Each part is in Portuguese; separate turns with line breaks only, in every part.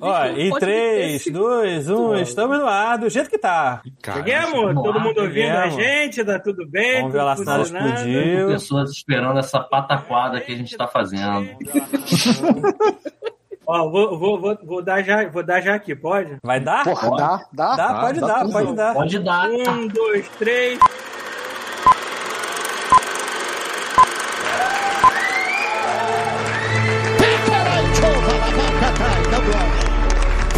Ó, em
Pode
3,
ter
2, 1, estamos no ar do jeito que tá.
Ah,
Chegamos? Todo mundo ouvindo a
Chegamos.
gente? Tá tudo bem?
Vamos ver
Tudo
a Lacinada
funcionando?
explodiu.
Pessoas esperando essa pataquada que a gente tá fazendo.
Ó, vou, vou, vou, vou, dar já, vou dar já aqui, pode?
Vai dar?
Porra, dá, dá.
Dá, pode
dá
dar,
tudo.
pode dar.
Pode dar.
Um, dois, três.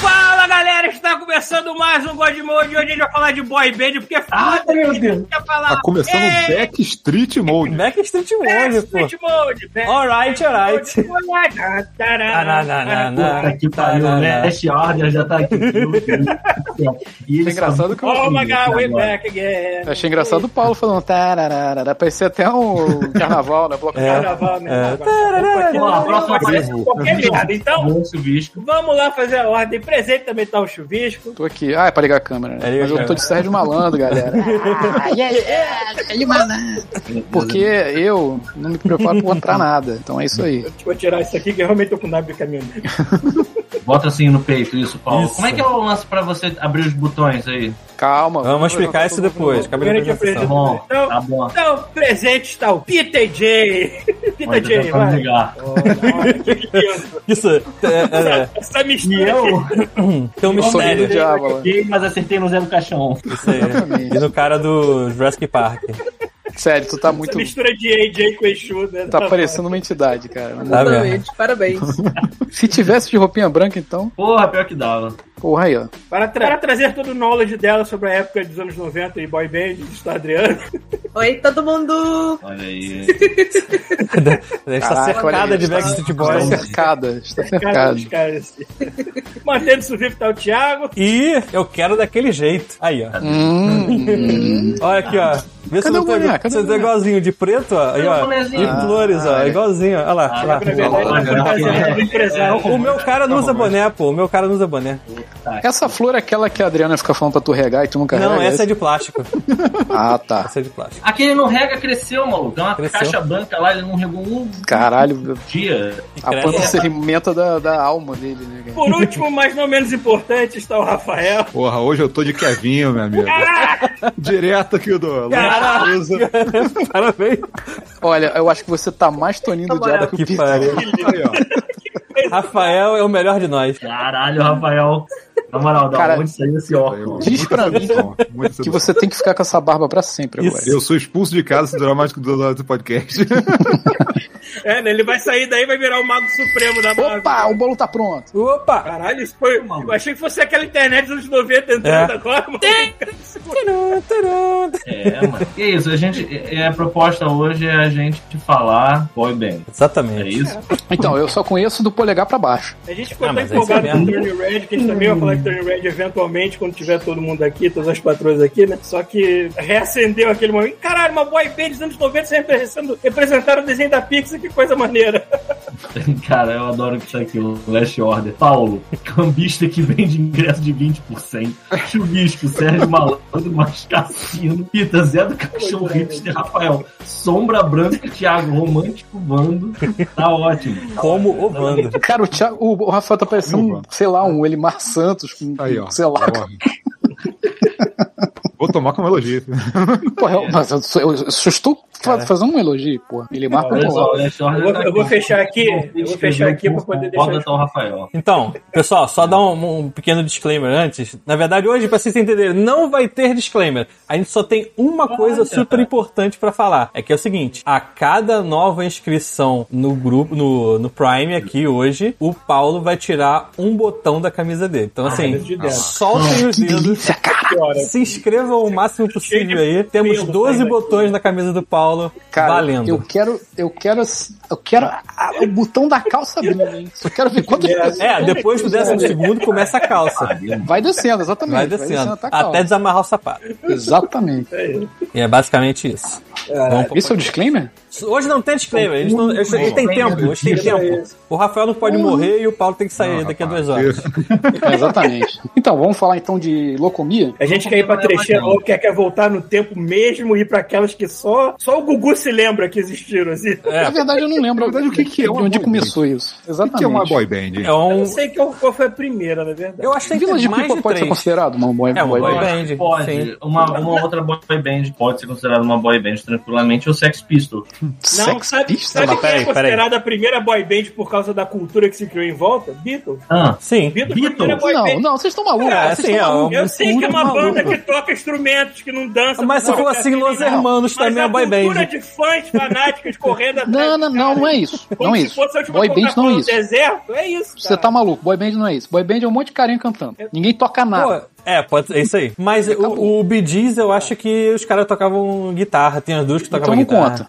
Fala galera, está começando mais um God Mode. Hoje a gente vai falar de boy band, porque é foda
meu Deus.
quer falar. É,
Tá começando o
É.
Ei,
Backstreet Mode.
Backstreet Mode, pô.
Backstreet Mode, Backstreet
Alright, alright.
Mode, alright. Ah, tará,
Tananana.
Puta que pariu, né? Este ordem já tá aqui. Meu Deus do céu. E é eles
Achei engraçado que eu-
Oh my god, we're
Agora.
back again.
Eu Achei engraçado o Paulo falando tararara. Parecia até um carnaval, né? Bloco
É.
Carnaval, né?
É.
Agora.
Pô, a próxima vez.
Parece qualquer merda. Então,
Bom, chuvisco.
Vamos lá fazer a ordem. Presente também tá o chuvisco.
Tô aqui. Ah, é pra ligar a câmera, né?
É, liga a
Mas eu tô
câmera.
de Sérgio Malandro, galera. Porque eu não me preparo pra- pra nada. Então é isso aí.
Vou tirar isso aqui que eu realmente tô com o nabo de caminhão.
Bota assim no peito, isso, Paulo.
Isso.
Como é que é o lance pra você abrir os botões aí?
Calma.
Vamos explicar isso depois. Acabei de
Primeiro que
apresentação.
Tá bom, tá bom.
Então, presente está o Peter J. Peter
Pode
J,
tentar
vai.
ligar.
Isso, é, é,
Essa
E
mistura.
eu
tem um
Sorriso do
mistério.
diabo, lá.
peguei, mas acertei no zero caixão.
Isso aí. E no cara do Jurassic Park.
Sério, tu tá
Essa
muito.
mistura de AJ com Exu, né?
Tá parecendo uma entidade, cara.
Tá vendo?
Exatamente, parabéns.
Se tivesse de roupinha branca, então.
Porra, pior que dava.
Porra aí, ó.
Para, tra- para trazer todo o knowledge dela sobre a época dos anos 90 e boy band, está Adriano.
Oi, todo mundo!
Olha aí.
Deve estar
Caraca, olha
cercada
aí,
de
está-
Backstreet
Está
Boys.
cercada, está
Cara,
cercado.
os caras. assim. Mantendo-se vivo tá o Thiago.
E eu quero daquele jeito. Aí, ó.
Hum,
Olha aqui, ó. Vê se
Cadê
não
o
tá
boné?
igual-
Cadê
você
o
tá
boné?
igualzinho de preto, ó. Aí,
Cadê o
ó.
bonézinho?
E flores, ó.
Ah,
Igualzinho, ó. Olha lá, olha lá. É,
Na verdade,
Olá,
eu tô trazendo um empresário.
O meu cara não usa boné, pô. O meu cara não usa boné.
essa flor é aquela que a Adriana fica falando pra tu regar e tu nunca
Não,
rega?
essa é de plástico.
Ah, tá.
Essa é de plástico.
Aquele não rega cresceu, maluco. É uma
Cresceu.
caixa branca lá, ele não regou um
Caralho,
dia.
E
a
cresce.
planta se alimenta da, da alma dele, né, cara?
Por último, mas não menos importante, está o Rafael.
Porra, hoje eu tô de Kevinho, meu amigo. Direto aqui do
Caraca!
Lusa.
Parabéns.
Olha, eu acho que você tá mais toninho do diabo que o
Que
Peter.
pariu. Rafael é o melhor de nós.
Caralho, Rafael. Na moral, da
Cara,
onde saiu esse óculos?
Diz pra mim que você tem que ficar com essa barba pra sempre
Isso.
agora.
Eu sou expulso de casa se durar mais que duas horas do podcast.
É, né? Ele vai sair daí e vai virar o Mago Supremo da Marvel.
Opa, o bolo tá pronto.
Opa!
Caralho, isso foi. Eu achei que fosse aquela internet dos anos 90 entrando
É.
agora, mano.
Turum, turum.
É, mano. Que isso, a gente. é, A proposta hoje é a gente te falar boy band. É
Exatamente.
isso?
Então, eu só conheço do polegar pra baixo.
A gente ficou
Ah,
tão
mas é
empolgado
isso
com
mesmo.
Turning Red que a gente também vai falar de Turning Red eventualmente, quando tiver todo mundo aqui, todas as patroas aqui, né? Só que reacendeu aquele momento. Caralho, uma boy band dos anos 90 representando, representaram o desenho da Pixar, que coisa maneira.
Cara, eu adoro que tá aqui o Last Order. Paulo, cambista que vende ingresso de 20%. Chubisco, Sérgio Malandro, Mas Cassino, Pita, Zé do Caixão Hipster, Rafael, Sombra Branca, Thiago, Romântico, Vando. Tá ótimo.
Como o Wanda.
Cara, o, Thiago, o, o Rafael tá parecendo, um,
Uva.
sei lá, um Elimar Santos. Com,
Aí, ó. Tá
Sei lá.
Porra. Vou tomar como elogio.
Porra, eu, mas eu, sou- eu, eu só estou fa- fazendo um elogio, porra. Elimar
Olha só,
popular.
o Last
Eu
Order
vou,
tá
eu vou
aqui.
fechar aqui, eu vou fechar aqui pra poder deixar.
Roda
os-
São Rafael.
Então, pessoal, só dar um, um pequeno disclaimer antes. Na verdade, hoje, pra vocês entenderem, não vai ter disclaimer. A gente só tem uma coisa super importante pra falar. É que é o seguinte: a cada nova inscrição no grupo, no, no Prime aqui hoje, o Paulo vai tirar um botão da camisa dele. Então, assim,
Deus de Deus.
Ah,
soltem os dedos. Se inscrevam o máximo possível aí. Temos 12 botões na camisa do Paulo.
Cara,
valendo.
eu quero, eu quero, eu quero a- o botão da calça abrindo, hein? Só quero ver quantas pessoas.
É, depois do décimo segundo começa a calça.
Vai descendo, tá exatamente.
Vai descendo.
até a calça.
Até desamarrar o sapato.
Exatamente.
E é basicamente isso. Vamos pro-
Esse é o disclaimer?
Hoje não tem disclaimer. Eles, não, eles, eles têm tempo. Hoje tem tempo. O Rafael não pode morrer e o Paulo tem que sair daqui a duas horas.
Exatamente. Então, vamos falar então de locomia?
A gente quer ir pra
é
trecheira ou quer, quer voltar no tempo mesmo, ir pra aquelas que só, só o Gugu se lembra que existiram, assim.
É.
Na verdade, eu não lembro.
Na verdade, o que que é
de
uma
onde
boy
começou isso?
O
Exatamente.
que é uma boy band?
É um.
Não sei qual, qual foi a primeira, na verdade.
Eu acho que tem
Vila
que ter
de
mais
Pipa
de
pode ser
três.
considerado uma boy,
É, uma boy band.
Pode.
sim.
Uma, uma outra boy band pode ser considerada uma boy band tranquilamente, ou Sex Pistol.
Não,
Sex
sabe,
Pistols?
sabe
Mas
quem
peraí,
é considerada a primeira boy band por causa da cultura que se criou em volta? Beatles.
Ah,
Sim.
Beatles, foi a
Beatles?
primeira boy
Não,
band.
não, vocês estão malucos.
É,
vocês
assim,
estão
ó,
malucos.
Eu sei que é uma
Tudo
banda
maluco.
que toca instrumentos, que não dança.
Mas se
não
for
toca
assim, Los
nem nada.
Hermanos
Mas
também
a
é boy
cultura
band.
de fãs fanáticos correndo atrás.
Não, não,
dos
não,
caras.
não é isso.
Como
Não é
se
isso.
fosse a última
Boy band não
Coca-Cola
é
do
isso.
Deserto. É isso.
Você tá maluco, boy band não é isso. Boy band é um monte de carinha cantando. Ninguém toca nada.
Pô, é, pode ser é isso aí. Mas o, o Bee Gees, eu acho que os caras tocavam guitarra. Tem as duas que
então
tocavam
não
guitarra.
conta.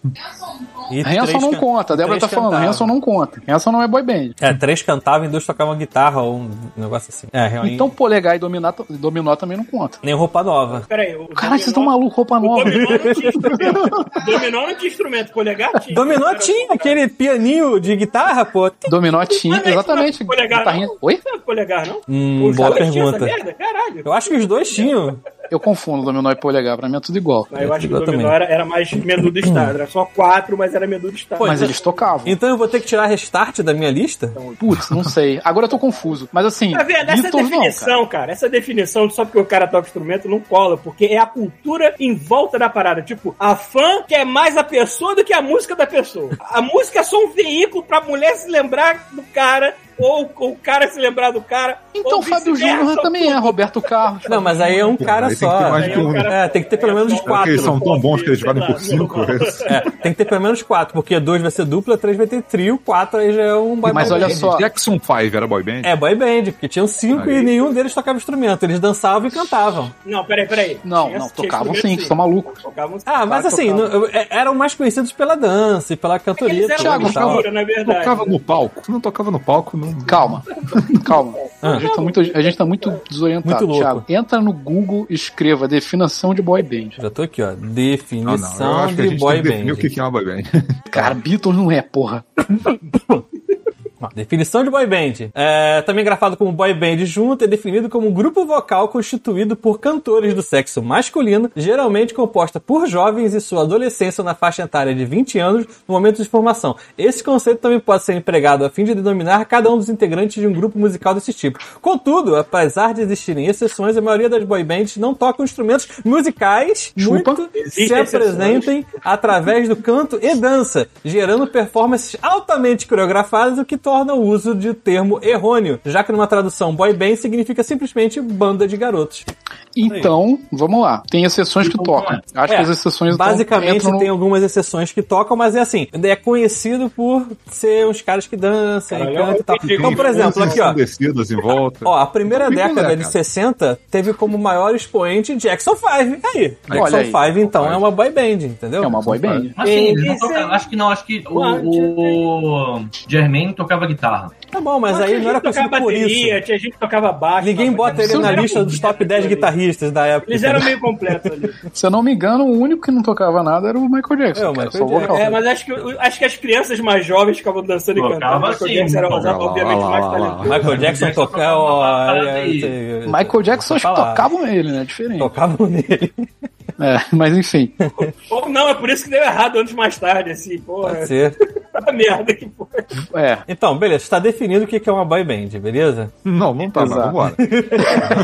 E
Hanson
três
não
can-
conta. A Débora tá
três
falando,
cantavam.
Hanson não conta. Hanson não é boy band.
É, três cantavam e dois tocavam guitarra ou um negócio assim. É, realmente.
Então polegar e dominar, dominó também não conta.
Nem roupa nova.
Peraí, o
Caralho, vocês
dominó-
estão malucos, roupa
O
nova.
dominó não tinha instrumento. dominó não tinha instrumento, polegar tinha.
Dominó
Era-
tinha aquele pianinho de guitarra, pô.
Dominó tinha,
Mas aí
exatamente.
não é polegar,
guitarrinha-
não?
Oi?
Não é polegar, não?
Hum,
Os
boa
caras tinham essa
pergunta.
merda? Caralho.
Eu acho que os dois tinham.
Eu confundo dominó e polegar, pra mim é tudo igual.
Mas eu acho que o
Eu também.
dominó era, era mais menudo estado. Era só quatro, mas era menudo estado.
Pô,
Mas eles tocavam.
Então eu vou ter que tirar restart da minha lista?
Putz, não sei. Agora eu tô confuso. Mas assim,
Tá vendo? Essa
Beatles não, cara.
definição, cara. Essa definição de só porque o cara toca instrumento não cola, porque é a cultura em volta da parada. Tipo, a fã quer mais a pessoa do que a música da pessoa. A música é só um veículo pra mulher se lembrar do cara, ou, ou o cara se lembrar do cara.
Então
ou
Fábio
vice-versa.
Júnior também é, Roberto Carlos.
Não, mas aí é um cara
Aí tem que ter
só.
mais de um,
É, tem que ter pelo menos
um
uns
Porque
quatro.
eles são tão bons que eles valem por
Sei lá,
cinco. eles-
É, tem que ter pelo menos quatro, porque dois vai ser dupla, três vai ter trio, quatro aí já é um boy
Mas
boy
olha
band.
só.
Jackson 5 era boy band?
É boy band, porque tinham cinco
Aí.
e nenhum deles tocava instrumento. Eles dançavam e cantavam.
Não, peraí, peraí.
Não,
Tinha-
não,
tinha
tocavam
instrumento,
sim, que são malucos.
assim. Tocavam sim.
Ah, mas
Claro,
assim,
tocavam.
no- eu- eram mais conhecidos pela dança e pela cantoria.
Eles eram
pela
Thiago,
uma
guitarra.
Thiago,
cultura, na verdade.
Tocava no palco. Se não tocava no palco, não.
Calma, calma.
Ah.
A, gente tá muito, a gente tá muito desorientado,
Muito louco.
Thiago. Entra no Google e escreva definição de boy band.
Já tô aqui, ó.
Não,
Definição
não. Eu acho que a
de
gente tem
boy
que definir
band.
o que que é uma boy band.
Cara, Beatles não é, porra.
Ó, Definição de boy band. É, também grafado como boy band junto, é definido como um grupo vocal constituído por cantores do sexo masculino, geralmente composta por jovens em sua adolescência ou na faixa etária de 20 anos no momento de formação. Esse conceito também pode ser empregado a fim de denominar cada um dos integrantes de um grupo musical desse tipo. Contudo, apesar de existirem exceções, a maioria das boy bands não tocam instrumentos musicais,
Chupa.
muito se
é
Existem exceções.
apresentam existem através do canto e dança, gerando performances altamente coreografadas, o que torna o uso de termo errôneo, já que numa tradução boy band significa simplesmente banda de garotos.
Então, vamos lá. Tem exceções que
Então,
tocam. Acho
É,
que as exceções então,
Basicamente
entram no-
tem algumas exceções que tocam, mas é assim, é conhecido por ser uns caras que dançam e
Caralho,
cantam e tal.
eu entendi. é
Então, por exemplo, aqui ó,
Descidas em volta.
ó, a primeira
Então,
Não tem como
década
é,
de
cara.
60 teve como maior expoente Jackson 5. Aí,
Olha aí.
Jackson 5 então é uma boy band, entendeu?
É uma boy band.
Mas sim, eles não
Esse-
tocavam- acho que não, acho que o, o Germain tocava guitarra.
Tá bom, mas aí
Tinha
não
gente
era
que tocava
conhecido por isso.
bateria, tinha gente que tocava baixo.
Ninguém
tocava-
bota ele
Eles
na
eram
lista dos top
completos
10
ali.
guitarristas da época.
Eles eram meio completos ali.
Se eu não me engano, o único que não tocava nada era o Michael Jackson.
É, o
cara,
Michael
só
Jackson.
vocal.
É, mas acho que, acho que as crianças mais jovens ficavam dançando e
Tocava
cantando. As
assim,
crianças eram
tocava
lá,
obviamente
lá,
mais
lá, lá.
talentosas.
Michael Jackson
Jackson
tocava.
tocava uma
ó,
parada
é,
aí.
é, é,
Michael Jackson, acho que
falar.
tocavam ele, né? Diferente.
Tocavam um nele.
É, mas enfim.
Ou não, é por isso que deu errado anos mais tarde, assim, pô.
Pode ser.
Tá merda que foi.
É.
Então, beleza, está definido o que que é uma boy band, beleza?
Não, não tá, mas
Exato.
vambora.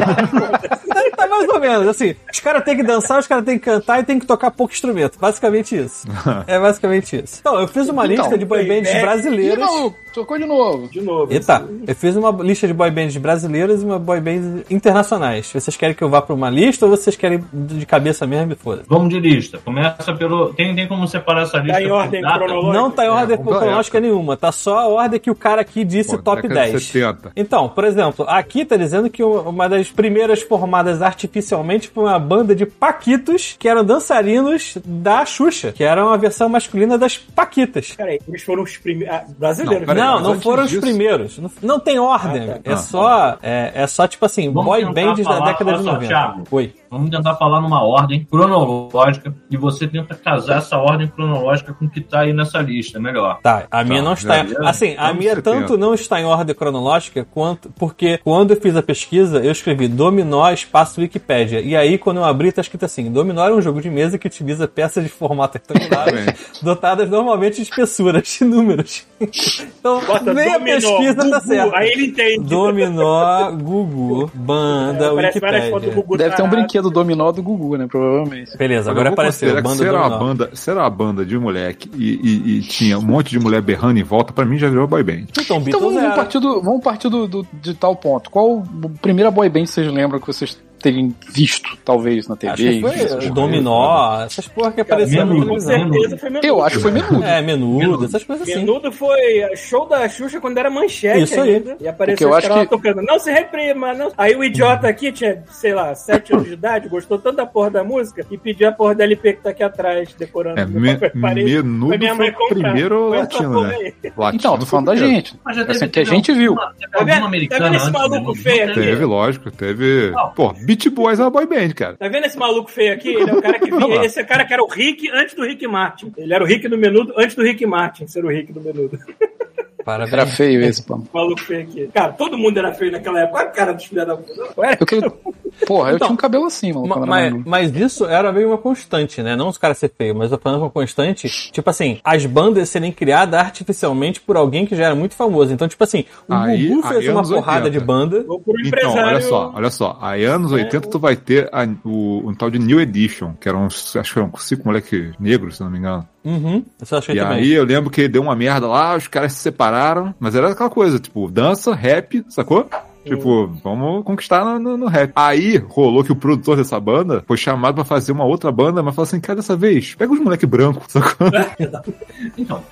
Tá, tá mais ou menos, assim. Os caras têm que dançar, os caras têm que cantar e tem que tocar pouco instrumento. Basicamente isso. É basicamente isso. Então, eu fiz uma
Então,
lista de boy bands
né?
Ih,
brasileiras.
maluco, tocou de novo.
De novo.
E tá, eu fiz uma lista de boy bands brasileiras e uma boy bands internacionais. Vocês querem que eu vá pra uma lista ou vocês querem de cabeça mesmo e foda?
Vamos de lista. Começa pelo. Tem, tem como separar essa lista?
Tá em
por
ordem
data?
cronológica.
Não tá em ordem
vamos pela
cronológica nenhuma, tá só a ordem que o cara aqui disse
é. Pô,
top
década de
10.
70.
Então, por exemplo, aqui tá dizendo que uma das primeiras formadas artificialmente por uma banda de paquitos que eram dançarinos da Xuxa, que eram a versão masculina das paquitas.
Peraí, eles foram os primeiros. Ah, brasileiros.
Não, peraí,
né?
Não,
mas
não
antes
foram os
disso-
primeiros. Não, não tem ordem.
Ah,
tá.
É só, é, é só tipo assim,
Vamos
boy
tentar
bands da
falar-
década de
olha só,
90.
Thiago.
Oi.
Vamos tentar falar numa ordem cronológica e você tenta casar essa ordem cronológica com o que tá aí nessa lista, é melhor.
Tá, a minha não está.
já- Então,
assim, a
anos
minha
70.
tanto não está em ordem cronológica quanto porque quando eu fiz a pesquisa, eu escrevi Dominó espaço Wikipédia. E aí quando eu abri tá escrito assim: Dominó é um jogo de mesa que utiliza peças de formato retangular
Bem,
dotadas normalmente de espessuras e números. Então,
Bota
nem a
dominó,
pesquisa tá
Gugu, Aí
certa.
ele entende.
Dominó, Gugu, banda,
Parece várias fotos do
Wikipédia.
Gugu
Deve ter um
tarado.
brinquedo dominó do Gugu, né? Provavelmente.
Beleza, agora
eu vou
apareceu.
considerar que
Banda
se era uma
Dominó.
banda, se era uma banda de moleque e, e- e tinha um monte de mulher berrando em volta, pra mim já virou boy band.
Então,
Então
Beatles
vamos, vamos
era.
partir, do, vamos partir do, do- de tal ponto. Qual a primeira boy band que vocês lembram que vocês terem visto, talvez, na TV?
Acho que
enfim, essas
foi
né?
coisas?
Dominó, essas porra que apareceram na
Menudo,
Com
televisão.
certeza foi Menudo.
Eu acho que foi menudo.
É, menudo, essas coisas assim.
Menudo foi show da Xuxa quando era manchete
Isso aí.
ainda. E apareceu
Porque eu
os caras
acho
lá tocando. Não se reprima, não. Aí o idiota aqui tinha, sei lá, 7 anos de idade, gostou tanto da porra da música e pediu a porra da LP que tá aqui atrás, decorando.
É,
Meu
me-
pai, parei.
menudo foi o
comprar.
primeiro
Foi essa
latino,
porra
né?
aí.
Latino
Então, tô
foi
falando da
o primeiro.
gente.
Mas já
É assim que a gente viu.
Teve alguma
Tá vendo-
americana
tá vendo esse
antes,
maluco
né?
feio aqui?
Teve, lógico, teve.
Não.
Pô, Beat Boys era boy band, cara.
Tá vendo esse maluco feio aqui? Ele é o cara que vinha, esse é o cara que era o Rick antes do Rick Martin. Ele era o Rick do Menudo antes do Rick Martin ser o Rick do Menudo.
Parabéns.
Era feio esse, pô.
O maluco feio aqui. Cara, todo mundo era feio naquela época. Olha a cara dos filhos da puta. Olha.
Eu queria... Porra, eu
Então,
tinha um cabelo assim, mano.
Ma-
quando era
Mas,
mais novo.
mas isso era meio uma constante, né? Não os caras ser feio, mas eu falando uma constante, tipo assim, as bandas serem criadas artificialmente por alguém que já era muito famoso. Então, tipo assim, o
Aí-
Gugu fez
aí é
uma
anos
porrada
80.
de banda.
Vou por um
Então,
empresário.
olha só, olha só. Aí anos 80 tu vai ter a- o, um tal de New Edition, que eram uns, acho que eram cinco moleques negros, se não me engano.
Uhum, isso eu achei
E
também.
aí eu lembro que deu uma merda lá, os caras se separaram, mas era aquela coisa, tipo, dança, rap, sacou? Tipo, vamos conquistar no, no- no rap. Aí rolou que o produtor dessa banda foi chamado pra fazer uma outra banda, mas falou assim: cara, dessa vez, pega os moleque branco, sacou?
Então,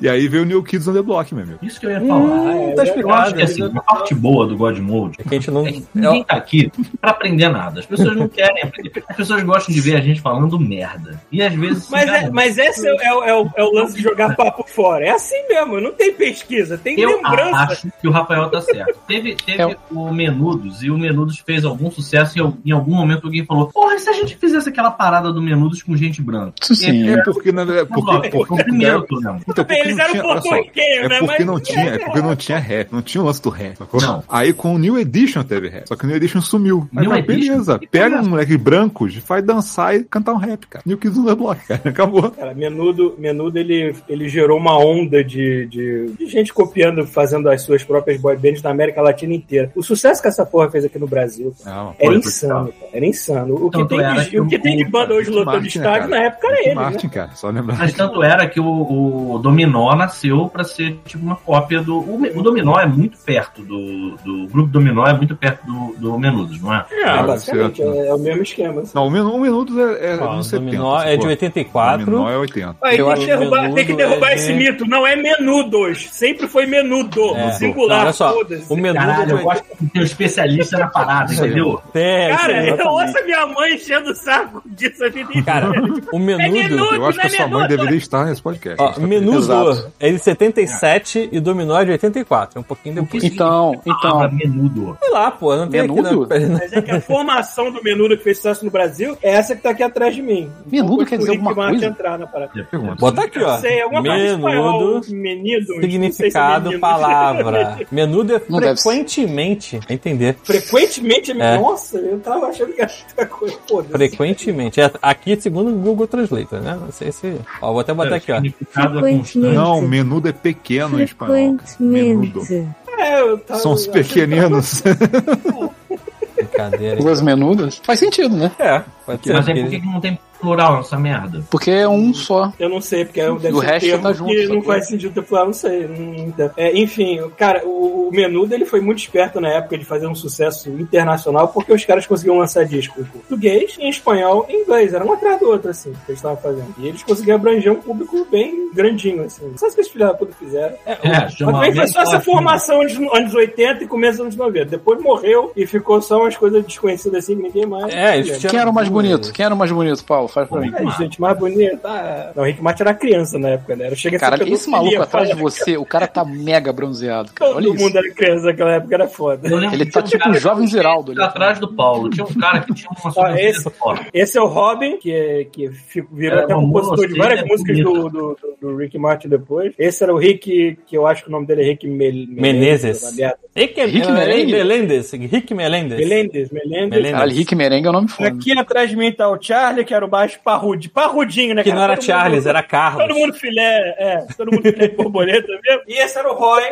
E aí veio o New Kids on the Block, meu amigo.
isso que eu ia falar.
Hum, tá
eu acho
explicado.
que assim, a parte boa do God Mode
É que a gente não.
É que ninguém tá aqui pra aprender nada. As pessoas não querem aprender. As pessoas gostam de ver a gente falando merda. E às vezes.
Mas,
cara,
é, mas esse é, o- é o- é o- é o lance de jogar papo fora. É assim mesmo, não tem pesquisa, tem
eu
lembrança.
acho que o Rafael tá certo. Teve, teve
É.
o Menudos e o Menudos fez algum sucesso e em, algum momento alguém falou: Porra, e se a gente fizesse aquela parada do Menudos com gente branca?
Isso sim,
É
é.
porque, na verdade,
Não, é
porque,
não,
porque,
foi o primeiro que eu lembro.
Então,
Tudo bem,
porque
eles
não
eram
tinha- olha só,
porto-riquenhos, né?
É porque
Mas
não tinha, é porque não tinha rap, não tinha o lance do rap. sacou?
Não.
Aí com o New Edition teve rap. Só que o New Edition sumiu. Aí,
New
mas
Edition? é?"
beleza,
Que
pega
coisa.
um moleque branco, faz dançar e cantar um rap, cara. New Kids on the Block, cara. Acabou.
Cara, Menudo, Menudo ele, ele gerou uma onda de, de, de gente copiando, fazendo as suas próprias boy bands na América Latina inteira. O sucesso que essa porra fez aqui no Brasil cara,
Não,
era
foi-
insano, cara, era insano. O que,
Tanto
tem,
era
de,
que
o que
o-
tem de banda hoje
Rick
lotando
Martin, né, cara?
estádio na época era
Rick
ele, né?
Martin, cara. Só lembrar.
Mas então, tanto era que o, o Dominó nasceu pra ser tipo uma cópia do. O, Me- o Dominó é muito perto do, do. O grupo Dominó é muito perto do, do Menudos, não é?
É,
Ah,
basicamente,
certo.
é, é o mesmo esquema. assim.
Não, o Menudo, o Menudo é, é
Ó,
anos 70.
Dominó é de
sacou?
84.
Dominó é 80.
Aí,
Eu
tem,
acho
que
que
derrubar,
menudo
tem que derrubar
é
esse
de-
mito. Não é menudos. Sempre foi menudo.
É. Não,
Singular.
olha só,
foda-se.
o Menudo é de
Caralho, eu
80.
gosto de ter um especialista na parada, entendeu?
É,
Cara,
isso aí.
eu ouço a minha mãe enchendo o saco disso a vida inteira.
Cara, o menudo.
menudo.
Eu acho que a tá
Não
sua
é
mãe
Menudo,
deveria estar nesse podcast.
Ó, um menudo
Exato.
é de 77 e Dominó é de 84. É um pouquinho
O que
depois.
Então,
Tá.
significa a
Ah,
palavra
então.
Ah, Menudo.
Sei lá, pô, não tem
Menudo?
aqui na...
Mas é que a formação do menudo que fez sucesso no Brasil é essa que tá aqui atrás de mim. Então,
Menudo
Quando
quer
o
dizer
Rick
alguma
Martin
coisa?
entrar na parada.
Pergunta.
Bota aqui, ó.
Sei, alguma coisa em espanhol,
menudo.
meninos, não sei se é
Significado,
meninos.
palavra. Menudo é
Não deve ser.
frequentemente. Vai entender.
Frequentemente,
É.
nossa, eu tava achando que era outra coisa. Foda-se.
Frequentemente. É, Aqui, segundo o Google Translator, né? Não sei se. Ó, vou até botar aqui, ó.
Significado é constante.
Não, menudo é pequeno em espanhol. cara. Menudo.
Frequentemente.
É, eu tava-
São os pequeninos.
Brincadeira.
Duas menudas? Faz sentido, né?
É, pode ser.
Mas aí
porque-
é
por que que não tem plural nessa merda?
Porque é um só.
Eu não sei, porque é um
E o resto
termo
tá junto,
que
sacou?
não faz sentido ter plural, não sei. não entendo. É, enfim, o- cara, o, o Menudo ele foi muito esperto na época de fazer um sucesso internacional porque os caras conseguiam lançar disco em português, em espanhol e em inglês. Era um atrás do outro, assim, que eles estavam fazendo. E eles conseguiam abranger um público bem grandinho, assim. Sabe o que os filhos da puta fizeram?
É,
Mas também foi só
América
essa
Latina.
formação anos, anos 80 e começo dos anos 90. Depois morreu e ficou só umas coisas desconhecidas assim que ninguém mais.
É, eles
lembra.
tinham-
Quem era o mais bonito? Quem era o mais bonito, Paulo? Faz pra mim.
Ai, É, gente, mais bonita. Ah, Não, o Rick Martin era criança na época, né? Era- Chega a ser
Cara, esse
pedofilia,
maluco atrás de
fala-
você, o cara tá mega bronzeado, cara.
Todo
Olha
mundo
isso.
era criança naquela época, era foda.
Eu lembro
Ele
que
tá
tinha um
tipo
cara
um jovem Zeraldo ali.
atrás do Paulo. Tinha um cara que tinha uma
Ah, esse-
sobrancelha forte.
Esse é o Robin, que, é- que fi- virou
Era
até
uma
compositor de
monocelha
várias músicas do,
bonita.
do, do- do Rick Martin depois. Esse era o Rick, que eu acho que o nome dele é Rick Mel-
Menezes.
uma merda.
Rick,
Rick
eh,
Merengue?
Melendes. Rick Melendes.
Melendez, Melendez.
Melendez.
Caralho, Rick Merengue é o nome foda.
Aqui atrás de mim tá o Charlie, que era o baixo parrude, parrudinho, né?
Que
cara?
não era
Todo
Charles,
mundo-
era Carlos.
Todo mundo filé, é. Todo mundo filé de borboleta mesmo. E esse era o Roy,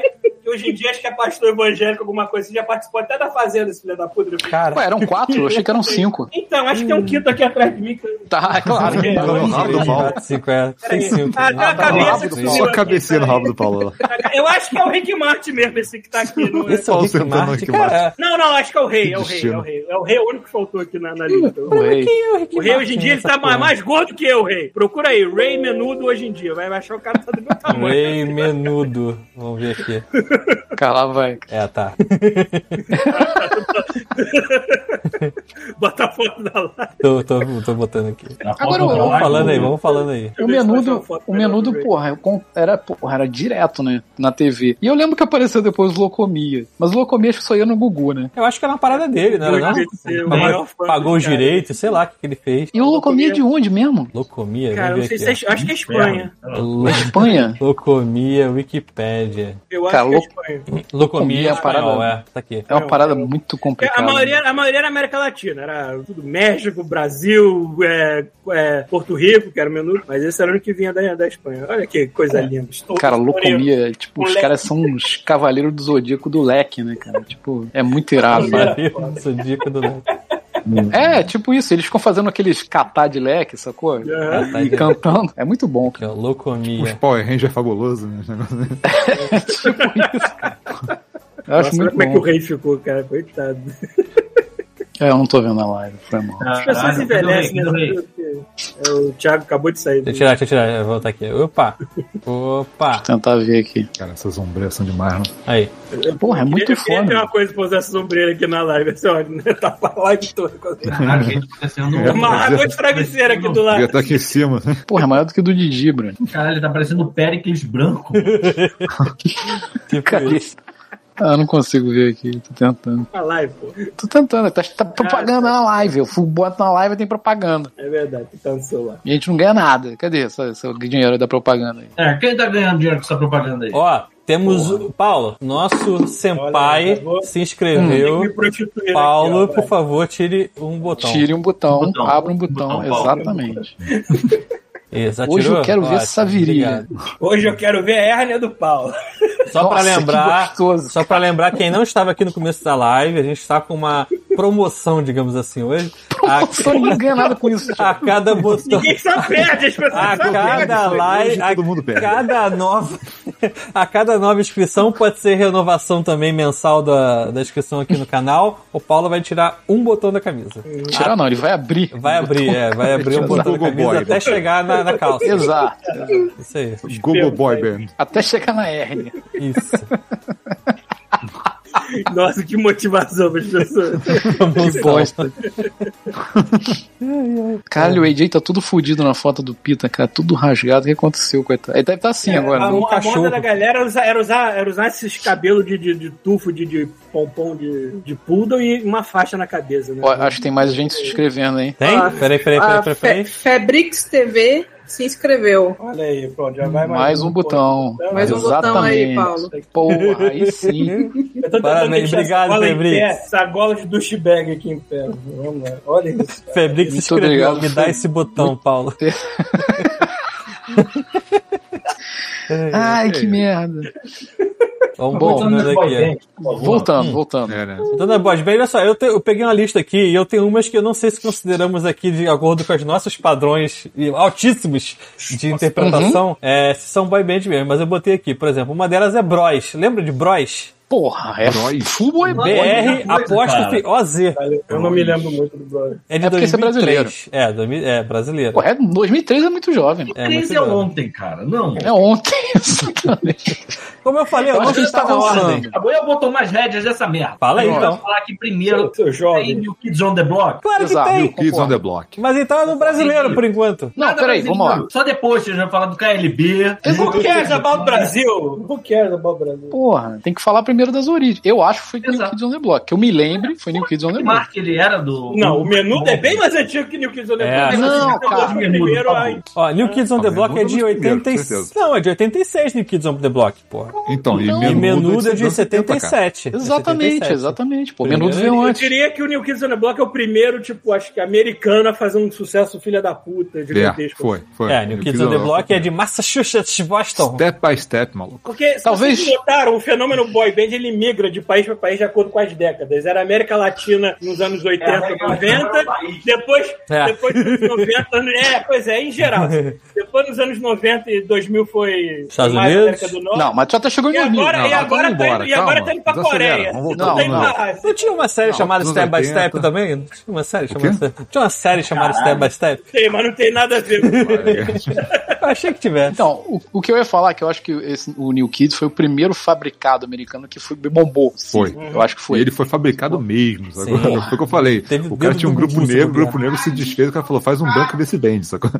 que hoje em dia acho que é pastor evangélico, alguma coisa. Você já participou até da Fazenda, esse filho da puta. Cara.
Ué, eram quatro? Eu achei que eram cinco.
Então, acho que tem um quinto aqui atrás de mim. que eu-
Tá, é claro.
É,
Não, não,
Sim,
do Paulo.
quatro, cinco, é.
Peraí.
Sim, cinco.
Ah, tá a
rabo
cabeça
do
que
Paulo.
sumiu
Só
aqui,
cabecinha no
peraí.
rabo do Paulo.
Eu acho que é o Rick Martin mesmo, esse que tá aqui. Não, é?
Esse é o
Paulo
Rick
sentando
Martin,
aqui,
cara.
não, não, acho que é o rei, é o rei,
destino.
é o rei. É o rei, é o único que faltou aqui na, na lista.
O rei.
é
O rei hoje em dia ele tá mais,
porra.
mais gordo que eu, rei. Procura aí, Ray Menudo hoje em dia. Vai vai achar o cara tá do meu tamanho.
Ray Menudo. Vamos ver aqui.
Cara, lá vai.
É, tá.
Bota a foto da live.
Tô, tô, tô botando aqui.
Na
Agora
foto
eu-
do
Vamos
Paulo,
falando aí, vamos falando aí.
Eu
O
deixo pra achar
menudo,
uma foto
o
melhor do
menudo
Ray.
porra, eu com- era, porra, era direto, né? Na TV. E eu lembro que apareceu depois o Locomia. Mas o Locomia acho que só ia no Gugu, né?
Eu acho que era uma parada dele, né?
Eu
Não?
devia ser o
Pagou- um
maior é um fã
Pagou os
do cara.
direitos, sei lá o que, que ele fez.
E o Locomia é
Locomia.
de onde mesmo?
Locomia,
Cara, não
vamos ver
sei
aqui.
se é, acho que é Espanha.
Sei lá.
ó.
Na
Lo-
Espanha?
Locomia, Wikipédia.
Eu acho
Cara,
que
Tá
é
louco.
Espanha.
Locomia
Locomia é
é
a
espanhol,
parada.
é. Tá aqui.
É uma parada muito
um- É,
complicada. né?
A maioria, a maioria era América Latina, era tudo México, Brasil, é, é, Porto Rico, que era o menudo, mas esse era o que vinha da, da Espanha. Olha que coisa linda. Estou
Cara,
espanhol.
Locomia, tipo, os
Moleque.
caras são os cavaleiros do zodíaco do leque, né, cara? Tipo, é muito irado. né?
Valeu, Zodíaco um do Norte.
É, tipo isso, eles ficam fazendo aqueles catar de leque, sacou?
Aham.
E cantando. É muito bom,
Tá Aqui,
cara.
ó,
Os
Locomia.
Power Ranger é fabuloso, né? esse negócio.
Eu acho
Nossa, olha
muito
como é que o
bom.
rei ficou, cara, coitado.
É, eu não tô vendo a live, foi mal.
Caralho,
As pessoas envelhecem,
do rei, do
né?
rei.
É, O Thiago acabou de sair. do-
Deixa eu tirar, deixa eu tirar, eu vou voltar aqui. Opa! Opa!
Tentar ver aqui.
Cara, essas ombreiras são demais, né? mano.
Aí.
Porra, é muito
eu queria ter
foda.
uma coisa pra usar essa sombreira aqui na live. Assim, olha, né? Tá pra live toda.
Caralho,
tá
gente, acontecendo um-
Uma água de travesseiro aqui do
Devia
lado.
estar aqui em cima. né?
Porra, é maior do que o do Didi, Bruno.
Caralho, ele tá parecendo o Péricles branco.
Tipo
Cara,
isso.
Ah, eu não consigo ver aqui, tô tentando.
Uma Tá live, pô.
Tô tentando, tá, tá propaganda na live. Eu fui- boto na live e tem propaganda.
É verdade, tá no celular.
E a gente não ganha nada. Cadê esse, esse dinheiro da propaganda aí?
É, quem tá ganhando dinheiro com essa propaganda aí?
Ó, temos o Paulo, nosso senpai
Olha, por
se
favor. Tem que me
inscreveu.
prostituir aqui,
Paulo,
ó, vai.
por favor, tire um botão.
Tire um botão,
Botão.
abre um botão,
Botão, Paulo.
exatamente.
Isso, atirou?
Hoje eu quero ver
Ótimo,
essa virilha.
obrigado.
Hoje eu quero ver a hérnia do Paulo.
Só para
Nossa, que
lembrar,
gostoso,
só para lembrar quem não estava aqui no começo da live, a gente está com uma promoção, digamos assim, hoje. A-
Só ninguém ganha nada com isso.
A, cada botão,
Ninguém só perde, as pessoas
a
só
é
cada live,
Hoje
a
todo mundo perde.
cada nova, a cada nova inscrição pode ser renovação também mensal da, da inscrição aqui no canal. O Paulo vai tirar um botão da camisa.
Tirar não, ele vai abrir.
Vai abrir, é, vai abrir um
Exato.
botão da
Google
camisa
Boy.
até chegar na, na calça.
Exato.
Isso aí.
Google Boy Band.
Até chegar na hérnia.
Isso.
perdem. Ah, Nossa, que motivação para as pessoas.
Que bosta. Caralho, o AJ tá tudo fudido na foto do Pita, cara. Tudo rasgado. O que aconteceu, coitado? Ele deve tá assim agora.
a,
né?
um
a moda
cachorro.
da galera era usar, era usar, era usar esses cabelos de, de, de tufo, de, de pompom, de, de poodle e uma faixa na cabeça, né?
Ó, acho que tem mais gente se inscrevendo, hein?
Tem?
Ah,
Peraí, peraí, peraí,
A
peraí.
Fe-
peraí.
Febrix TV se inscreveu.
Olha aí, pronto, já vai
Mais um botão.
Mais um botão aí, Paulo.
Porra, aí sim.
Eu tô tentando
Parabéns,
deixar
obrigado,
essa gola em
Febrix.
pé, Essa gola de douchebag aqui em pé. Vamos lá. Olha isso. cara.
Febrix
Muito
escreveu,
obrigado.
me dá esse botão, Paulo.
É.
Ai, que merda.
Vamos
né,
voltando
é.
aqui.
Voltando, voltando.
É, né?
Dona Bode, bem, olha só, eu, te- eu peguei uma lista aqui e eu tenho umas que eu não sei se consideramos aqui de acordo com os nossos padrões e altíssimos de
Uhum.
interpretação, é, se são boy band mesmo, mas eu botei aqui, por exemplo, uma delas é Bros. Lembra de Bros?
Porra, é
Dói.
full boy né? band.
BR
coisa,
apóstrofe OZ.
Eu não me lembro muito do brother.
É de
É porque você é
2003. É, 2000 é brasileiro.
Porra, é 2003 é muito jovem.
É, muito
Crise é
bom.
ontem, cara. Não.
É ontem, exatamente.
Como eu falei, eu
Eu
não
acho que a gente tá
tá na ordem.
avançando.
Agora eu vou tomar as rédeas dessa merda.
Fala aí,
Eu
então.
vou falar que primeiro
Seu
tem
jovem.
New Kids on the Block.
Claro que
Exato.
tem.
Kids on the Block.
Mas então é no brasileiro, por enquanto.
Não,
Nada
peraí,
brasileiro.
vamos
então.
lá.
Só depois vocês vão falar do KLB.
Who cares about é Brasil? Who cares about é Brasil?
Porra, tem que falar primeiro das origens. Eu acho que foi New
Exato.
Kids on the Block. Que eu me lembre, foi New Kids on the
Que
Block.
marca ele era do.
Não, o Menudo é bem mais antigo que New Kids on the
É.
Block.
Não, cara.
Primeiro,
tá
ai,
Ó, New Kids on the
Ah,
Block é
Menudo
de
é muito primeiro, com
86.
certeza.
Não, é de 86 New Kids on the Block, porra.
Então,
Não.
E
e
Menudo é de
77.
77.
é
Exatamente,
77.
exatamente. Pô,
Primeiro
menudo veio
Eu
antes.
diria que o New Kids on the Block é o primeiro, tipo, acho que americano a fazer um sucesso filha da puta,
É,
gigantesco.
foi, foi.
É, New Kids on the Block é então. de Massachusetts, Boston.
Step by step, maluco.
Porque, se
Talvez-
vocês notaram, o fenômeno boy band, ele migra de país para país de acordo com as décadas. Era América Latina nos anos 80,
É,
90, depois,
É.
depois dos anos 90, anos- é, pois é, em geral. Depois nos anos 90 e 2000 foi
Estados
mais
Unidos?
América do Norte.
Não, mas já tá chegando
E
em 2000.
agora,
Não,
e
vamos
agora, tá indo,
embora,
e agora
calma.
tá indo pra
Desacelera,
Coreia.
vamos voltar,
não tem
vamos lá.
pra-
Não tinha uma série
Não,
chamada
dos
Step by
80.
Step também? Não Tinha uma série chamada
quê?
Step... Tinha uma série chamada Step by Step?
Tem, mas não tem nada a ver com isso.
Eu achei que tivesse.
Então, o, o que eu ia falar, que eu acho que esse, o New Kids foi o primeiro fabricado americano que foi, bombou.
Foi.
Eu acho que foi.
E ele foi fabricado mesmo, sacou?
Sim.
Foi o que eu falei.
Teve
o cara
dedo
tinha um
do
grupo
Gugu, se
negro, o
bobear.
grupo negro se desfez, o cara falou, faz um banco desse band, sacou?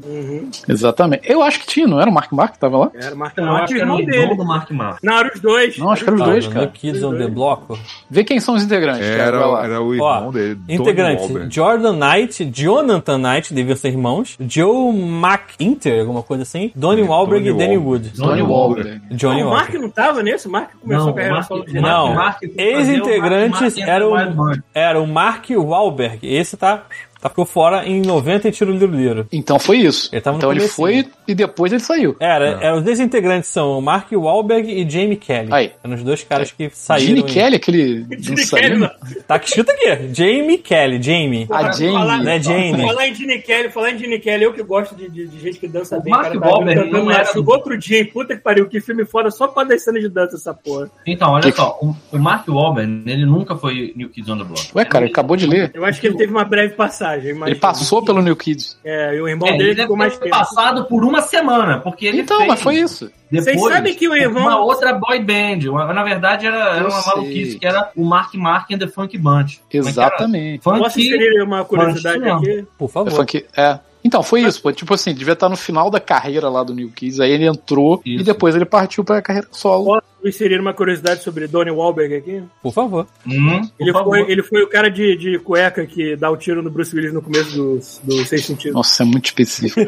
Exatamente. Eu acho que tinha, não era o Mark Mark que tava lá?
Era o Mark
Não,
Mark e o
Então, acho que era
irmão
o
dele.
irmão do Mark Mark.
Não, eram os dois.
Não, acho que eram os dois,
Ah,
cara.
New Kids on the Block.
Vê quem são os integrantes. cara,
né? Era,
vai lá.
era o irmão
Ó,
dele. Donnie
integrante,
Wahlberg.
Jordan Knight, Jonathan Knight, deviam ser irmãos, Joe McIntyre, alguma coisa assim, Donnie Wahlberg e
Donnie
Danny
Wahlberg.
Wood.
Donnie Wahlberg.
Johnny
Ah, o Mark
Wahlberg.
não tava nesse? O Mark começou
Não,
a carreira
o Mark-
solo de
o Mark-
nada.
Não,
Mark-
ex-integrantes
Mark- Mark-
eram,
Mark- Mark-
era o Mark Wahlberg. Esse tá, tá ficou fora em 90 e tiro livre.
Então foi isso.
Ele tava no
então ele
comecinho.
foi e depois ele saiu.
Era, era, os dois integrantes são o Mark Wahlberg e Jamie Kelly.
Aí.
Eram os dois caras que saíram.
Gene
em-
Kelly, aquele.
Gene Kelly, né?
dançarino.
não.
Tá que chuta aqui. Jamie Kelly, Jamie.
A
Falar-
Jane.
Não é Jamie.
Falar em Gene Kelly, falar em Gene Kelly, eu que gosto de, de- de gente que dança
O
bem.
Mark
cara, tá
Wahlberg
cantando
não é assim.
na
era
chuva
do-
outro dia, hein? Puta que pariu, que filme foda só pra dar cena de dança essa porra.
Então, olha
Que-
só, o, o Mark Wahlberg, ele nunca foi New Kids on the Block.
Ué, cara, ele acabou de ler.
Eu acho que ele teve uma breve passagem, mas.
Ele passou pelo New Kids.
É, e o irmão
É,
dele
ele deve
ficou mais
ter
tempo.
passado por uma semana, porque ele
Então,
fez
mas foi isso.
depois
Vocês sabem que o irmão-
uma outra boy band, uma- na verdade era, era
Eu
uma
sei.
maluquice, que era o Mark Mark and the Funk Bunch.
Exatamente.
Como é
Posso
que era? Funk,
inserir uma curiosidade
Mas não.
aqui?
Por
É
favor.
funk, é. Então, foi isso, pô. Tipo assim, devia estar no final da carreira lá do New Kids, aí ele entrou
Isso.
e depois ele partiu pra carreira solo.
Posso inserir uma curiosidade sobre Donnie Wahlberg aqui?
Por favor.
hum, por
Ele
favor.
foi, ele foi o cara de, de cueca que dá o tiro no Bruce Willis no começo do, do Seis Sentidos.
Nossa, é muito específico.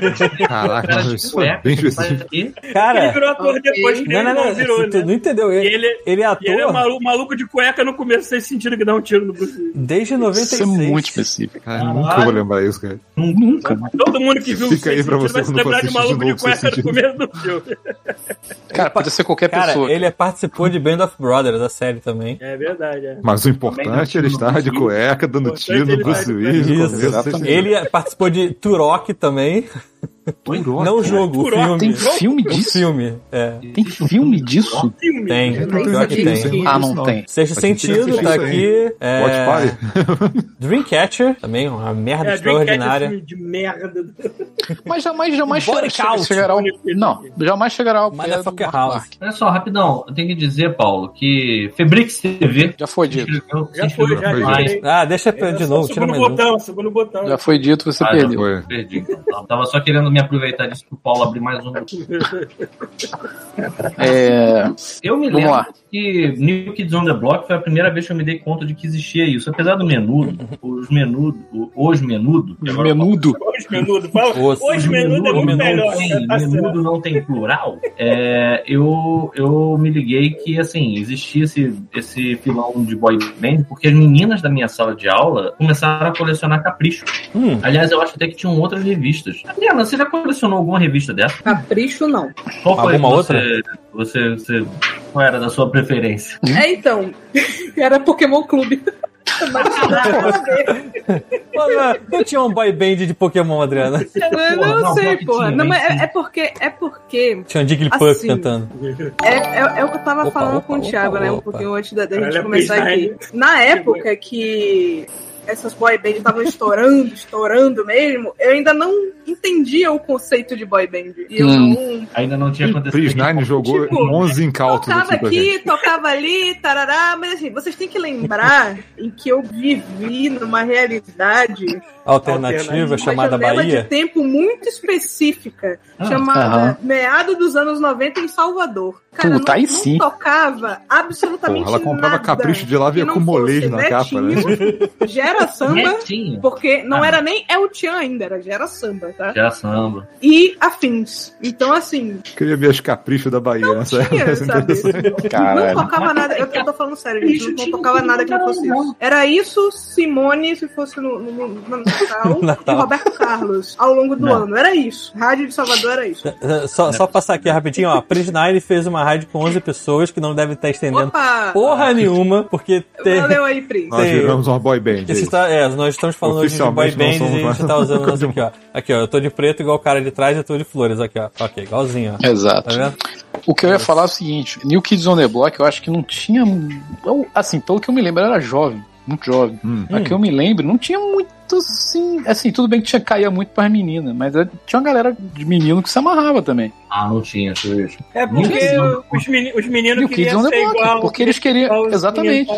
Caraca,
Era de
isso é
cueca,
bem
tipo, ele faz
específico.
aqui.
Ele
Cara,
virou ator depois que
não,
ele
não, não.
não virou,
você- Tu não
né?
entendeu.
E
Ele, ele
ele,
é
e ele é
ator
malu- maluco de cueca no começo sem sentido que dá um tiro no Bruce Willis.
desde
Isso é muito
96.
específico.
Cara, nunca vou lembrar isso, cara.
Nunca.
Todo mundo que viu o
Fica aí
Seis
pra você
Sentidos vai se
quando
lembrar
for
de maluco de
assistir
cueca
de
no começo do filme.
Cara, podia ser qualquer
Cara,
pessoa.
ele é- participou de Band of Brothers, a série também.
É verdade, é.
Mas o importante é ele estar de cueca, dando
Importante é
tiro
ele
no Bruce
vai-
Willis. no
Isso,
começo,
exatamente.
seja-
Ele é, participou de Turok também.
Turok,
não o
cara.
jogo, o
Turok,
filme.
Tem filme
O
disso?
filme. É,
Tem filme disso?
Filme.
tem. Pior que tem.
Ah, não tem.
Sexto
A gente
Sentido
assiste
tá
isso
aqui. É,
Spotify?
Dreamcatcher também, uma merda
É, Dreamcatcher é
extraordinária.
filme de merda.
Mas jamais, jamais
Body
che- che-
count.
chegará ao... Não, jamais chegará ao pé do
Motherfucker
Mark
House.
Mark.
Olha só, rapidão, eu tenho que dizer, Paulo, que Febrix TV
Já foi
se
dito.
inscreveu- se
Já foi,
inscreveu
já
foi,
online.
foi.
Ah, deixa pra- de novo, tira
Segundo
mais um.
botão, segundo botão.
Já foi dito, você
Ah, já
perdeu.
Foi.
Perdi. Então, tava só querendo me aproveitar disso pro Paulo abrir mais um.
É...
Eu me
Vamos
lembro
lá.
que New Kids on the Block foi a primeira vez que eu me dei conta de que existia isso. Apesar do menudo, os menudo, o- os menudo. que agora
Menudo.
Hoje menudo, fala.
Os-
Hoje
eu falo-
menudo é muito
Menudo,
melhor.
tem,
Tá certo.
menudo não tem plural. É, eu, eu me liguei que assim existia esse, esse filão de boy band porque as meninas da minha sala de aula começaram a colecionar capricho.
Hum.
Aliás, eu acho até que tinham outras revistas. Adriana, você já colecionou alguma revista dessa?
Capricho não.
Qual foi
Alguma
que você, Você, você Não era da sua preferência.
É, então. Era Pokémon Clube. Mas tinha nada a ver.
Mano, não tinha um boy band de Pokémon, Adriana.
Eu
Porra,
não,
não,
sei,
pior que
porra.
tinha,
Não,
hein,
mas
sim.
é, é porque. É porque.
Tinha um Jigglypuff
Assim.
cantando.
É, é- é o que eu tava
Opa,
falando
opa,
com o Thiago,
opa,
né? Um
opa.
pouquinho antes da, da gente
é
Olha,
começar
Priscila.
aqui. Na época que essas boy band estavam estourando, estourando mesmo, eu ainda não entendia o conceito de boy band. E eu
Hum.
não
Ainda não tinha acontecido.
Pris Nine jogou
Tipo,
11 incautos
tocava
aqui pra
aqui,
gente.
tocava ali, tarará, mas assim, vocês têm que lembrar em que eu vivi numa realidade
Alternativa
Alternativa.
chamada
uma janela
Bahia.
de tempo muito específica,
Ah,
tá.
chamada
aham.
meado dos anos 90 em Salvador. Cara,
Puta,
não,
aí
não
sim.
tocava absolutamente
Porra, ela comprava
nada
capricho de lava
que
e
não
com molejo
fosse
na capa, né?
Betinho, Gera samba,
Netinho.
porque não
Ah.
era nem El Tchan ainda, era Gera Samba, tá?
Já samba.
E afins. Então, assim,
Queria ver as caprichos da Bahia nessa
é
tinha, sabe?
época.
Caralho.
Não tocava nada, eu eu tô falando sério, gente. Não
Bicho,
tocava
tinha
nada que não fosse
não.
isso. Era isso, Simone, se fosse no, no- no Natal,
Natal.
e Roberto Carlos ao longo do
Não.
ano. Era isso. Rádio de Salvador era isso.
Só, só passar aqui rapidinho, ó. A Pris Nine fez uma rádio com 11 pessoas que não deve estar estendendo
Opa!
porra nenhuma, porque tem.
Valeu aí, Pri.
Nós
Tem-
viramos uma boy band.
Esse
aí.
tá- é, nós estamos falando hoje de boy
Oficialmente não
bands e
somos
a gente
mais-
tá usando o nosso
nunca
aqui, ó. Aqui, ó. Eu tô de preto igual o cara de trás e eu tô de flores aqui, ó. Ok, igualzinho, ó. Tá
Exato.
vendo?
O que eu ia falar é o seguinte: New Kids on the Block, eu acho que não tinha. eu- assim, pelo que eu me lembro, eu era jovem, muito jovem.
Hum.
A que eu me lembro, não tinha muito assim. Assim, tudo bem que tinha caía muito pras meninas, mas eh, tinha uma galera de menino que se amarrava também.
Ah, não tinha, Luiz.
É
New Kids
porque
on the
o- os, meni- os meninos
New Kids
queriam
on the
ser
Block,
igual.
porque eles queriam. Exatamente.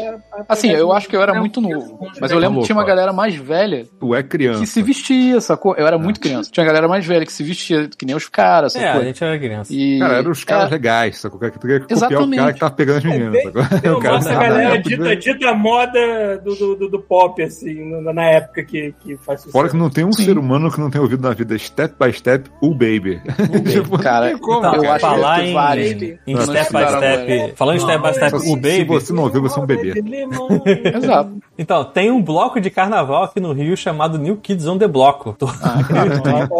Assim, eu acho que eu era muito novo. Mas eu lembro que tinha uma galera mais velha
Tu é
que se
criança.
vestia, sacou? Eu era muito criança. Tinha uma galera mais velha que se vestia, que nem os caras,
É, a
sacou?
gente era criança.
E-
Cara, eram os caras né?
É,
legais, sacou? Que tu queria copiar
Exatamente.
o cara que tava pegando as meninas, sacou?
Então,
O cara tá
nossa, a
tava na
galera
época de-
dita, dita moda do, do, do- do pop, assim, na, na época que, que faz sucesso.
Fora que não tem um
Sim.
ser humano que não tenha ouvido na vida step by step o baby. Tipo, não
Cara,
tem como,
Então,
eu acho
falar
que é
em,
vários,
em
Não,
step by
não,
step.
não.
Falando em step by step,
Só
o
se- Se
Baby.
você não ouviu, você é um bebê.
Exato.
Então, tem um bloco de carnaval aqui no Rio chamado New Kids on the Bloco.
Ah,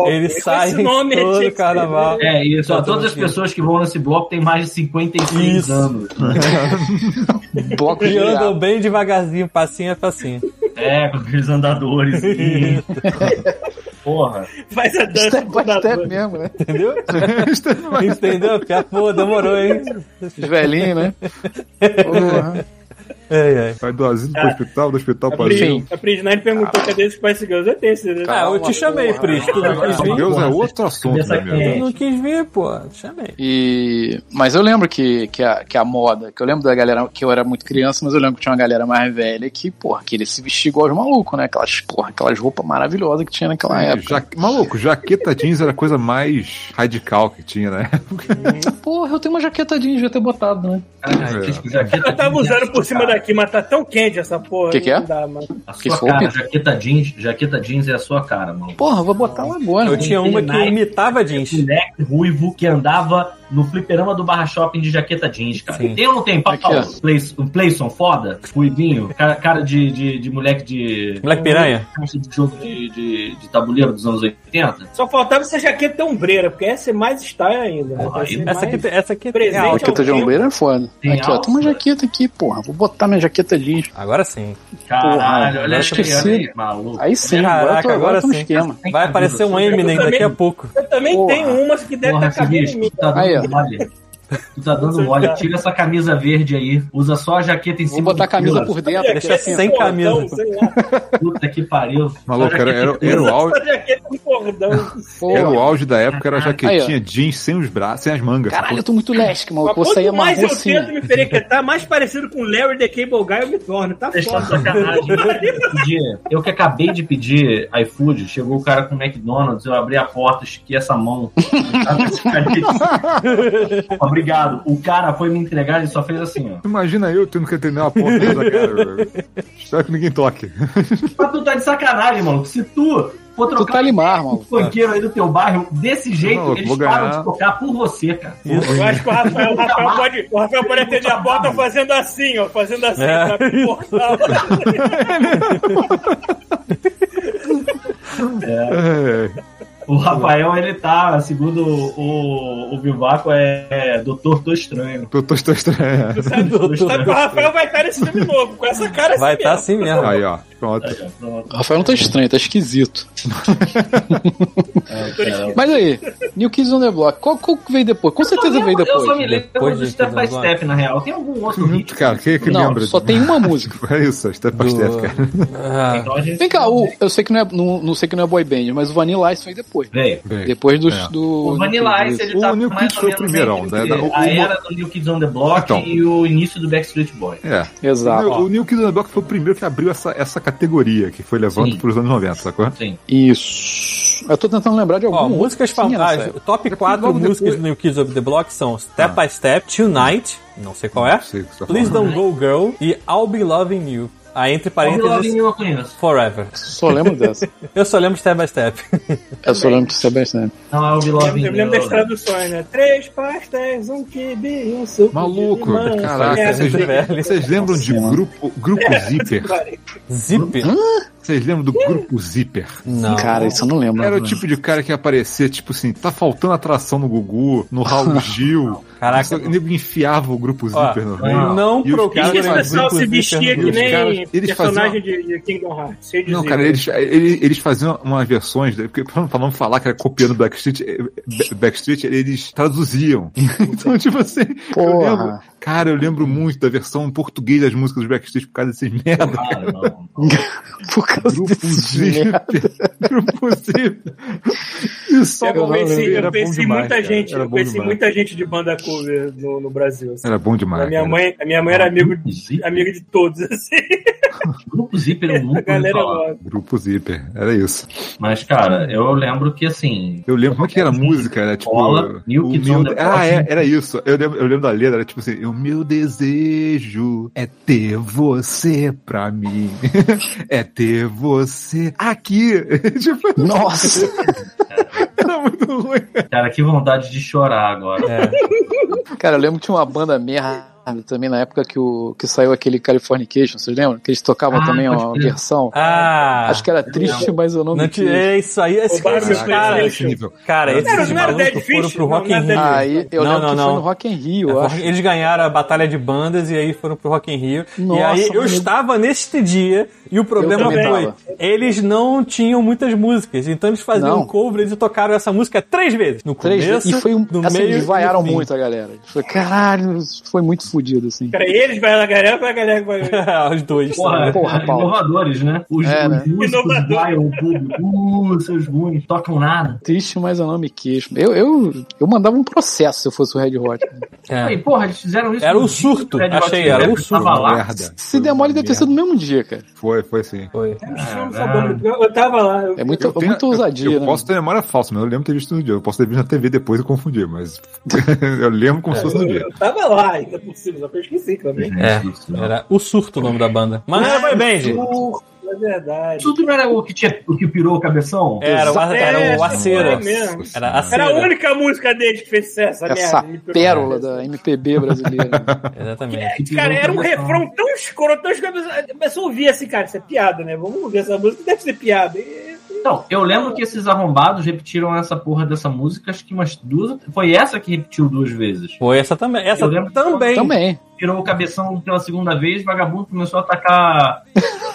é?
Ele sai
esse
é
nome,
todo
tinha
o
que
carnaval.
É isso,
Tá
ó, todas
tudo
as
aqui.
pessoas que vão nesse bloco têm mais de 56
Isso.
anos.
Bloco
E
de
andam bem devagarzinho, passinho a passinho.
É, com aqueles andadores. e- Porra.
Faz a dança.
Step by
do
step
nadador.
um mesmo, né?
Entendeu? Entendeu? a piada? Pô, demorou, hein?
Os velhinhos, né? Porra.
Ai, ai.
Vai do asilo pro hospital, do hospital
A
pro
Pris-
asilo.
Sim.
A Pris Nine perguntou cadê os Spice Girls? Eu tenho esse. né?
Ah, eu te chamei, né? Pris. Tu não quis vir?
Deus é outro assunto, né, meu?
Tu não quis vir, pô. Te chamei.
E... Mas eu lembro que, que, a, que a moda, que eu lembro da galera, que eu era muito criança, mas eu lembro que tinha uma galera mais velha que, porra, queria se vestir igual os malucos, né? Aquelas, porra, aquelas roupas maravilhosas que tinha naquela época.
Ja- Maluco, jaqueta jeans era a coisa mais radical que tinha, né?
Porra, eu tenho uma jaqueta jeans, devia ter botado, né?
Cara, que jaqueta
Eu tava
jeans é
usando por
isso,
cima
cara.
daqui, mas tá tão quente essa porra.
Que que é?
não dá, mano.
A
Que
sua
foi?
cara, jaqueta jeans, jaqueta jeans é a sua cara, mano.
Porra, vou botar lá agora. né?
Eu tinha uma que imitava jeans.
Moleque ruivo que andava no fliperama do Barra Shopping de jaqueta jeans, cara.
Sim.
Tem ou não tem,
Aqui,
papai?
ó.
Play- Um Playson foda? Ruivinho? Cara, cara de, de, de moleque de.
Moleque piranha.
Caixa de jogo de, de, de tabuleiro dos anos 80?
Só faltava essa jaqueta ombreira, porque essa é mais style ainda. né?
Porra,
Essa é
aí-
Essa aqui,
mais-
essa aqui é
Presente.
real.
Jaqueta de bombeiro é foda.
Tem
aqui, ó,
alça?
tem uma jaqueta aqui, porra. Vou botar minha jaqueta jeans.
ah, Agora sim.
Caralho, olha
acho que
aí, olha aí,
sim.
maluco.
Aí sim, agora eu
Caraca,
tô,
agora
agora eu tô no
sim.
esquema.
Vai aparecer um Eminem daqui a pouco.
Eu também
Porra.
tenho umas que devem
Porra,
estar cabendo em
Sinistro,
mim.
tu tá
Aí, ó.
dando mole. Tu tá dando mole. Tira essa camisa verde aí. Usa só a jaqueta em
Vou
cima.
botar a
do
camisa
pila.
por dentro.
Deixa
aqui, assim,
sem
ó.
camisa.
sei lá.
Puta que pariu.
Maluco, era, era, era o auge.
Essa jaqueta com cordão.
Era o
Porra.
auge da época, era a
Aí,
jaquetinha jeans sem os braços, sem as mangas.
Caralho, eu tô muito leste, maluco. Vou
Mas
sair
quanto
uma
mais eu tento
rocinha.
me perequetar, mais parecido com o Larry The Cable Guy eu me torno. Tá
Vocês estão de
foda.
sacanagem. Eu, que pedi- eu que acabei de pedir iFood, chegou o cara com McDonald's, eu abri a porta, estiquei essa mão. O cara ficou ali. Obrigado. O cara foi me entregar, ele só fez assim, ó.
Imagina eu tendo que atender uma porta da cara. velho. Espero que ninguém toque.
Mas tu tá de sacanagem, mano. Se tu for
Tu
trocar
tá limar,
um
maluco.
funkeiro aí do teu bairro, desse jeito,
Não, eu
eles
vou
param
ganhar.
de tocar por você, cara.
Eu acho que o Rafael, o Rafael pode, o Rafael pode atender a bota fazendo assim, ó. Fazendo assim,
É.
tá? Pro portal.
É.
É.
Pô, O Rafael, ele tá, segundo o, o Vivaco, é, é Doutor Tô Estranho.
Eu tô, tô é. estranho.
Doutor Tô
Sabe que o Rafael vai estar nesse filme novo, com essa cara
Vai
assim
estar tá
mesmo.
assim mesmo.
Aí, ó. Pronto.
É, pronto.
O Rafael não tá estranho, tá esquisito.
É, cara.
Mas aí, New Kids on the Block, qual, qual que veio depois? Com certeza
eu,
veio
eu só
depois. né?
me lembro
Depois
do
de
Step by
Kids on the
Step, na real. Tem algum outro hit?
Cara, quem é que
Não,
lembra?
só tem uma música.
É isso, Step by Step, cara.
Ah,
Então a gente-
Vem cá, o, eu sei que não, é, não, não sei que não é boy band, mas o Vanilla Ice veio depois.
Veio.
Bem,
Depois dos,
É.
do.
O Vanilla Ice, ele
O
tá
New
mais
Kids
ou
foi o
menos
primeirão,
entre
né? O-
A
o-
era do New Kids on the Block
Então.
e o início do Backstreet Boys.
É.
Exato.
O, o New Kids on the Block foi o primeiro que abriu essa, essa categoria que foi levando
Sim.
pros anos 90, sacou?
Sim.
Isso. Eu tô tentando lembrar de né,
Ó,
alguma.
músicas
que tinha nessa
famosas.
época.
Top
Depois,
4
logo
músicas
depois-
do New Kids of the Block são Step by Step, Tonight, não sei qual é,
Não sei o que você tá
Please Don't
falando.
Go Girl e I'll Be Loving You. Aí entre
Bob
parênteses,
Lovin eu conheço.
Forever.
Só lembro dessa.
Eu só lembro Step by Step.
Eu só lembro de Sebastian.
Não, é o Bob
Eu
Lovin.
me lembro das traduções, né? Três pastéis, um quibe, um suco
Maluco,
de limão.
caraca,
É,
vocês,
muito velho.
vocês lembram de
Nossa,
grupo, grupo Zipper?
cara,
Zip?
Vocês lembram do grupo Zipper?
Não.
Cara, isso eu não lembro. né?
Era o tipo de cara que ia aparecer, tipo assim, tá faltando atração no Gugu, no Raul Gil.
Caraca.
Só que O nego enfiava o grupo
Ó,
Zipper no meio.
não
E os
E
procurem
esse pessoal
grupos
se vestia
internos.
que
Os
nem
caras, eles
personagem de, de Kingdom Hearts. cheio de
Não,
zíper.
cara, eles, ele- eles faziam umas versões, né, porque pra pra não falar que era copiando Backstreet, eh, Ba- Backstreet, eles traduziam. Então, tipo assim, eu
Porra.
lembro, cara, eu lembro muito da versão em português das músicas do Backstreet por causa desses merda.
Claro, não.
Por causa
Grupo
desses
Zipper.
merda.
Grupo Zipper. E só
Eu conheci,
era
eu
bom
conheci
demais,
muita
cara.
gente,
Era
eu
bom
conheci
demais.
muita gente de banda cover no, no Brasil. assim.
Era bom demais.
a, minha
cara.
mãe, a minha mãe era amigo,
Grupo Zipper?
amiga de todos, assim,
Grupo Zipper eu
a
nunca ouvi
galera
falar.
nova.
Grupo Zipper, era isso.
Mas, cara, eu lembro que, assim,
Eu lembro como é que era a música, era tipo.
Bola, New
o
Kids
meu-
on the Block.
Ah, é, era isso. Eu lembro, eu lembro da letra, era tipo assim: O meu desejo é ter você pra mim. é ter você aqui. tipo,
Nossa.
era muito ruim.
cara, que vontade de chorar agora.
É.
Cara, eu lembro que tinha uma banda merda também na época que, o, que saiu aquele Californication, vocês lembram? Que eles tocavam
Ah,
também
pode
uma
crer.
versão.
Ah,
Acho que era triste, mas eu não
não
me
te... é isso aí. Esse,
Roubaram
esses caras,
meu PlayStation.
assim, esse nível.
cara, esses
é
Era, não era Dead
malucos foram
Fish?
pro
Não,
Rock
não
in
era
Rio.
Dead
Aí
Fish.
é eu
Não,
lembro
não,
que
não. É
foi no Rock in Rio, eu acho.
Eles ganharam a batalha de bandas e aí foram pro Rock in Rio. e
Nossa,
aí eu
mas-
estava neste dia e o problema
também
foi,
tava.
eles não tinham muitas músicas, então eles faziam
Não.
um cover eles tocaram essa música três vezes. No
Três
começo,
vezes. E foi um.
no
Assim,
meio, e
eles
no
vaiaram
fim.
muito a galera. Foi, caralho, foi muito fodido, assim.
Cara, eles vai na galera, vai a galera que vai.
Os dois.
Porra,
Porra, Paulo.
inovadores, né? Os,
É,
os
né?
músicos
Inovador.
vaiam o público. Uh, seus ruins, tocam nada.
Triste, mas eu não me quis. Eu, eu, eu mandava um processo se eu fosse o Red Hot.
É.
Falei, porra, eles fizeram isso.
Era
no
um
dia
surto,
que o Red Hot
achei, era um
Chili Peppers
surto.
Tava lá.
Merda.
Se der mole, deve ter sido
Merda.
no mesmo dia, cara.
Foi, assim. foi sim.
Foi.
um
Ah,
Eu tava lá. eu-
É muita,
Eu tenho-
muita
eu-
ousadia,
Eu,
né?
posso ter memória falsa, mas eu lembro ter visto no dia. Eu posso ter visto na TV depois e confundir, mas eu lembro como se fosse no
Eu,
dia.
eu tava lá, ainda por cima, só que eu esqueci também.
É, era.
Era o surto o nome da banda. Mas não era boy band.
É verdade.
Isso não era o que, tinha, o que pirou o cabeção?
Era, o- era o Aceira.
É mesmo.
Era a
Era a
Cera.
única música deles que fez sucesso, essa
Essa
merda.
pérola da MPB brasileira.
Exatamente.
Que pirou
Cara,
o
era um
cabeção.
refrão tão escuro, tão escuro. A pessoa ouvia assim, cara, isso é piada, né? Vamos ouvir essa música, deve ser piada. E-
Então, eu lembro que esses arrombados repetiram essa porra dessa música, acho que umas duas. Foi essa que repetiu duas vezes.
Foi essa também. Essa
Eu lembro-
também.
Também.
Tirou o cabeção pela segunda vez, vagabundo começou a atacar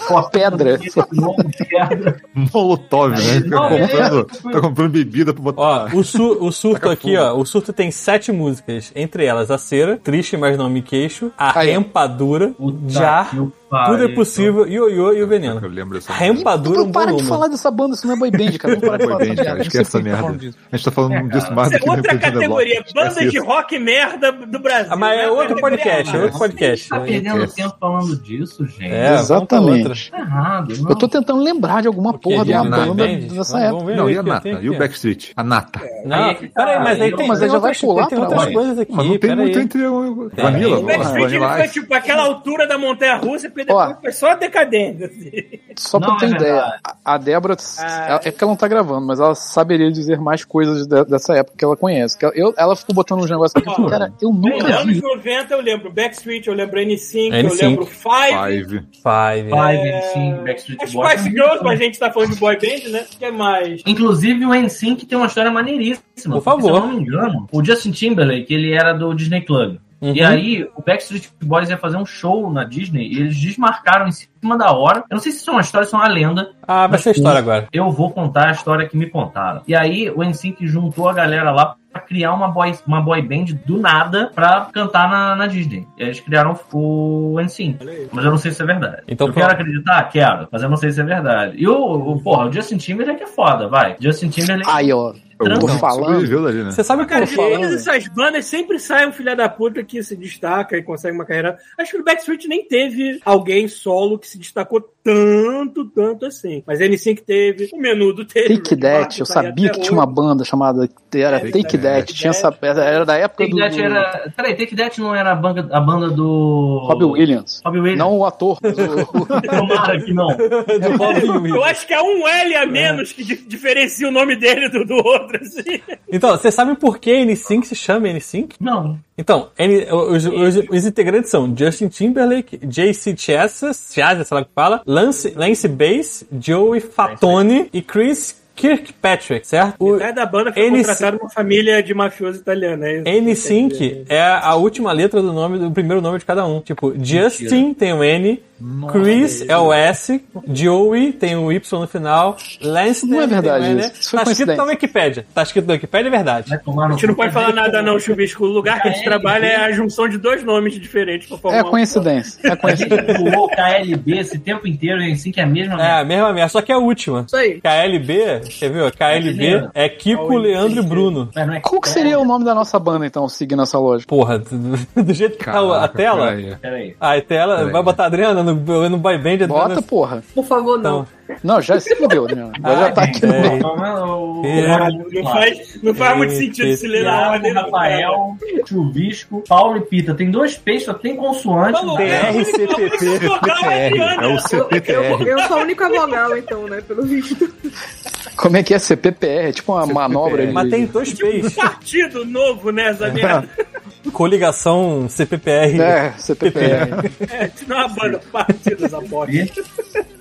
com a
Pedra.
pedra.
Molotov, né? Fica
Não,
comprando,
beleza.
tá comprando bebida pra botar.
Ó, o, su- o surto
Taca
aqui, ó. O surto tem sete músicas. Entre elas, A Cera, Triste, Mas Não Me Queixo, A
Aí.
Rempadura,
Puta
Já,
que o pariu.
Tudo é Possível, Ioiô e o
Eu
Veneno.
lembro dessa
A Rempadura é um bom
Não para de
número.
falar dessa banda, isso não é boy band, cara. Não para de
Boy
falar
band, cara, esquece essa merda. A gente tá falando disso mais do
Isso é
que É no Kids on
outra
the Block.
categoria.
Esquece
Bandas de
isso.
rock merda do Brasil.
Ah, mas é
né?
outro
Categoria
podcast, é
A.
outro podcast.
Tá perdendo
Esquece.
tempo falando disso, gente.
É, vamos pra outra.
Exatamente.
Tá errado. Não.
Eu tô tentando lembrar de alguma porra de uma
Guilherme
banda
Band?
nessa
Vamos-
época.
vamos ver
Não,
aí
e a
que eu
Nata?
tenho É.
E o
aqui.
Backstreet? A Nata.
Não, peraí, mas aí
Não,
tem,
mas
tem
aí já vai
outras,
pular
tem
pra
outras
lá.
coisas aqui.
Mas não tem
peraí.
muito entre o
Tem.
Vanilla.
O
Backstreet ele
Vanilla
foi
Ice.
tipo aquela altura da Montanha Russa, porque
Ó.
depois foi só decadente. assim.
Só pra
Não,
eu ter
é
ideia,
verdade.
a- a Débora,
Ah.
ela- é porque ela não tá gravando, mas ela saberia dizer mais coisas de- dessa época que ela conhece. Que ela- eu- ela ficou botando uns negócios aqui, eu falei, cara, eu
Nos
nunca
anos
vi.
90, eu lembro. Backstreet, eu lembro N5,
NSYNC.
eu lembro Five.
Five.
Five.
Five, sim, Backstreet
É
As
Boys.
Spice Girls, mas a gente tá falando de boy band, né? O que mais?
Inclusive o NSYNC tem uma história maneiríssima.
Por
porque,
favor.
Se eu não me engano, o Justin Timberlake, ele era do Disney Club.
Uhum.
E aí, o Backstreet Boys ia fazer um show na Disney e eles desmarcaram em cima da hora. Eu não sei se isso é uma história, se é uma lenda.
Ah, vai ser a história agora.
Eu vou contar a história que me contaram. E aí, o NSYNC juntou a galera lá pra criar uma boy, uma boy band do nada pra cantar na, na Disney. E eles criaram o NSYNC. Mas eu não sei se é verdade.
Então,
eu quero
pronto.
acreditar? Quero. Mas eu não sei se é verdade. E o, o porra, o Justin Timberlake é foda, vai. Justin Timberlake...
Aí, ó.
Eu
Tô
falando.
Sobreviveu dali, né?
Você sabe o que
Cara,
eu
de
falando,
todas
né?
essas bandas sempre sai um filho da puta que se destaca e consegue uma carreira. Acho que o Backstreet nem teve alguém solo que se destacou tanto, tanto assim. Mas N5 teve, o Menudo teve.
Take
Linkin Park
That, eu
tá aí
sabia
até
que tinha uma
hoje.
banda chamada era
Take
Take,
That.
That, tinha essa peça, era da época
Take
do,
That
do
era... Peraí, Take That não era a banda, a banda do...
Robbie Williams.
Robbie Williams.
Não o ator, mas o-
Tomara que não.
do Robin Williams.
Eu acho que é um L a menos que di- diferencia o nome dele do, do outro, assim.
Então, você sabe por que N5 se chama N5?
Não.
Então, N- os, os- os integrantes são Justin Timberlake, JC Chassis, Chassis, sei lá o que fala, Lance, Lance Bass, Joey Fatone e Chris Kirkpatrick, certo? O
É da banda foi
N5
contratado uma família de mafioso italiana. é isso.
N5 é a última letra do nome do primeiro nome de cada um. Tipo, Justin tem o N, Chris é o S, Joey tem o Y no final, Lance
Não é verdade
tem o N.
isso. Isso foi
Tá escrito
coincidência.
na Wikipédia. Tá escrito na Wikipédia, é verdade.
Vai tomar
A
no
gente não
cu.
pode falar nada, não, Chubisco. O lugar que a gente trabalha é a junção de dois nomes diferentes pra formar
é
um-
coincidência. É
A
coincidência.
gente pulou o KLB esse tempo inteiro, hein? Assim que é a mesma
É, a mesma merda, só que é a última.
Isso aí.
KLB, quer ver? ó, KLB é Kiko, Leandro e Bruno.
Mas não é-
Qual que seria o nome da nossa banda, então, seguindo essa lógica?
Porra, do do jeito que tá a
Caraca,
tela.
peraí.
Peraí.
A tela
Peraí.
vai botar a Adriana no, no boy band. a
Bota,
Adriana-
porra.
Por favor, não.
Não, já se fudeu, né? Agora
Ah,
já tá aqui.
É,
no-
O-
É.
Não faz, não faz muito sentido se ler na
Thiago,
maneira
Rafael, Chuvisco, Paulo e Pita. Tem dois peixes, só tem consoante.
Falou,
né?
cara.
RCPP.
É
um
Então,
o
Eu,
CPTR.
eu sou a única vogal, então, né? Pelo visto.
Ah.
Como é que é CPPR? É tipo uma manobra de...
Mas tem dois P's.
Partido novo, né, essa merda?
Coligação CPPR.
É, CPPR.
É, isso não é uma banda, partido essa porra.
E-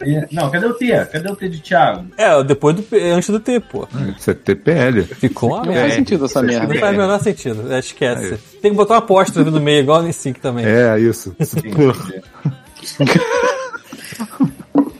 e- Não, cadê o T? Cadê o T de Thiago?
É, depois do P- antes do T, pô.
É CTPL.
Ficou uma
É.
Não
merda.
faz sentido essa merda.
Não faz o menor sentido, é, esquece. Tem que botar uma apóstrofe no meio, igual no Sync também.
É, isso. Porra.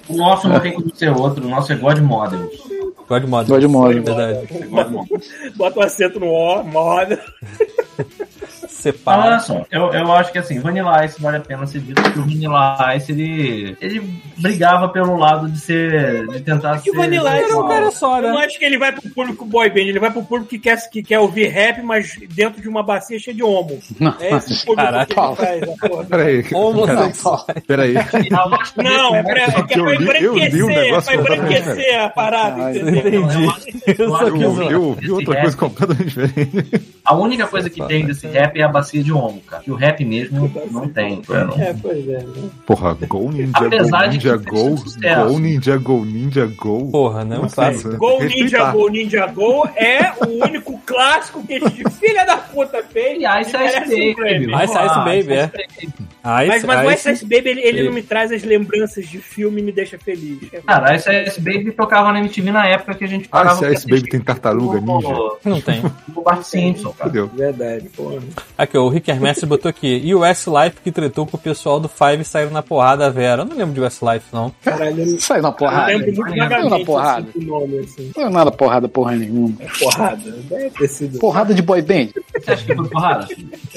O nosso não tem como ser outro, o nosso é God Models.
God Mode.
God Models.
Verdade.
É God Models.
Bota o acento no O, moda.
Mas
Separa.
Ah.
olha só, eu, eu acho que assim, Vanilla Ice vale a pena ser dito que o Vanilla Ice ele, ele brigava pelo lado de ser. de tentar
É que
ser.
o Vanilla Ice
Era um
igual.
cara só,
Eu não
né?
acho que ele vai pro público boy band, ele vai pro público que quer, que quer ouvir rap, mas dentro de uma bacia cheia de homo. É esse público
Caraca.
que ele faz, a porra.
Peraí.
Homossexual.
Peraí.
A voz
Não, é pra, é que é pra
Eu li- eu li um
embranquecer, é pra
negócio
embranquecer a parada,
Caralho.
entendeu?
né?
Entendi. Eu só
Eu-
quis
Eu,
zoar.
eu ouvi outra
É.
coisa completamente diferente.
A única coisa que
né?
tem desse rap é a bacia de ombro, cara. Que o rap mesmo não tem. cara.
É, pois é. né?
Porra, Go Ninja,
Apesar
Go
de que
Ninja,
fez
Go,
sucesso.
Go Ninja, Go Ninja, Go.
Porra, né? Um clássico.
Nossa,
Gol
tem que
Ninja
respeitar.
Gol Ninja Gol é o único clássico que esse filha da puta fez.
E Ice
que merece
Ice
um
Baby.
prêmio.
Ice Ice Baby, é.
Mas,
Ice,
mas o
Ice.
Ice Ice Baby, ele, ele não me traz as lembranças de filme e me deixa feliz. É
Cara, Ice Ice Baby tocava na MTV na época que a gente
Ah,
parava
esse Ice Baby tem tartaruga ninja.
Não tem.
O Bart Simpson, cara.
Fudeu.
verdade, porra.
Aqui, ó, o Rick Hermes botou aqui. E o Westlife que tretou com o pessoal do Five e saiu na porrada, a Vera. Eu não lembro de Westlife, não.
Caralho, eu
Saiu na
eu
é porrada.
lembro muito
Caralho.
Não, na
vagamente
porrada.
assim, do nome, assim.
Não é nada porrada porra nenhuma.
Porrada, deve ter sido.
Porrada de boy band?
Você acha que foi porrada?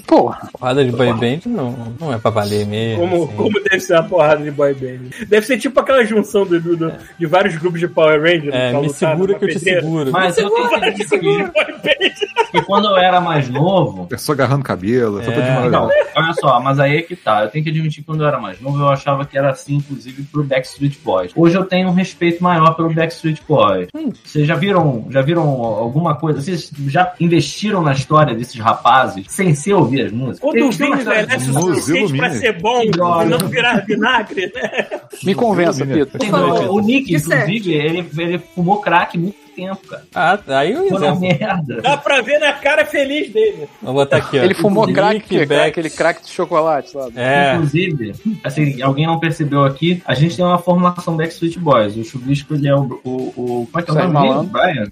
Porra.
Porrada de boy band não, não é pra valer mesmo.
Como,
assim.
como deve ser uma porrada de boy band? Deve ser tipo aquela junção do, do- do- de vários grupos de Power Rangers. tá
É,
pra
me
lutar
segura
numa
que eu te
pedreira.
seguro.
Mas eu tenho
Porra,
que
te
admitir
segura, boy band.
que quando eu era mais novo,
É só agarrando cabelo, é só
É.
tudo de
Não,
maravilha.
olha só, mas aí é que tá. Eu tenho que admitir que quando eu era mais novo, eu achava que era assim, inclusive, pro Backstreet Boys. Hoje eu tenho um respeito maior pelo Backstreet Boys. Vocês já viram, já viram alguma coisa? Vocês já investiram na história desses rapazes sem ser ouvir as músicas?
Quando
Tem-
o
tem uma
vinho
história-
envelhece o
Nos
suficiente pra
ilumine.
ser bom e
Droga.
não virar vinagre, né?
Me convença, Pito.
Tem- O Nick,
Disserte.
inclusive, ele, ele fumou crack muito tempo, cara.
Ah, tá, aí o
Foi uma
exemplo.
merda.
Dá pra ver na cara feliz dele.
Vou botar aqui, ó.
Ele fumou crack,
Lick
cara,
Beck.
aquele crack de chocolate, sabe?
É.
Inclusive, assim, alguém não percebeu aqui, a gente tem uma formação Backstreet Boys. O Chubisco, ele é o. o, o como é que é o
Sérgio
nome dele?
Malandro.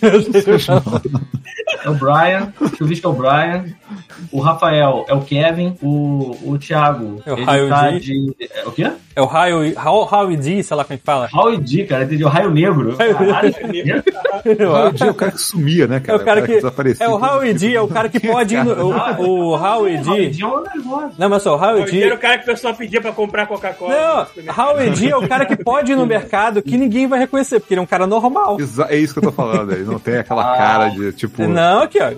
Brian. É o Brian. O Chubisco é o Brian. O Rafael é o Kevin. O, o Thiago.
É o
ele
Raio
tá
D.
de. é, o quê?
É o Howie, How- Howie D, sei lá como é que fala.
Raio D, cara. Ele é o Raio Negro. Caralho,
O Raul Dia é o cara que sumia, né, cara?
É o cara que.
desaparecia.
É o Howie D, é o cara que pode ir no. O, o Howie
Raio
D.
D é um negócio.
Não, mas só, o Howie
Eu era o
D.
cara que o pessoal pedia pra comprar Coca-Cola.
Não, Howie D é o cara que pode ir no mercado que ninguém vai reconhecer, porque ele é um cara normal.
Exa- É isso que eu tô falando, ele não tem aquela
Ah.
cara de, tipo...
Não, aqui, ó.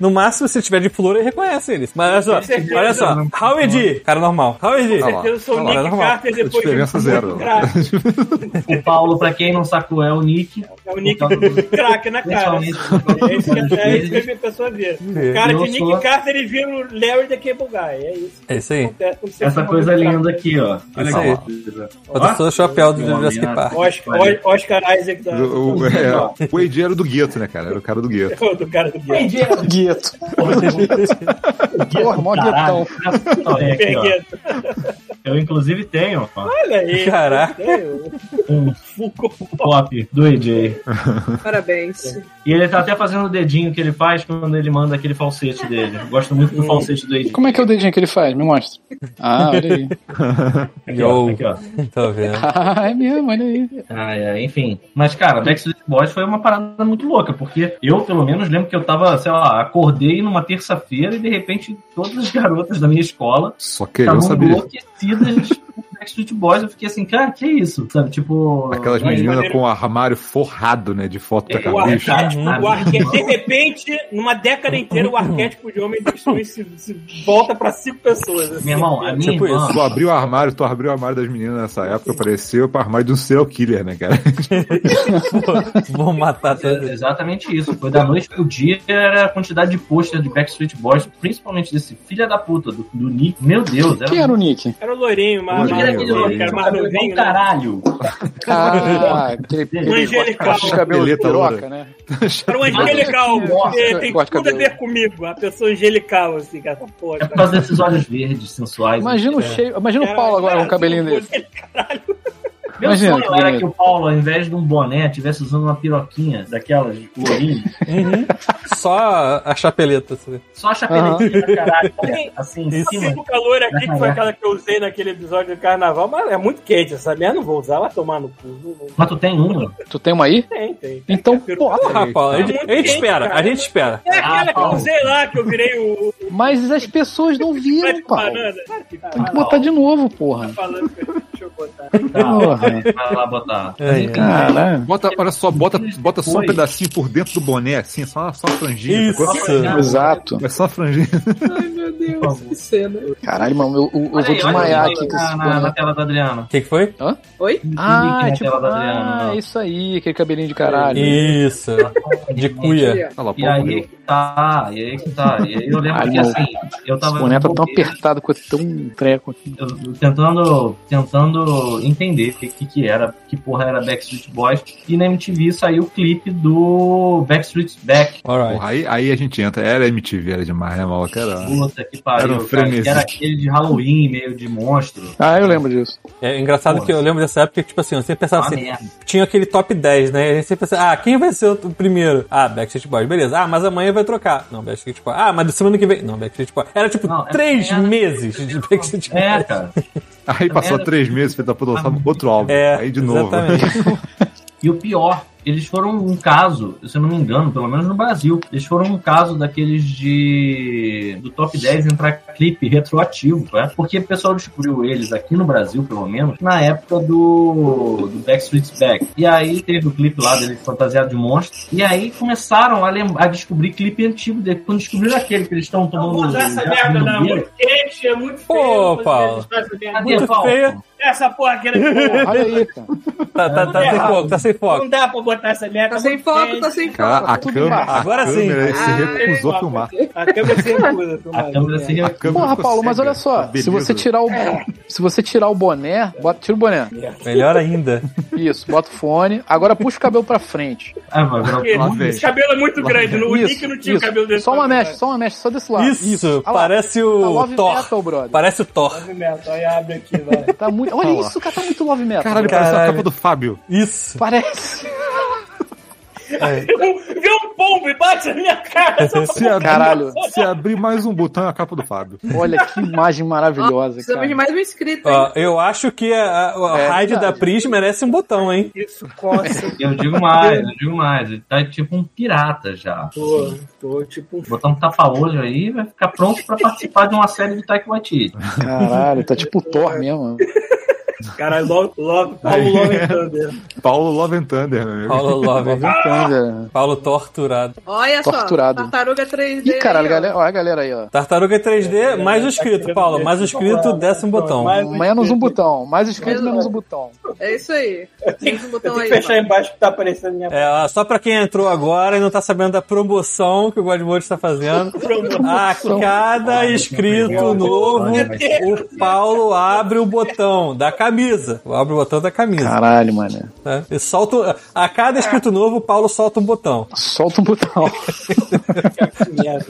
No máximo, se tiver de flor, ele reconhece eles. Mas olha só,
certeza,
olha só.
não.
Howie D, cara normal. Howie D.
Ah lá.
Eu sou o
Não,
Nick
era normal.
Carter depois
Diferença
de
zero.
muito crack.
O Paulo, pra quem não sacou, é o Nick.
É o Nick do crack na cara.
Principalmente.
É isso que- é isso que a pessoa vê. O cara
Eu
de Nick
sou-
Carter ele vira o Larry da Cable Guy. É isso.
É isso aí.
Acontece quando você
Essa
fuma
coisa
muito
linda
crack.
aqui, ó. Olha
Isso
que
aí.
coisa.
Bota só o chapéu do Jurassic
Meu
Park.
Oscar, O- Oscar Isaac da- do,
O, o, é, o Wade era do gueto, né, cara? Era o cara do gueto.
cara do Guia.
É.
Gueto. Porra, mó
Caralho.
guetão.
Olha aqui, ó. Eu, inclusive, tenho ó,
Olha aí.
Caraca.
um Funko Pop do EJ.
Parabéns.
E ele tá até fazendo o dedinho que ele faz quando ele manda aquele falsete dele. Gosto muito do falsete do EJ.
Como é que é o dedinho que ele faz? Me mostra. Ah, olha aí.
Aqui, ó,
Yo.
aqui, ó.
Tô vendo.
Ah, é mesmo, olha aí.
Ah, é, enfim. Mas, cara, Backstreet Boys foi uma parada muito louca, porque eu, pelo menos, lembro que eu tava, sei lá, acordei numa terça-feira e, de repente, todas as garotas da minha escola
Só queriam
estavam
saber.
enlouquecidas com Backstreet Boys. Eu fiquei assim, cara, que isso? Sabe, tipo...
Aquelas
aí-
meninas com o armário forrado, né, de foto
Tá
da
O
cabeça.
arquétipo,
Uhum.
o arquétipo, de repente, numa década inteira, o arquétipo de homem destrui se, se volta pra cinco pessoas. assim.
Meu irmão, a minha
Tipo
irmã...
Tu abriu o armário, tu abriu o armário das meninas nessa época, pareceu o armário de um serial killer, né, cara?
Vou matar
É
todos.
Exatamente isso. Foi da noite pro dia era a quantidade de pôster de Backstreet Boys, principalmente desse filha da puta do, do Nick. Meu Deus, era. um
Quem era um o Nick?
Era o loirinho, mas.
Nick era
Loirinho,
aquele
Loirinho.
loirinho,
Era mais
cabelão,
um
novinho, né?
caralho.
Ah, aquele
Um
aquele
angelical.
corte de cabelo de
Peleta loura.
piroca, né?
Era um angelical.
Nossa,
É, tem
corta
tudo a ver
cabelo.
comigo. A pessoa angelical, assim, cara. essa Porra,
É
cara.
por causa desses olhos verdes, sensuais.
Imagina o cheio, imagina o
É. Era-
Paulo agora com
cara,
o cabelinho
tipo,
dele.
Meu
Imagina,
sonho
que
era
bonito.
que o Paulo, ao invés de um boné, estivesse usando uma piroquinha daquelas de colorinho,
Só a chapeleta. assim.
só a chapeletinha pra caralho, né? assim, em
Eu
cima.
sinto o calor aqui, que foi aquela que eu usei naquele episódio do carnaval, mas é muito quente essa merda, não vou usar, vai tomar no cu. Não, não-
Mas tu tem uma?
Tu tem uma aí?
Tem, tem.
Então,
Tem a peruca.
porra.
Porra, Paulo, a gente, a gente espera, a gente espera.
É aquela
Ah,
que eu
Paulo.
usei lá, que eu virei o. o
Mas as pessoas não
pé
viram,
de
Paulo.
banana. Claro que tá
Tem que botar de novo, porra.
falando, cara. deixa eu botar.
Ah, Tá,
Porra.
vai lá botar.
Ai, ai.
Caralho.
Bota, olha só, bota, bota só um
Foi.
pedacinho por dentro do boné, assim, só, só uma franjinha.
Isso.
sacou?
Exato.
É só uma franjinha.
Que cena.
Caralho, mano, eu, eu, eu
Olha
vou
aí, olha
desmaiar
aí,
aqui com
na,
esse
na, na
boné.
tela da Adriana.
O que, que foi?
Oi?
Clique
Ah,
na
tipo,
tela da Adriana,
ah,
ó.
isso aí, aquele cabelinho de caralho.
Isso. De cuia.
Olha lá,
E
Paulo
aí
morreu.
que tá, e aí que tá. E aí eu lembro
Ai,
que
meu.
assim, eu
Esse
tava
boné tá tão
eu-
apertado, com tão treco aqui.
eu- tentando, tentando entender o que, que que era, que porra era Backstreet Boys. E na MTV saiu o clipe do Backstreet Back.
Alright.
Porra, aí, aí a gente entra. Era MTV, era demais, né, mal? Cara,
Puta que
Era um
pariu, cara,
frenesi.
que era aquele de Halloween, meio de monstro.
Ah, eu lembro disso.
É engraçado que eu lembro dessa época que, tipo assim, eu sempre pensava
Ah,
assim,
merda.
tinha aquele top 10, né? E a gente sempre pensava, ah, quem vai ser o primeiro? Ah, Backstreet Boys, beleza. Ah, mas amanhã vai trocar. Não, Backstreet Boys. Ah, mas semana que vem. Não, Backstreet Boys. Era tipo
Não, é-
três
é-
meses de Backstreet Boys.
É, cara.
Aí passou três meses pra pra lançar outro álbum.
É,
aí de novo.
Exatamente.
E o pior, eles foram um caso, se eu não me engano, pelo menos no Brasil, eles foram um caso daqueles de do top 10 entrar clipe retroativo, né? Porque o pessoal descobriu eles aqui no Brasil, pelo menos, na época do, do Backstreet's Back. E aí teve o clipe lá dele fantasiado de monstro. E aí começaram a, lem- a descobrir clipe antigo dele. Quando descobriram aquele que eles estão
Não vou
tomando.
usar essa merda, não. É muito quente, é muito feio.
Pô,
você
Paulo.
faz essa merda.
Cadê,
Muito
Paulo?
feia.
essa porra aqui. né?
Porra, olha aí, cara.
Tá, tá, tá sem foco, tá sem foco.
Não dá pra botar essa merda. é
Tá sem foco, tá sem foco.
Cara, a câmera, a
Agora sim. Ah,
câmera se
Tem
recusou a
papo.
filmar.
A câmera se recusa,
A câmera se
A
re...
câmera
Porra,
ficou
Paulo, mas
cega. Tá
olha só.
Beleza.
Se você tirar o. Se você tirar o boné, bota, tira o boné.
Melhor ainda.
Isso, bota o fone. Agora puxa o cabelo pra frente.
Ah, vai virar
Porque
o
Lá vem.
Esse cabelo é muito grande. O
Isso,
Nick não tinha o
isso.
cabelo desse.
Só uma
tamanho,
mecha, só uma mecha, só desse lado.
Isso,
Olha lá,
parece
tá
o
love
Thor.
metal, brother.
Parece o Thor.
né? Metal, Aí abre aqui, vai.
Tá muito... Olha isso, cara, tá muito love metal.
Caralho,
brother.
parece a
Caralho.
capa do Fábio.
Isso.
Parece. É.
Vê um pombo e bate na minha cara. Essa
Se abrir,
Caralho.
se abrir mais um botão é a capa do Fábio.
Olha que imagem maravilhosa,
é
Precisamos de
cara.
mais um inscrito, hein?
Ó, eu acho que a, a, a
É
rádio da
verdade.
Pris merece um botão, hein?
Isso coça.
Eu digo mais, eu digo mais. Ele tá tipo um pirata já.
Tô, tô tipo um
Botar um tapa-olho aí vai ficar pronto pra participar de uma série do Taika Waititi.
Caralho, tá tipo o Thor mesmo.
um cara logo, logo, Paulo né? Love Thunder.
Paulo Love and Thunder,
É
meu amigo.
Paulo Love.
Thunder.
Paulo torturado.
Olha só,
Torturado.
tartaruga 3D.
Ih, caralho,
aí, ó.
galera, olha a galera aí, ó.
Tartaruga 3D, mais o escrito, Paulo. Mais o escrito, décimo botão.
Mais um
Menos um
inscrito.
botão. Mais inscrito,
Menos-
menos um botão.
É isso aí. Tem um
Eu
botão
tenho
aí.
que fechar
mano.
embaixo que tá aparecendo minha
É, ó, só pra quem entrou agora e não tá sabendo da promoção que o Godmode está fazendo. A cada inscrito novo, o Paulo abre o botão da camisa. Abre o botão da camisa.
Caralho, mano.
né? E solta, a cada inscrito novo, o Paulo solta um botão.
Solta um botão.
merda.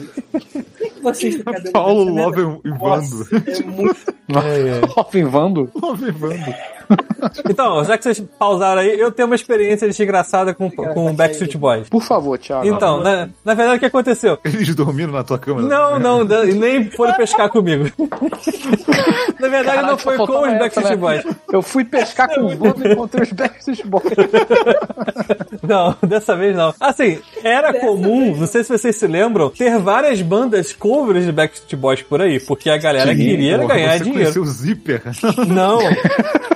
Vocês ficam dando
Tá Paulo
dessa merda.
Love and Vando.
Nossa, é muito
É,
Robin Vando?
Love and Vando.
Então, já que vocês pausaram aí, eu tenho uma experiência desgraçada com, com o Backstreet Boys.
Por favor, Thiago.
Então, na, na verdade, o que aconteceu?
Eles dormiram na tua né? câmera?
Não, não, não, e nem foram pescar comigo. Na verdade,
Caralho,
não
só
foi com
faltava
os
essa,
Backstreet
né?
Boys.
Eu fui pescar com o Vando e encontrei os Backstreet Boys.
Não, dessa vez não. Assim, era comum, não sei se vocês se lembram, ter várias bandas covers de Backstreet Boys por aí, porque a galera queria
Porra,
ganhar
você
dinheiro.
conheceu o Zíper.
Não.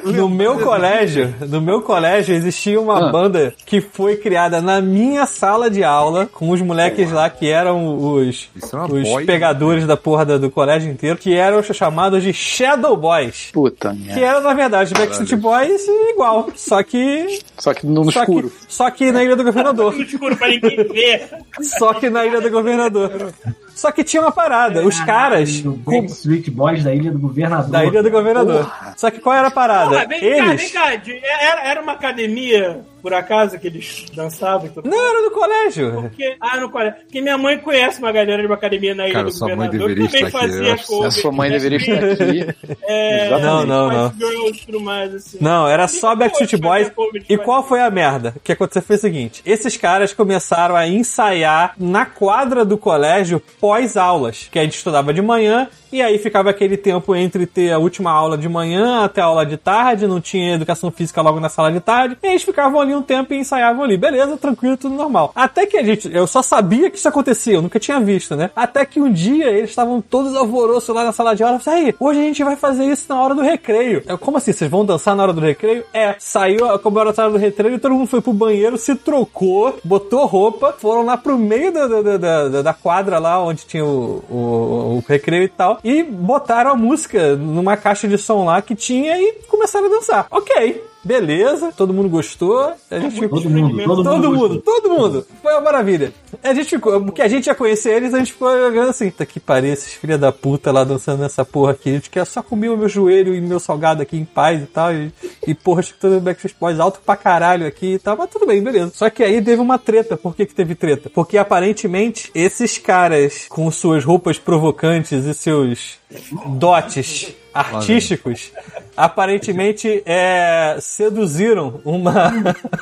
No meu colégio, no meu colégio existia
Ah.
uma banda que foi criada na minha sala de aula com os moleques lá que eram os,
Isso é uma
os
boy.
pegadores da porra da- do colégio inteiro, que eram chamados de Shadow Boys.
Puta
Que
merda.
era, na verdade, Backstreet Boys igual, só que...
Só que no
só
escuro.
Que, só que na Ilha do Governador.
escuro pra ninguém ver.
Só que na Ilha do Governador. Só que tinha uma parada. Os caras...
Do Backstreet Boys da Ilha do Governador.
Da Ilha do Governador. Só que qual era a parada?
Porra, vem cá,
né? Eles...
vem cá. de- é, Era, era uma academia, por acaso, que eles dançavam e tudo.
Não, era do colégio.
Porque, ah, não conhece. Porque minha mãe conhece uma galera de uma academia na Ilha
Cara,
do
sua mãe
Governador que
deveria
também
estar aqui, eu
fazia
acho.
cover.
A sua mãe deveria estar aqui.
É,
né? Não, não, não.
Spice Girls e tudo mais, assim.
Não, era só Backstreet Boys. E qual
foi?
foi a merda? O que aconteceu foi o seguinte: esses caras começaram a ensaiar na quadra do colégio pós-aulas, que a gente estudava de manhã. E aí ficava aquele tempo entre ter a última aula de manhã até a aula de tarde, não tinha educação física logo na sala de tarde, e eles ficavam ali um tempo e ensaiavam ali. Beleza, tranquilo, tudo normal. Até que a gente, eu só sabia que isso acontecia, eu nunca tinha visto, né? Até que um dia eles estavam todos alvoroço lá na sala de aula, aí, hoje a gente vai fazer isso na hora do recreio. Eu, como assim? Vocês vão dançar na hora do recreio? É, saiu a comemoração do recreio, todo mundo foi pro banheiro, se trocou, botou roupa, foram lá pro meio da, da, da- da, da- da quadra lá onde tinha o, o, o recreio e tal, e botaram a música numa caixa de som lá que tinha e começaram a dançar. Ok. Beleza, todo mundo gostou. A gente ficou
Todo mundo, todo,
Todo
mundo.
mundo, todo mundo. Foi uma maravilha. A gente ficou, porque a gente ia conhecer eles, a gente ficou olhando assim, tá que pariu, esses filha da puta lá dançando nessa porra aqui. A gente quer só comer o meu joelho e meu salgado aqui em paz e tal. E, e porra, escutando Backstreet Boys alto pra caralho aqui e tal, mas tudo bem, beleza. Só que aí teve uma treta. Por que que teve treta? Porque aparentemente esses caras com suas roupas provocantes e seus dotes artísticos aparentemente é, seduziram uma,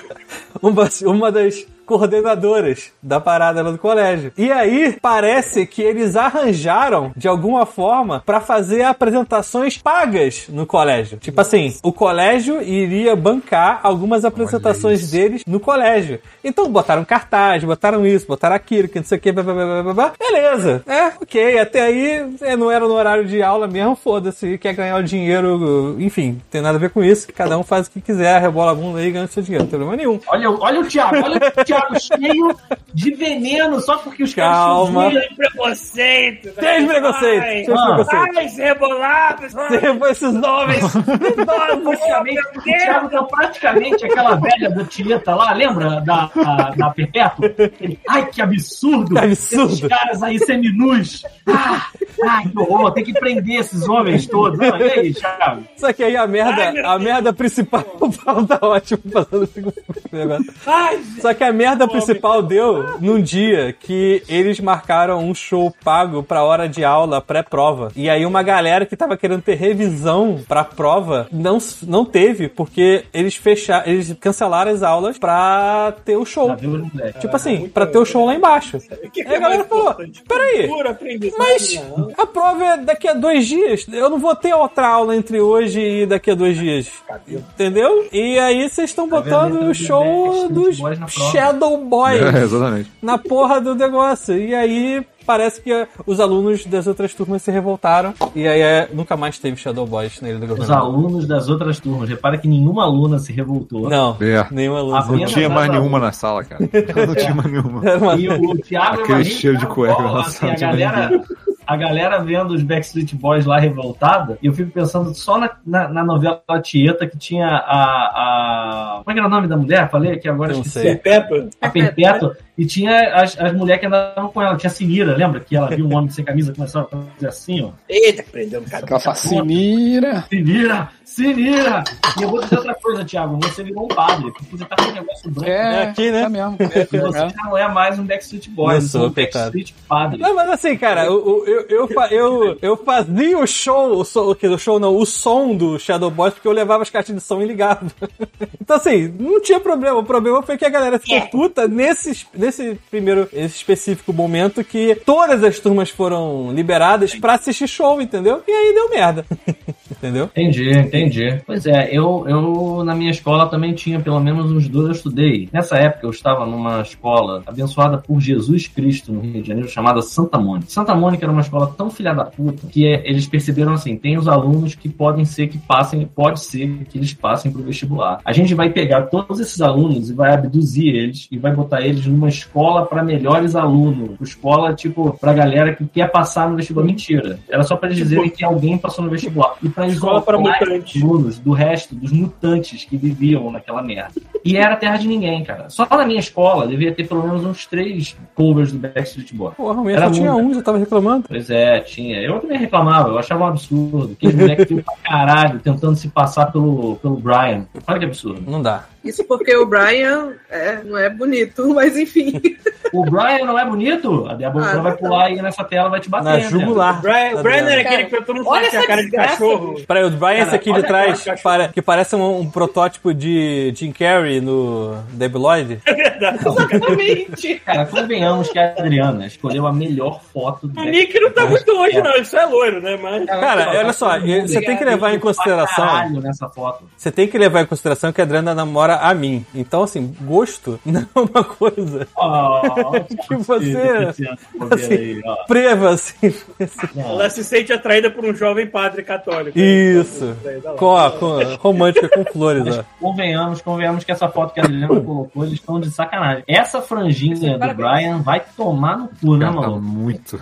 uma uma das coordenadoras da parada lá do colégio. E aí parece que eles arranjaram de alguma forma pra fazer apresentações pagas no colégio. Tipo assim, o colégio iria bancar algumas apresentações deles no colégio. Então botaram cartaz, botaram isso, botaram aquilo, que não sei o que, blá, blá, blá, blá, blá, blá. beleza. É, ok, até aí é, não era no horário de aula mesmo, foda-se, quer ganhar o dinheiro, enfim, tem nada a ver com isso, cada um faz o que quiser, rebola a bunda aí, ganha o seu dinheiro, não tem problema nenhum.
Olha, olha o Thiago, olha o Thiago cheio de veneno só porque os
Calma.
caras
Tem preconceito. né?
Tem preconceito, tem preconceito.
Ai, rebolados.
Depois esses nomes.
praticamente, o Thiago tá praticamente aquela velha da Tieta lá, lembra? Da, da, da Perpétua? Ele, Ai, que absurdo!
Que absurdo.
Esses caras aí seminus! Ah, ai, que horror! Tem que prender esses homens todos! Ah, e aí, Thiago?
Só que aí a merda,
Ai, meu
a merda principal. O Paulo tá ótimo passando o segundo negócio.
Ai,
né? Só que a merda principal deu num dia que eles marcaram um show pago pra hora de aula pré-prova. E aí uma galera que tava querendo ter revisão pra prova não, não teve, porque eles fecharam, eles cancelaram as aulas pra ter o show.
Tá vendo, moleque?
Tipo
é
assim, pra ter o show lá embaixo.
o que que
Aí É, a galera
É mais
falou,
importante?
peraí,
Cultura, aprendizagem,
Mas
não.
a prova é daqui a dois dias. Eu não vou ter outra aula entre hoje e daqui a dois dias. Entendeu? E aí vocês estão botando
Tá vendo?
o show
Street
dos
Boys na prova.
Shadow Boys
É, exatamente.
na porra do negócio. E aí parece que eh, os alunos das outras turmas se revoltaram. E aí eh, nunca mais teve Shadow Boys na Ilha do
Os
Governador.
alunos das outras turmas, repara que nenhuma aluna se revoltou.
Não,
É.
nenhum aluno. se
Apenas
Não tinha
as
mais
alunas.
nenhuma na sala, cara. Não tinha mais nenhuma.
revoltaram, mano.
E o, o Thiago
Aquele
imagina
cheiro
que
de
tá
cueca
bola,
na
assim,
sala
a
de banho.
galera a galera vendo os Backstreet Boys lá revoltada, eu fico pensando só na, na, na novela Tieta que tinha a, a. Como é que era o nome da mulher? Falei que agora
Não
esqueci.
sei.
Perpétua.
A Perpétua. E tinha as, as mulheres que andavam com ela. Tinha a Sinira, lembra? Que ela viu um homem sem camisa e começava a fazer assim, ó.
Eita, prendendo cada
Aquela fascineira.
Sinira! Sinira! E eu vou dizer outra coisa, Thiago. Você virou um padre. porque Você tá com um negócio branco.
É,
É aqui, né?
Tá mesmo.
E Você
É, é.
já não é mais um Backstreet Boy.
Não
você
sou,
é um
pecado.
Backstreet Padre.
Não, mas assim, cara, eu, eu, eu, fa- eu, eu fazia o show, o, so, o que- o show não, o som do Shadow Boys, porque eu levava as caixas de som e ligava. Então, assim, não tinha problema. O problema foi que a galera ficou puta nesse, nesse primeiro, esse específico momento que todas as turmas foram liberadas pra assistir show, entendeu? E aí deu merda. entendeu?
Entendi, entendi. Pois é, eu, eu na minha escola também tinha pelo menos uns dois eu estudei. Nessa época eu estava numa escola abençoada por Jesus Cristo no Rio de Janeiro, chamada Santa Mônica. Santa Mônica era uma escola tão filha da puta que é, eles perceberam assim: tem os alunos que podem ser que passem, pode ser que eles passem para o vestibular. A gente vai pegar todos esses alunos e vai abduzir eles e vai botar eles numa escola para melhores alunos. Escola, tipo, pra galera que quer passar no vestibular. Mentira. Era só para eles
Tipo,
dizerem que alguém passou no vestibular. E pra
Escola para
é?
mutantes.
alunos do resto dos mutantes que viviam naquela merda. E era terra de ninguém, cara. Só na minha escola devia ter pelo menos uns três covers do Backstreet Boys.
Porra, minha
Era
só tinha
muito.
um, já tava reclamando.
Pois é, tinha. Eu também reclamava, eu achava um absurdo. Aquele moleque filme pra caralho tentando se passar pelo, pelo Brian. Olha que absurdo.
Não dá.
Isso porque o Brian é, não é bonito, mas enfim.
O Brian não é bonito? A Débora
Ah,
ela vai
tá.
pular aí nessa tela e vai te bater.
Na
né?
jugular.
Brian, o Brian era aquele que todo mundo
olha
falava que tinha
essa
cara de
desgraça,
cachorro.
Peraí, o Brian, esse aqui de
olha
trás,
aquela cachorra.
para- que parece um, um protótipo de Jim Carrey no Debi Lloyd.
Exatamente.
Cara, convenhamos que a Adriana escolheu a melhor foto do
O Nick não tá muito longe, não. Isso é loiro, né? Mas.
Cara, olha só, você tem que levar em consideração-
Pra caralho nessa foto.
Você tem que levar em consideração que a Adriana namora a mim. Então, assim, gosto não é uma coisa
Ó, ó,
que você
Cristiano, bobeira aí, ó.
preva, assim.
Ela se sente atraída por um jovem padre católico.
Isso. Com, a- com a- romântica com flores,
Mas
ó.
convenhamos, convenhamos que essa foto que a Adriana colocou, eles estão de sacanagem. Essa franjinha do Brian vai tomar no cu, né,
Cara, tá
maluco?
muito.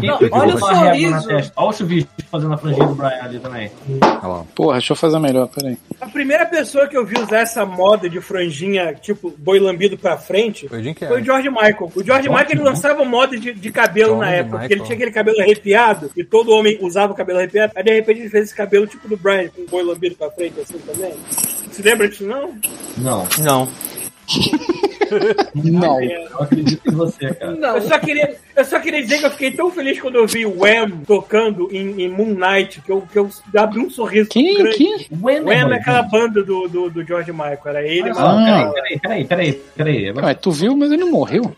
Quem
Não,
pegou
olha o
uma régua na
sorriso.
testa? Olha o chuvisco fazendo a franjinha do Brian ali também.
Olha lá.
Porra, deixa eu fazer melhor, peraí.
A primeira pessoa que eu vi usar essa moda de franjinha, tipo, boi lambido pra frente.
Foi é. o Jim
Foi o
Carrey.
George Michael. O George Michael ele lançava moda de, de cabelo
George
na época, porque ele
Michael.
tinha aquele cabelo arrepiado, e todo homem usava o cabelo arrepiado. Aí de repente ele fez esse cabelo tipo do Brian, com o boi lambido pra frente, assim também. Se lembra disso, não?
Não,
Não.
Não.
eu acredito em você, cara.
Não.
Eu só, queria, eu só queria dizer que eu fiquei tão feliz quando eu vi o Wham tocando em, em Moon Knight, que eu, que eu abri um sorriso
Quem?
grande.
Quem?
When
Wham é aquela banda do, do, do George Michael, era ele, mas
Ah.
Peraí, peraí, peraí, peraí, peraí. Agora,
Ué, tu viu, mas ele não morreu.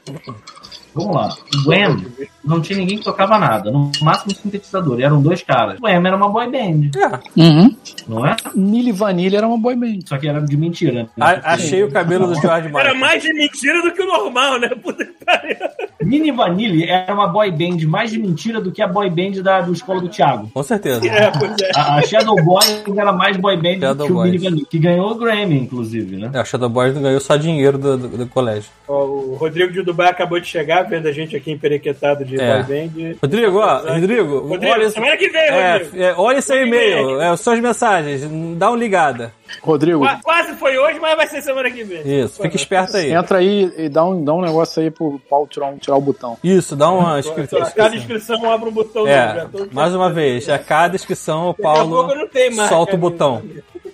Vamos lá. Wham, não tinha ninguém que tocava nada. No máximo um sintetizador. E eram dois caras. Wham era uma boy band,
Uhum.
não é?
Milli Vanilli era uma boy band.
Só que era de mentira. né?
A- achei o cabelo do George
era
Michael.
mais de mentira do que o normal, né? Puta que pariu.
Mini Vanille era uma boy band mais de mentira do que a boy band da do Escola do Thiago.
Com certeza.
É, pois é.
A, a Shadow Boy era mais boy band
Shadow
do que o Mini
Boys.
Vanille, que ganhou o Grammy, inclusive, né?
É, o Shadow Boys não ganhou só dinheiro do, do- do colégio.
Ó, o Rodrigo de Dubai acabou de chegar, vendo a gente aqui emperequetado de
É.
boy band.
Rodrigo, ó, Rodrigo,
Rodrigo,
olha, esse-
semana que vem, Rodrigo.
é, é, olha seu e-mail, é, suas mensagens, dá uma ligada.
Rodrigo,
Qua- Quase foi hoje, mas vai ser semana que vem.
Isso, fica esperto aí.
entra aí e dá um, dá um negócio aí pro Paulo tirar, um- tirar o botão.
É, Isso, dá uma
Então, a cada
inscrição.
inscrição abre um botão.
É, mais uma vez, a cada inscrição o Paulo
pouco não tem mais, né?
solta o
cara.
botão.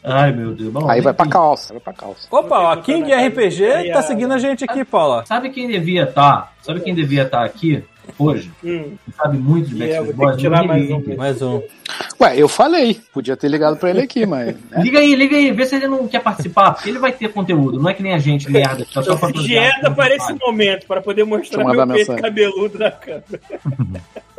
Ai, meu Deus. Bom,
Aí vai pra
enfim.
calça, vai pra calça.
Opa, ó, King RPG tá seguindo a gente aqui, Paula.
Sabe quem devia estar? Sabe quem devia estar aqui hoje?
Hum.
Que Sabe muito de
E é, eu vou
Backstreet
ter que
Boys?
tirar
Liga aí,
mais um.
liga.
Mais um.
Ué, eu falei. Podia ter ligado pra ele aqui, mas. né?
Liga aí, liga aí, vê se ele não quer participar, porque ele vai ter conteúdo, não é que nem a gente, merda. que Tá só
Eu fiz dieta para esse momento, para poder mostrar
Deixa eu mandar
meu peito
mensagem.
cabeludo na câmera.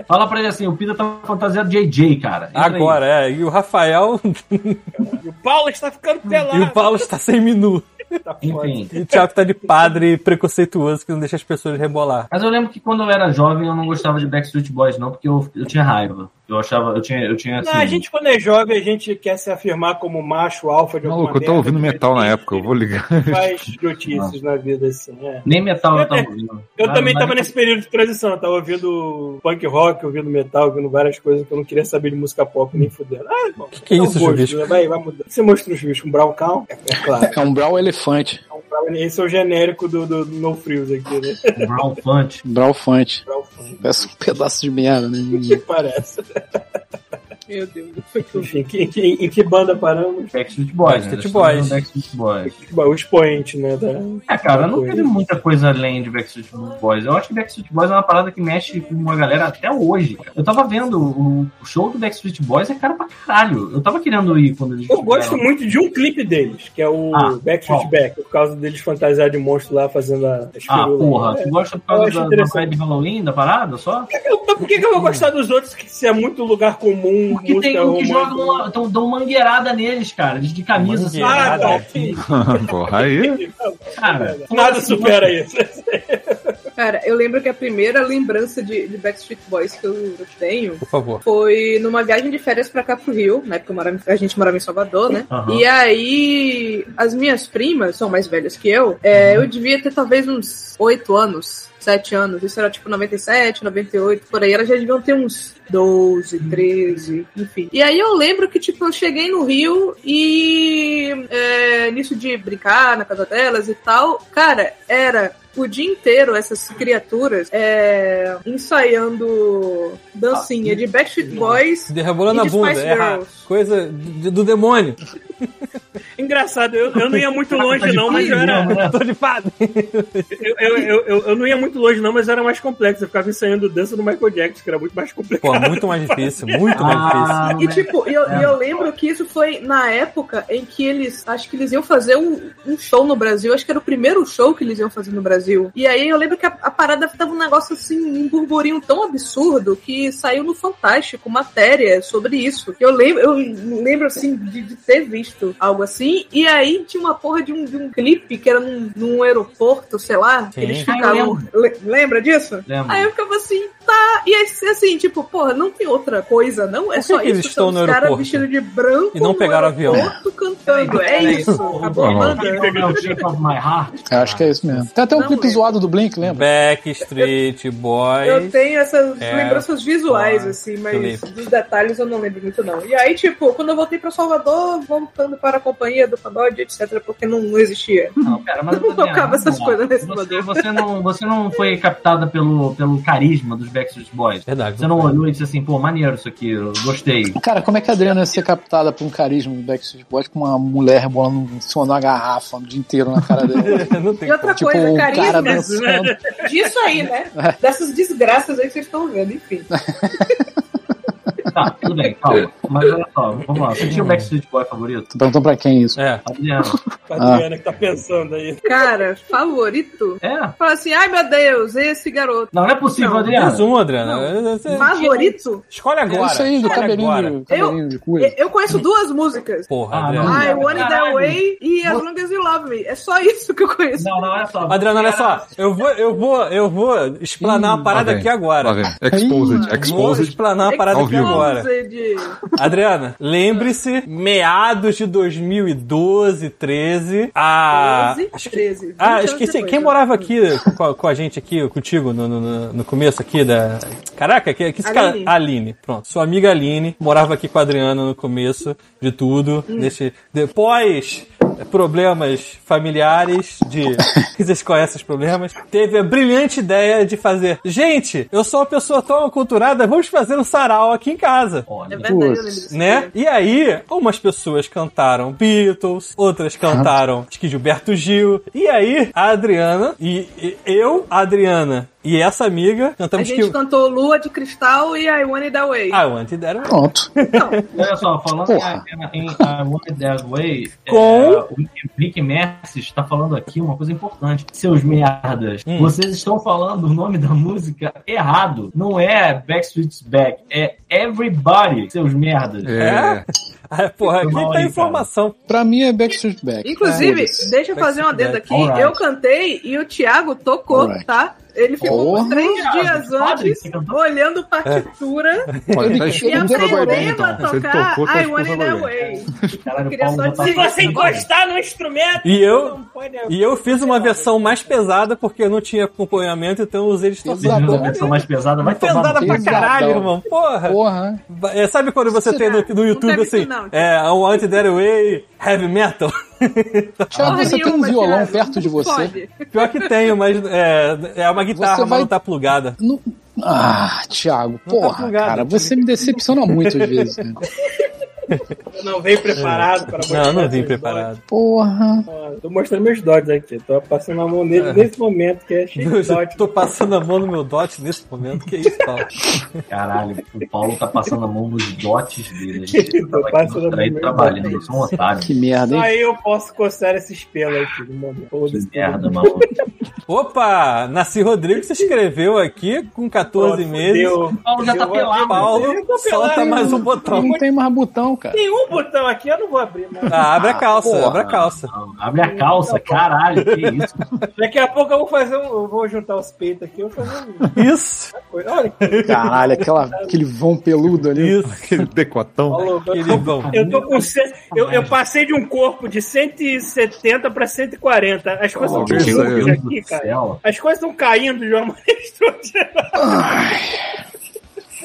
Fala pra ele assim, o Pita tá fantasiado de JJ, cara. Entra aí.
Agora, é, e o Rafael
E o Paulo está ficando pelado.
e o Paulo está sem minu.
Tá foda.
Enfim. assim,
E o Thiago tá de padre preconceituoso que não deixa as pessoas rebolar.
Mas eu lembro que quando eu era jovem eu não gostava de Backstreet Boys, não, porque eu, eu tinha raiva. Eu achava, eu tinha, eu tinha assim.
Não, a gente, quando é jovem, a gente quer se afirmar como macho, alfa de alguma
Maluco, eu tô
merda,
ouvindo
que
metal na época, eu vou ligar.
Faz idiotices na vida, assim, é.
Nem metal eu tava
Eu-
ouvindo.
Eu
Nada,
também
nada.
tava nesse período de transição, eu tava ouvindo punk rock, ouvindo metal, ouvindo várias coisas que eu não queria saber de música pop nem fudendo. Ah, bom. Que,
que é isso, Chuvisco?
né? Vai, vai mudar. Você mostra os bichos, um brown cow? É, é claro.
É um Brawl elefante.
É um brown- Esse é o genérico do, do, do No Frills aqui, né?
Brown Fant.
Brawl fante.
Brown funk.
Parece um pedaço de merda, né?
que parece.
Meu Deus, foi tudo.
Enfim, que, que, em que banda paramos?
Backstreet Boys.
Backstreet
né?
Boys.
Eles Backstreet Boys.
O expoente, né? da-
É, cara, não teve muita coisa além de Backstreet Boys. Eu acho que Backstreet Boys é uma parada que mexe com uma galera até hoje. cara. Eu tava vendo o o show do Backstreet Boys, é cara pra caralho. Eu tava querendo ir quando eles
Eu gosto
fizeram.
muito de um clipe deles, que é o
Ah,
Backstreet
qual?
Back, por causa deles fantasiar de monstro lá fazendo a as
Ah,
firulas.
porra,
É.
tu gosta por
Eu
causa
acho
da, da
interessante.
vibe Halloween, da parada só?
É, Eu- mas por que, que eu vou gostar dos outros que se é muito lugar comum,
Porque
música
tem um que
romântica?
joga uma, então, dão mangueirada neles, cara, de, de camisa, assim,
Ah,
Mangueirada?
cara.
né?
tá.
Nada.
sim.
Porra, aí.
cara.
Nada supera isso.
Cara, eu lembro que a primeira lembrança de, de Backstreet Boys que eu eu tenho
Por favor.
foi numa viagem de férias pra cá pro Rio, né? Porque eu morava, em- a gente morava em Salvador, né?
Aham.
E aí, as minhas primas, são mais velhas que eu, é, eu devia ter talvez uns 8 anos, 7 anos. Isso era tipo 97, 98, por aí. Elas já deviam ter uns 12, 13, enfim. E aí eu lembro que, tipo, eu cheguei no Rio e é, nisso de brincar na casa delas e tal, cara, era. O dia inteiro, essas criaturas é, ensaiando dancinha de Backstreet Boys
Se Derrubando
E
na
de
bunda,
Spice
é errado.
Girls?
coisa de- do demônio.
Engraçado, eu, eu não ia muito longe, não, mas eu era.
tá Né?
Tô de padre.
Eu, eu, eu, eu- eu não ia muito longe, não, mas era mais complexo. Eu ficava ensaiando dança do Michael Jackson, que era muito mais complexo.
Pô, muito mais difícil, muito mais difícil.
Ah,
E tipo, e eu, e eu lembro que isso foi na época em que eles. Acho que eles iam fazer um, um show no Brasil. Acho que era o primeiro show que eles iam fazer no Brasil. E aí eu lembro que a, a parada tava um negócio assim, um burburinho tão absurdo que saiu no Fantástico matéria sobre isso. Eu lembro, eu lembro assim de, de ter visto algo assim. E aí tinha uma porra de um, de um clipe que era num, num aeroporto, sei lá. que
Sim.
Eles
Ah, eu
ficavam. le- lembra disso?
Lembro.
Aí eu ficava assim, e aí, assim, tipo, porra, não tem outra coisa, não? É
Por que
só
que
isso.
eles estão
os
no
caras
aeroporto?
vestidos de branco.
E não
no
pegaram avião.
aeroporto cantando. É isso. Acabou a
Não.
banda.
Não, Shape of My Heart.
Eu acho que é isso mesmo. Tem até um
Não
clipe
lembro.
zoado do Blink, lembra?
Backstreet
Eu
Boys.
tenho essas
É,
lembranças visuais,
claro,
assim,
eu
mas
lembro.
dos detalhes eu não lembro muito, não. E aí, tipo, quando eu voltei pra Salvador, voltando para a companhia do pagode, etc., porque não, não existia.
Não, cara, mas
Eu não
Daniela,
tocava essas
vamos lá.
coisas nesse
você,
modelo.
você, não, você não foi captada pelo, pelo carisma dos Backstreet Boys.
Verdade.
Você não olhou e disse assim, pô, maneiro isso aqui, eu gostei.
Cara, como é que a Adriana ia ser captada por um carisma do Backstreet Boys com uma mulher rebolando, ensinando uma garrafa o dia inteiro na cara dela?
Não tem
E outra
tipo,
coisa,
o cara
carisma
dançando.
né? disso aí, né? Dessas desgraças aí que vocês estão vendo, enfim.
Tá, tudo bem, calma. Mas olha só, vamos lá. Você tinha o Backstreet Boy favorito?
Tô perguntando pra quem isso.
É.
Adriano.
Pra Adriana que tá pensando aí.
Cara, favorito?
É?
Fala assim, ai meu Deus, esse garoto.
Não, não é possível,
Não,
Mais
Adriano.
um, Adriana. Você-
Favorito?
Escolhe agora.
É isso aí, do
Escolhe
cabelinho,
agora.
de- cabelinho de cu.
Eu é- conheço duas músicas.
Porra,
Ah,
Adriana.
não.
I Want It That
Caralho.
Way e As Long As You Love Me. É só isso que eu conheço.
Não, não, olha só.
Adriano, olha só.
Cara,
Eu vou, eu vou, eu vou explanar uma parada
vem,
aqui
Lá
agora.
vem. Exposed,
Vou
exposed.
explanar é uma parada
Ao
aqui
vivo.
agora.
De...
Adriana, lembre-se, meados de 2012, 13, a...
12,
acho que-
13.
Ah,
20 anos
esqueci.
depois,
Quem
né?
morava aqui com a, com a gente aqui, contigo, no, no- no, no começo aqui da... Caraca, que, que esse cara...
Aline.
Aline. Pronto. Sua amiga Aline morava aqui com a Adriana no começo de tudo.
Hum.
Nesse... Depois... eh, Problemas familiares de. Vocês conhecem os problemas? Teve a brilhante ideia de fazer. Gente, eu sou uma pessoa tão aculturada, vamos fazer um sarau aqui em casa
É
Olha,
verdade, eu lembro
Putz,
disso.
né? E aí, umas pessoas cantaram Beatles, outras cantaram acho que Gilberto Gil. E aí, a Adriana e, e- eu, a Adriana e essa amiga
A
cantamos
gente
que
cantou Lua de Cristal e I Want It That Way.
Ah, o Anti deram
Pronto.
olha só, falando
Porra.
em, em I Want It That Way,
Com-
é, o Rick- Rick Merces está falando aqui uma coisa importante. Seus merdas,
Hum.
vocês estão falando o nome da música errado. Não é Backstreet's Back, é Everybody, seus merdas.
É? Ah, porra,
Foi
aqui
mal
tá
aí,
informação.
Pra mim é Backstreet Back. É
é
Inclusive,
Foda-se.
deixa eu fazer um adendo aqui.
Alright.
Eu cantei e o Thiago tocou,
Alright.
tá? Ele ficou uns
Porra.
três dias
Padre,
antes
você cantou?
olhando partitura
É.
Olha, tá
e
expulso da boy band,
aprendendo a
então. Se ele
tocar
tocou, tá
I Want
expulso
It
da
That
boy band.
Way.
Caralho,
Queria
o Paulo
só
já
Se
tá
dizer Sim.
você encostar no instrumento,
E eu-
não pode-
E eu fiz uma versão mais pesada porque eu não tinha acompanhamento, então eu usei distorção.
Exato.
Eles usam a versão mais pesada, vai tomar.
Pesada
no cu.
pra
Pesadão.
caralho, irmão. Porra.
Porra.
É, sabe quando você tem no, no YouTube
teve
assim?
isso, não.
É, o Anti That Way Heavy Metal.
Thiago,
Porra
você tem um
nenhuma,
violão
Thiago.
perto de você.
Fode.
Pior que tenho, mas é, é uma guitarra,
Você
mas
vai-
não tá plugada.
Não- Ah, Thiago, porra,
plugado,
cara,
tá
você me decepciona muito às vezes. né?
Eu não veio preparado pra mostrar.
É. Não, não vim
esses
preparado.
Porra.
dotes. Tô mostrando meus dotes aqui. Tô passando a mão nele nesse momento, que é cheio de
Eu
dote.
tô passando a mão no meu dot nesse momento. Que isso, Paulo?
Caralho, o Paulo tá passando a mão nos dotes dele. A gente
Eu
tava aqui
passo na
no
mão
trade
nos
trabalhando, eu sou um otário.
Que merda,
Só
hein?
eu posso coçar esses pelos aqui no momento.
Que merda, maluco.
Opa! Nasci Rodrigues se inscreveu aqui com 14 meses.
O Paulo já tá pelado.
Paulo,
Eu tô
solta
pelado.
mais um botão.
Não tem mais botão, cara.
Tem um botão aqui, eu não vou abrir. Mas...
Ah, abre a calça,
porra.
abre a calça.
Não, Abre a calça, caralho, que isso.
Daqui a pouco eu vou fazer um. Eu vou juntar os peitos aqui, eu vou fazer uma
Isso,
coisa. Olha que
Caralho, aquela, aquele vão peludo ali.
isso.
Aquele decotão.
falou.
Queridão.
Eu tô com. cem- Eu, eu passei de um corpo de 170 pra 140. As coisas
Oh,
são
Meu
que isso
é.
aí.
curvas
Deus
aqui,
um do
cara.
céu.
As coisas estão caindo de uma maneira extraordinária.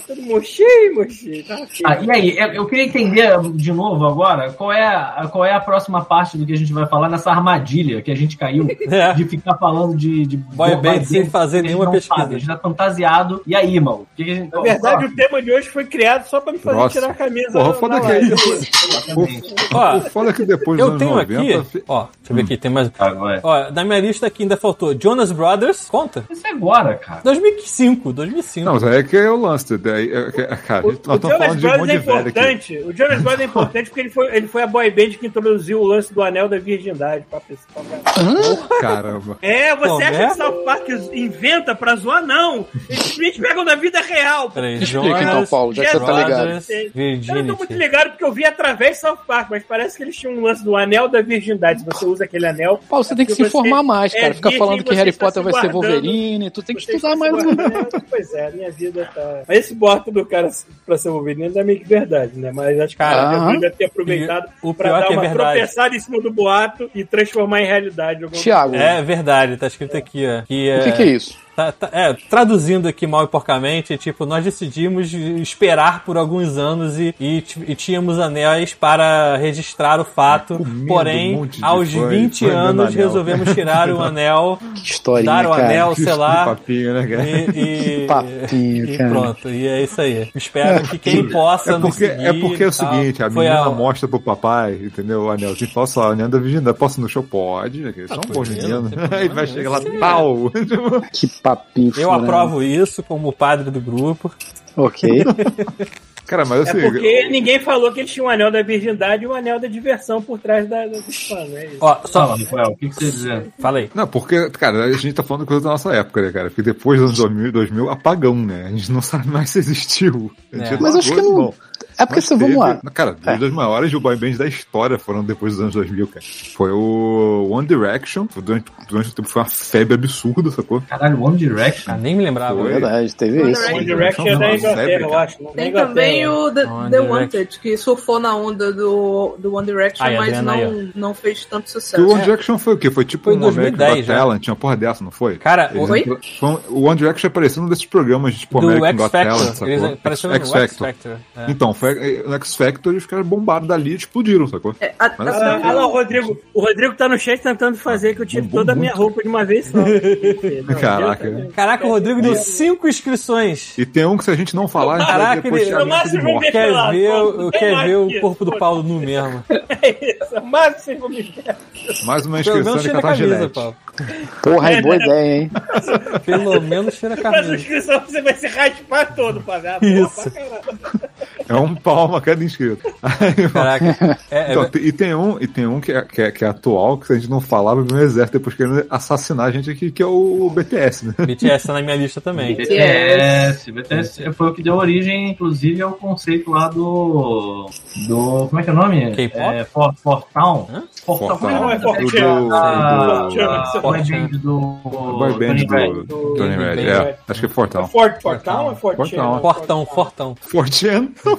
Todo mundo cheio, mochi. Tá assim.
Ah, e aí, eu eu queria entender de novo agora qual é, a- qual é a próxima parte do que a gente vai falar nessa armadilha que a gente caiu
É.
de ficar falando de, de
Boy band sem fazer nenhuma pesquisa.
A gente tá fantasiado. E aí, mano? O que que a gente-
Na verdade,
Ó,
o tema de hoje foi criado só pra me fazer
Nossa.
tirar a camisa.
Porra,
na-
foda
na
que é
live.
exatamente.
Ó,
O foda é que depois
eu
dos anos
tenho aqui.
90... fi-
Ó, deixa eu ver aqui, tem mais. um.
Agora.
Ó, na minha lista aqui ainda faltou Jonas Brothers, conta?
Isso é agora, cara.
2005, 2005.
Não, mas aí é que é o lance. Daí, é, é, cara,
O,
nós
o
estamos
Jonas
falando de um monte
Brothers é
de velho aqui.
importante. O Jonas Brothers é importante porque ele foi, ele foi a boy band que introduziu o lance do anel da virgindade pra pessoa.
Caramba.
É, você
Como
acha
é?
que South Park inventa pra zoar? Não. Eles simplesmente pegam da vida real.
Peraí,
Explica então, Paulo, já que você tá ligado.
Eu não tô muito
Virginity.
ligado porque eu vi através de South Park, mas parece que eles tinham um lance do anel da virgindade. Se você usa aquele anel,
Paulo, você tem que
Porque
se
você
informar mais,
é
cara. Ficar
virgem e
falando que
você
Harry
está
Potter
se
vai ser
guardando.
Wolverine, tu tem que
você
estudar
está
mais. né?
se guardando. Pois é, minha vida tá. Mas esse boato do cara pra ser Wolverine é meio que verdade, né? Mas acho que
Cara,
o
aham.
deve ter aproveitado
E o
pra
pior
dar
que é
uma
verdade.
tropeçada em cima do boato e transformar em realidade. alguma
Thiago,
tipo,
É verdade, tá escrito aqui, ó. Que é,
o que, que é isso?
tá- tá- é, traduzindo aqui mal e porcamente, é tipo, nós decidimos esperar por alguns anos e, e t- e tínhamos anéis para registrar o fato,
Comendo um
porém,
monte de
aos
fã e
20
fã dando
anos
anel.
resolvemos tirar o anel,
Que historinha,
dar o
cara.
anel, sei lá,
Papinho, né, cara?
e, e,
Que papinho,
e
cara.
pronto, e é isso aí. Espero que quem possa
É
nos
porque, é,
seguir
porque é
e
o
tal.
seguinte, a
Foi
menina mostra pro papai, entendeu? O anelzinho, posso lá, o anel da virgindade, posso no show? Pode, né, eles são bons meninos.
Tá não tem
um Aí
problema né?
vai chegar lá,
nenhum.
pau!
Que papinho
Eu
furado.
aprovo isso como padre do grupo.
Ok.
Cara, mas
É
assim.
porque ninguém falou que eles tinham um anel da virgindade e um anel da diversão por trás da, da dos fãs, né?
Ó, só.
Fala, Rafael, o que, que você ia dizer?
Fala aí.
Não, porque, cara, a gente tá falando coisa da nossa época, né, cara? Porque depois dos anos 2000, 2000 apagão, né? A gente não sabe mais se existiu. A gente
É.
não
Mas acho que
agora,
não- É porque,
Mas
assim, vamos
teve-
lá.
Cara, duas das maiores boy bands da história foram depois dos anos 2000, cara. Foi o One Direction, durante, durante o tempo foi uma febre absurda, sacou?
Caralho, One Direction.
Ah, nem me lembrava.
Foi.
Verdade, teve
One
isso.
One
Direction.
Direction
Não,
é
não,
da Inglaterra,
sério,
eu
cara.
acho. não, da
Tem
Inglaterra,
também
né?
o The,
One
The
Direction.
Wanted, que surfou na onda do, do One Direction,
Aí,
mas
Adriana,
não, não fez tanto
E o
sucesso.
One Direction foi o quê? Foi tipo
É. Foi em
um American
2010
Got
já.
Talent, tinha uma porra dessa, não foi?
né? Cara,
Eles
Oi?
entra- foi um- o One Direction apareceu num desses programas, tipo
Do
American
X
Got Talent,
Factor. Eles
sacou?
apareceram
X
no X Factor. é.
Então, foi, no X Factor e os caras bombaram dali e explodiram, sacou?
É, a-
Mas
a-
essa-
Ah, ah, lá, o Rodrigo. O Rodrigo tá no chat tentando fazer que eu tire toda a minha roupa de uma vez só. Não,
Caraca.
Caraca, o Rodrigo deu cinco inscrições.
E tem um que se a gente não falar, a gente vai
Caraca, é
ver praticamente
ele-
de morte.
Quer
Sei lá,
ver,
pronto,
o-
tem
quer
mais
ver
que
o
isso,
corpo do
pô.
Paulo nu mesmo.
é isso. Mas vocês vão me ver.
Mais
Pelo
uma inscrição
menos
de
cheira a
catar
camisa,
gilete.
Paulo.
Porra, é boa ideia, hein?
Pelo menos cheira a
Pra
camisa.
inscrição você vai se raspar todo, Pavel.
Isso.
É um palma cada inscrito. Aí,
Caraca. É, é-
Então, te- e tem um, e tem um que, é, que, é, que é atual, que a gente não falava do exército depois querendo assassinar a gente aqui, que é o BTS, né?
BTS tá na minha lista também.
BTS, BTS é, foi o que deu origem, inclusive, ao conceito lá do. do como é que é o nome?
K-pop?
É, For, Fortown.
Hã?
Fortown. Como é que é o nome?
Do- do- do-
Ah,
do-
ah, boy band do.
Ah,
Boy Band
Tony Red.
do Tony Red, é. Acho que é Fortão.
Forte, Fortão é Forte?
Fortão.
Fortão, fortão.
Fortran? Fortran.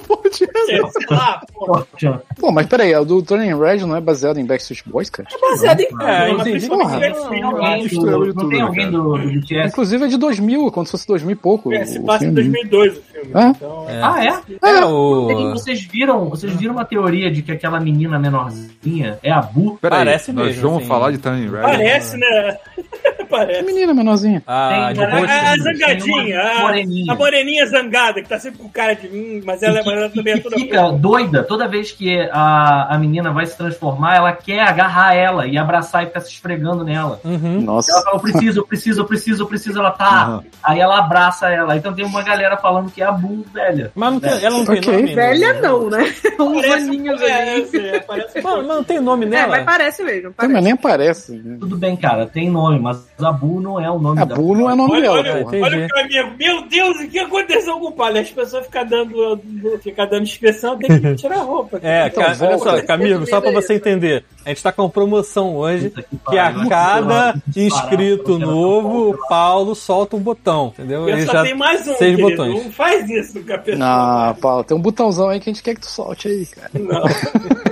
Fortown.
Pô, mas peraí, o do Turning Red não é baseado em Backstreet Boys, cara?
Baseado em
É,
Mas
entendi.
principalmente
Porra.
Tem
Backstreet
um alguém
Boys.
acho que eu
do-
lembro
Não tem
um tudo,
alguém
cara.
do do BTS?
Inclusive é de 2000, como se fosse 2000 e pouco.
É,
o
Se passa em
filme.
2002 o filme.
Hã?
Então,
É.
Ah, é?
É,
Tem-
o...
Vocês viram, vocês viram uma teoria de que aquela menina menorzinha é a Bu?
Peraí,
Parece
nós
mesmo,
vamos
assim.
falar de Turning Red.
Parece, né?
Que
Parece.
É menina menorzinha.
Ah, de
Tem-
rosto.
A, a
Tem
zangadinha,
uma
a,
moreninha.
a moreninha zangada, que tá sempre com cara de mim, mas ela,
E que-
mas ela também é
e
toda.
que fica doida toda vez que a, a menina vai se transformar, ela quer agarrar ela e abraçar e ficar se esfregando nela.
Uhum.
Ela
Nossa.
fala, eu preciso, eu preciso, eu preciso, eu preciso, ela tá.
Aham.
Aí ela abraça ela. Então tem uma galera falando que é a Bu, velha.
Mas não tem, ela não
Ok.
tem nome. né?
Velha não, né? Uns
Parece,
aninhos ali.
parece, é, parece.
Mano, mas não tem nome
É, mas
nela.
parece mesmo.
Não, mas
Parece.
nem aparece. né?
Tudo bem, cara, tem nome, mas a Bu não é o nome
A
da
Bu não é nome
Olha,
dela,
olha,
porra.
Entendi.
olha o caminho. Meu Deus, o que aconteceu com o palha? As pessoas ficam dando, fica dando inscrição, tem que tirar a roupa.
É,
Então
cara, olha só,
volta.
Camilo, só pra você entender. A gente tá com uma promoção hoje
Puta que tá
que
pariu,
a cada
vai se parar,
inscrito
vai se parar,
novo,
vai
o Paulo solta um botão, entendeu?
Eu
Ele
só
já
tenho mais um,
seis
querido.
botões.
Não faz isso com a pessoa.
Ah, Paulo, tem um botãozão aí que a gente quer que tu solte aí, cara.
Não.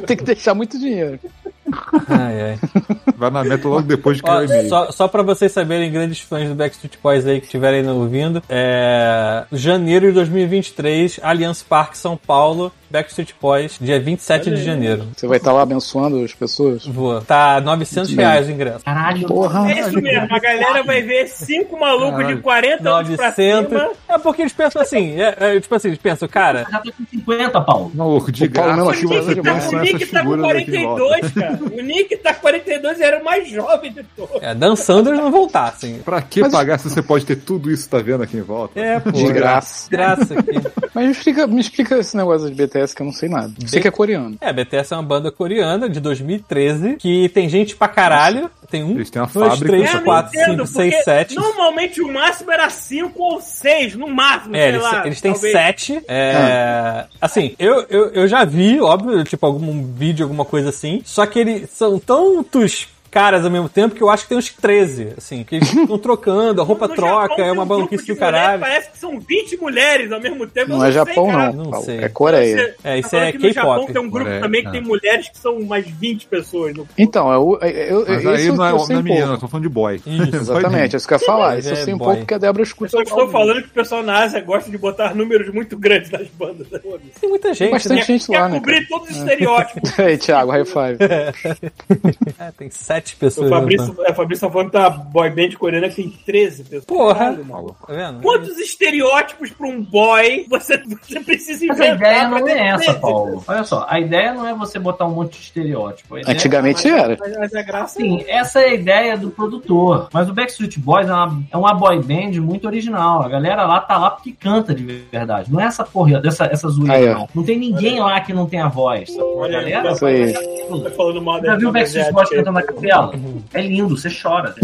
Tem que deixar muito dinheiro.
Ai, ai.
Vai na meta logo depois de
Ó,
criar o e-mail.
só, só pra vocês saberem, grandes fãs do Backstreet Boys aí que estiverem ouvindo, é... janeiro de 2023, Allianz Parque, São Paulo, Backstreet Boys, dia 27 de janeiro.
Você vai estar lá abençoando as pessoas.
Vou. Tá 900 reais o ingresso.
Caralho,
Porra.
É isso mesmo, a galera vai ver cinco malucos de 40 anos Tá pra
900.
cima.
É porque eles pensam assim, é, é, tipo assim, eles pensam, cara,
já tô com 50, Paulo.
Maluco, de
O Paulo
graça
Melas
que
Silva
você
tá
Nick tá-
demais.
pensa
o
nessas
Nick tá com
figuras aqui em volta.
42, cara. O Nick tá com 42 e era o mais jovem de todos.
é, dançando eles não voltassem.
Pra que pagar se você pode ter tudo isso que tá vendo aqui em volta?
É, pô.
De graça.
Graça aqui.
Mas me explica, me explica esse negócio de BTS que eu não sei nada. Eu sei que é coreano.
É, BTS é uma banda coreana de 2013 que tem gente pra caralho. Tem um,
Eles têm uma
dois,
fábrica.
três,
É, Eu não
quatro,
entendo,
cinco, seis,
porque
sete.
Normalmente o máximo era 5 ou 6, no máximo,
É,
sei
eles,
lá.
eles têm
talvez.
sete. é,
Ah.
Assim, eu, eu, eu já vi, óbvio, tipo, algum vídeo, alguma coisa assim. Só que eles são tantos caras ao mesmo tempo que eu acho que tem uns 13, assim, que eles ficam trocando, a roupa
No
troca,
Japão
é
tem
uma
um grupo
maluquice
de
do caralho.
mulher, Parece que são 20 mulheres ao mesmo tempo. eu
Não é
sei,
Japão,
cara.
não.
Não
Paulo.
sei.
É Coreia.
Você
É, isso
falando
é
que no Japão
K-pop.
tem um grupo
Coreia,
também que
é.
tem mulheres que são mais 20 pessoas. No...
Então, eu, eu, eu,
Mas
isso
aí não
eu
é,
sei
não é
um pouco.
menina, eu tô falando de boy.
Isso,
Exatamente, é isso que eu ia falar.
Mas
Isso eu
é
sei um
boy.
pouco porque a Débora
Eu
escuta.
só estou falando que o pessoal na Ásia gosta de botar números muito grandes nas bandas. né?
Tem muita gente,
bastante
né?
gente
Quer
lá, é né?
cobrir todos os estereótipos.
cara? Ei, Thiago, high five.
É, tem sete sete
O
pessoas.
Fabrício, é, o Fabrício tá falando que tá boy band coreana que tem 13 pessoas.
Porra.
Caralho, mano.
Maluco.
Tá vendo?
Quantos estereótipos pra um boy você, você precisa
Mas a
inventar?
ideia
pra
não
ter
é essa,
13?
Paulo. Olha só, a ideia não é você botar um monte de estereótipo. A ideia-
Antigamente era.
Mas, mas a graça
Sim, essa é a ideia do produtor. Mas o Backstreet Boys é uma, é uma boy band muito original. A galera lá tá lá porque canta de verdade. Não é essa porra, essa, essa zoeira,
Aí, ó.
não. Não tem ninguém lá que não tem a voz. sacou? A
Olha aí,
galera
Isso aí.
tá falando mal
Já
da-
viu o
da
Backstreet
Beth,
Boys
que-
cantando na capela? É lindo, você chora.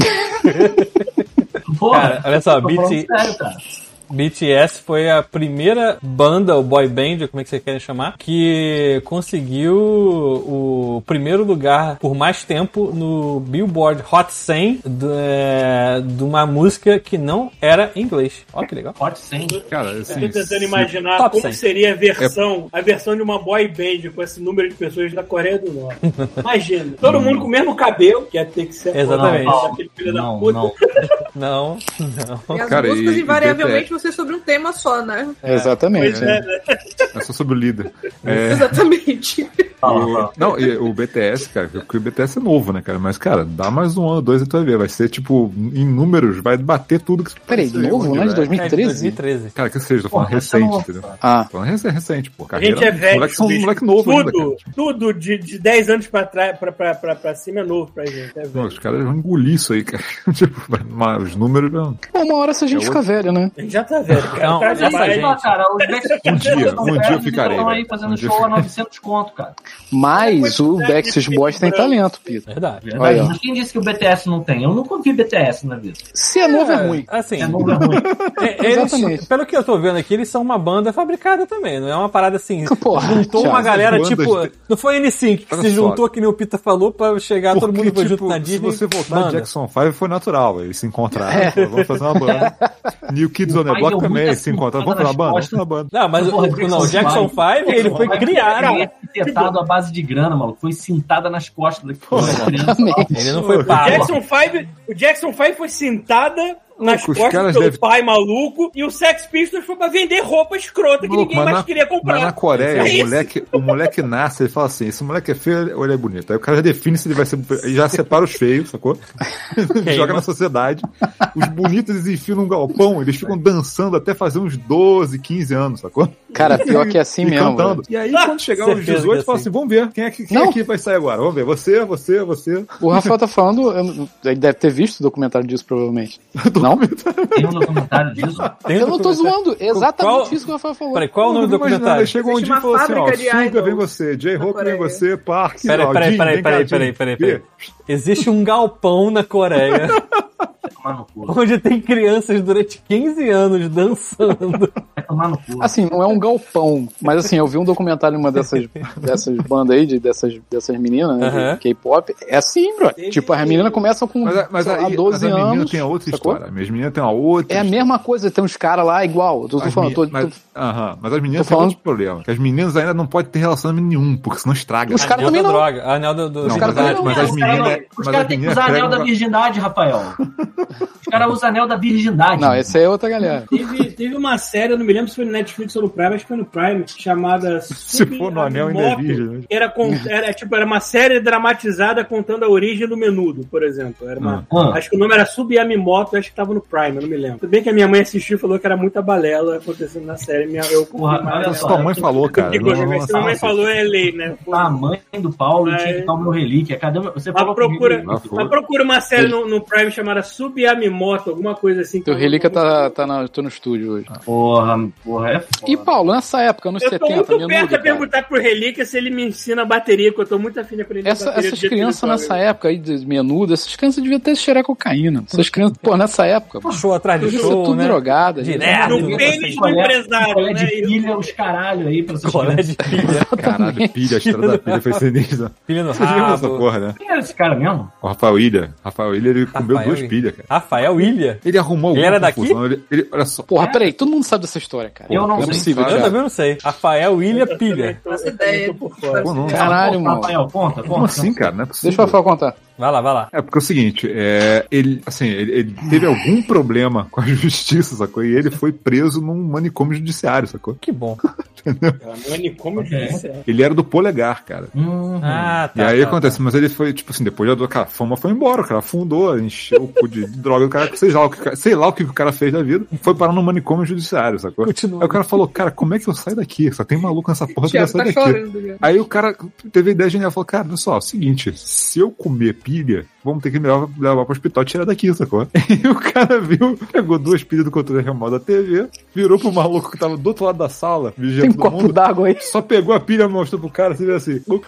Cara, olha
Tá
só, BT,
BT.
BTS foi a primeira banda, ou boy band, ou como é que vocês querem chamar, que conseguiu o primeiro lugar por mais tempo no Billboard Hot 100 do- é, de uma música que não era em inglês. Olha que legal.
Hot 100.
Cara, assim.
Tô tentando
se-
imaginar
Top
como
100.
seria a versão, a versão de uma boy band com esse número de pessoas da Coreia do Norte. Imagina, todo mundo com o mesmo cabelo, que ia ter que ser
Exatamente.
Paulo, aquele filho da
Não,
puta.
não.
Não,
E as
Cara,
músicas,
e- e
invariavelmente, vão ser sobre um tema só, né?
Exatamente.
Pois é, né?
É só sobre o líder. É,
Exatamente.
Fala,
o-
fala.
não, e o BTS, cara, porque o BTS é novo, né, cara? Mas, cara, dá mais um ano, dois e tu vai ver. Vai ser, tipo, em números, vai bater tudo que
Peraí,
você
novo,
onde,
né? De
velho.
É,
2013?
2013.
é. Cara, que seja, tô falando
Porra,
recente,
tá
entendeu?
Ah,
Falando rec- recente, pô.
A
Carreira,
gente é velho.
moleque, são
bicho.
moleque novo ainda, cara. Tipo,
Tudo, tudo de, de 10 anos pra, trás, pra, pra, pra, pra cima é novo pra gente. É velho.
Não, os caras vão engolir isso aí, cara. tipo, vai- mas os números não.
Bom, uma hora essa gente
É
fica velha, né?
A gente já tá velho. Cara,
Não,
Tá
essa
demais.
gente-
Ah, cara, os Backstreet
Um dia,
Boys
um dia eu
velho,
ficarei,
estão aí
velho.
fazendo
Um dia eu
show a
ficarei.
900 conto, cara.
Mas o Backstreet Boys tem talento, Pita.
Verdade.
Aí, ó.
Mas quem disse que o BTS não tem? Eu nunca vi BTS na vida.
Se é novo, é ruim.
Assim,
É novo, é ruim.
é- eles,
Exatamente.
pelo que eu tô vendo aqui, eles são uma banda fabricada também. Não é uma parada assim.
Porra,
Juntou uma
Thiago.
galera,
bandas
tipo.
de- Tá
Não foi a N5 que
Olha
se
só.
juntou, que nem o Pita falou, pra chegar Tá todo mundo foi junto na
tipo, se
Disney.
você voltar
banda.
de Jackson 5, foi natural. Eles se encontraram, pô, vamos fazer uma banda. New Kids on the
pai
Block
deu
também,
muita
eles se encontraram. Vamos fazer uma
patada
banda?
nas
Vamos fazer uma banda.
Não, mas
Porra,
o,
Jackson
não, o Jackson
Five,
5, ele foi criado.
Ele foi arquitetado à base de grana, maluco. Foi sentado nas costas da criança.
Ele não foi
O
pago.
é
Jackson Five, o Jackson Five foi cintada nas
Louco, os
costas
caras
pelo
devem-
pai maluco e o Sex Pistols foi pra vender roupa escrota que
Maluco,
ninguém
mas
mais
na-
queria comprar.
Mas na Coreia,
É
o,
isso.
moleque, o moleque nasce, ele fala assim: esse moleque é feio ou ele é bonito. Aí o cara já define se ele vai ser. ele já separa os feios, sacou? Joga na sociedade. Os bonitos eles enfiam num galpão, eles ficam dançando até fazer uns 12, 15 anos, sacou?
Cara, pior que é assim
e
mesmo.
cantando.
velho.
E aí, quando chegar os
Certeza que é
18, fala
assim.
assim: vamos ver, quem é que quem
Não.
aqui vai sair agora? Vamos ver, você, você, você.
O Rafael tá falando, eu não- ele deve ter visto o documentário disso, provavelmente. Não?
Tem um documentário disso.
Tem
Eu não tô
documentário-
zoando. é Exatamente isso que o Rafael falou.
Peraí, qual é o nome do
Eu fico imaginando, aí
documentário?
Chega um
Existe
dia e
uma
fala assim: ó,
fábrica de
Suga vem
idols
você, J-Hope vem
Coreia.
você, Park,
Peraí, peraí,
Aldin,
peraí,
vem cá,
peraí,
Jim,
peraí, peraí,
vê.
peraí. Existe um galpão na Coreia
Vai tomar no cu.
onde tem crianças durante 15 anos dançando.
Vai tomar no cu.
Assim, não é um galpão, mas assim, eu vi um documentário de uma dessas, dessas bandas aí, de, dessas, dessas meninas, né,
Aham.
de K-pop. É assim, bro. Tipo, as meninas começam com
Mas, a- mas
sei lá,
aí,
12
mas a menina
anos.
tem a outra
sacou?
história. As meninas têm a outra
É a
história.
mesma coisa, tem uns caras lá igual. Eu tô, tô
As
falando, tô,
meni- mas,
tô-
aham, mas as meninas
tô
têm
falando-
outro problema. Que as meninas ainda não podem ter relacionamento nenhum, porque senão estraga.
Os
Anel
caras também
da
não.
droga. Anel do, do-
Não,
do-
caras
mas,
também
a-
não
mas
Não,
as
os caras-
meninas.
Os
mas
caras
as
têm que
meninas
usar anel da
pregam-
virgindade, Rafael. Os caras usam anel da virgindade.
Não, essa aí é outra galera.
Teve, teve uma série, eu não me lembro se foi no Netflix ou no Prime, acho que foi no Prime, chamada
Se for no anel, ainda é
Moto,
virgem. né?
que Era, con- era, tipo, era uma série dramatizada contando a origem do menudo, por exemplo. Era uma-
Ah,
Acho que o nome era Subiamimoto, acho que tava no Prime, eu não me lembro. Tudo bem que a minha mãe assistiu e falou que era muita balela acontecendo na série. Minha, eu
Porra,
confirmava
olha
ela.
só.
Sua mãe falou, cara.
Porque
não-
quando
não-
minha mãe
não-
falou é lei, né? Pô,
a mãe do Paulo
Mas-
tinha que dar o meu relíquia. Cadê o meu... Você
Mas
falou comigo,
É. procura,
né?
não-
mas procura uma série no, no Prime chamada Subiamimoto, alguma coisa assim.
Teu relíquia tá, tá na, tô no estúdio hoje.
Ah, Porra, porra, é foda.
E Paulo, nessa época, anos
Eu tô
70,
muito perto
menudo,
de
cara.
perguntar pro Relíquia se ele me ensina a bateria, que eu tô muito afim de aprender
Essa-
bateria.
essas crianças nessa época aí, de menudo, essas crianças deviam ter cheirar cocaína. Essas crianças, pô, nessa época, pô,
Show atrás de
devia ser
show,
tudo
né?
drogada. gente.
Direto.
É, No pênis do empresário,
Colé
né?
é- de
Isso.
pilha, os caralho aí pra vocês.
é?
né?
Colé de pilha,
Caralho, pilha, a história da pilha foi sinistra.
pilha no
Vocês viram essa
rabo.
porra, né?
Quem era esse cara mesmo?
O Rafael Ilha. Rafael Ilha, ele comeu
Rafael
duas
Ilha.
pilhas, cara.
Rafael Ilha.
Ele arrumou
Ele
alguma
era daqui?
confusão, ele- ele- olha só. assim,
Porra, peraí, todo mundo sabe dessa história, cara.
Eu não
é
sei.
possível,
Eu
Eu
cara.
também não sei. Rafael Ilha Pilha.
Essa ideia.
Pô, não.
Caralho,
Conta,
mano.
Rafael, conta, conta.
Como assim, cara? Não é possível.
Deixa o Rafael contar.
Vai lá, vai lá.
É porque é o seguinte, é, ele, assim, ele, ele teve algum problema com a justiça, sacou? E ele foi preso num manicômio judiciário, sacou?
Que bom.
Manicômio
Ok.
judiciário.
Ele era do polegar, cara.
Uhum.
Ah,
E
tá.
aí
tá,
acontece, mas ele foi, tipo assim, depois já do- cara, a fama foi embora, o cara afundou, encheu o cu de droga, o cara, sei lá o que, o cara- sei lá o que o cara fez da vida, foi parar no manicômio judiciário, sacou?
Continua.
Aí o cara falou, cara, como é que eu saio daqui? Só tem maluco nessa porra, eu quero
Thiago tá
sair daqui.
chorando, já.
Aí o cara teve a ideia genial, falou, cara, pessoal, é o seguinte, se eu comer pilha, vamos ter que me levar, levar pro hospital e tirar daqui, sacou? E o cara viu, pegou duas pilhas do controle remoto da TV, virou pro maluco que tava do outro lado da sala,
Tem
vigiando
um
todo
copo
mundo,
d'água aí.
só pegou a pilha, mostrou pro cara, você vê assim,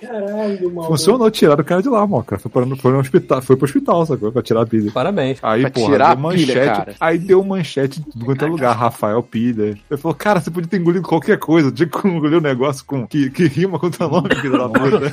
Caralho, maluco.
Funcionou, tiraram o cara de lá, mano. O cara foi, parando, foi, no hospital, foi pro hospital, sacou? Pra tirar a pilha.
Parabéns.
Aí,
Pra
porra,
tirar
deu
a pilha,
manchete.
cara.
aí deu manchete em tudo quanto é lugar, Rafael Pilha. Ele falou, cara, você podia ter engolido qualquer coisa. Tinha que engolir um negócio com, que, que rima com o teu nome, filho da puta.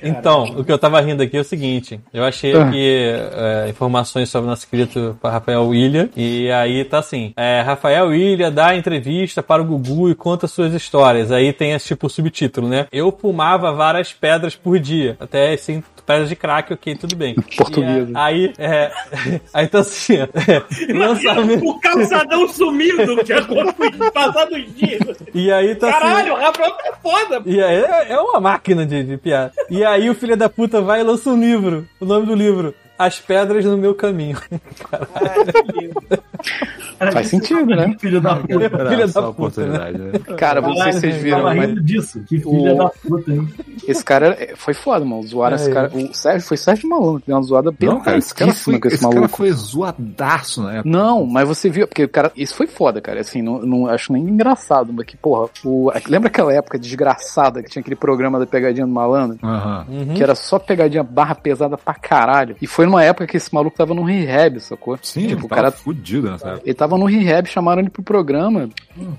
Então, o que eu tava rindo aqui é o seguinte: eu achei
Ah.
aqui é, informações sobre o nosso querido Rafael William, e aí tá assim: é, Rafael William dá entrevista para o Gugu e conta suas histórias. Aí tem esse tipo subtítulo, né? Eu fumava várias pedras por dia, até assim, pedras de crack, ok, tudo bem.
Português.
E, é, aí, é, aí tá assim: é, lançamento.
O calçadão sumido de acordo com o passar dos dias.
E aí tá assim.
Caralho, o Rafael é foda.
E aí, é, é uma máquina de, de piada. E aí o filho da puta vai e lança um livro. O nome do livro. As Pedras no Meu Caminho.
Cara,
Faz
que
sentido, né?
Filho da puta.
Filha
Era
da
só a
puta,
oportunidade, né?
Cara, não sei se vocês
Caralho,
viram,
Tava
mas
rindo disso. Que filha
O-
da puta, hein?
esse cara é- foi foda, mano. Zoaram esse
É.
cara. O Sérgio, foi Sérgio Malandro, que deu uma zoada
Não, cara, esse cara
pesadíssima
foi,
com esse,
esse
maluco.
cara foi zoadaço na época.
Não, mas você viu, porque, cara, isso foi foda, cara. Assim, não, não acho nem engraçado, mas que, porra, o, lembra aquela época desgraçada que tinha aquele programa da pegadinha do malandro?
Aham.
Uhum.
Que era só pegadinha barra pesada pra caralho. E foi numa época que esse maluco tava num rehab, sacou?
Sim,
tipo,
o
o cara
cara fudido nessa época.
Ele tava no rehab, chamaram ele pro programa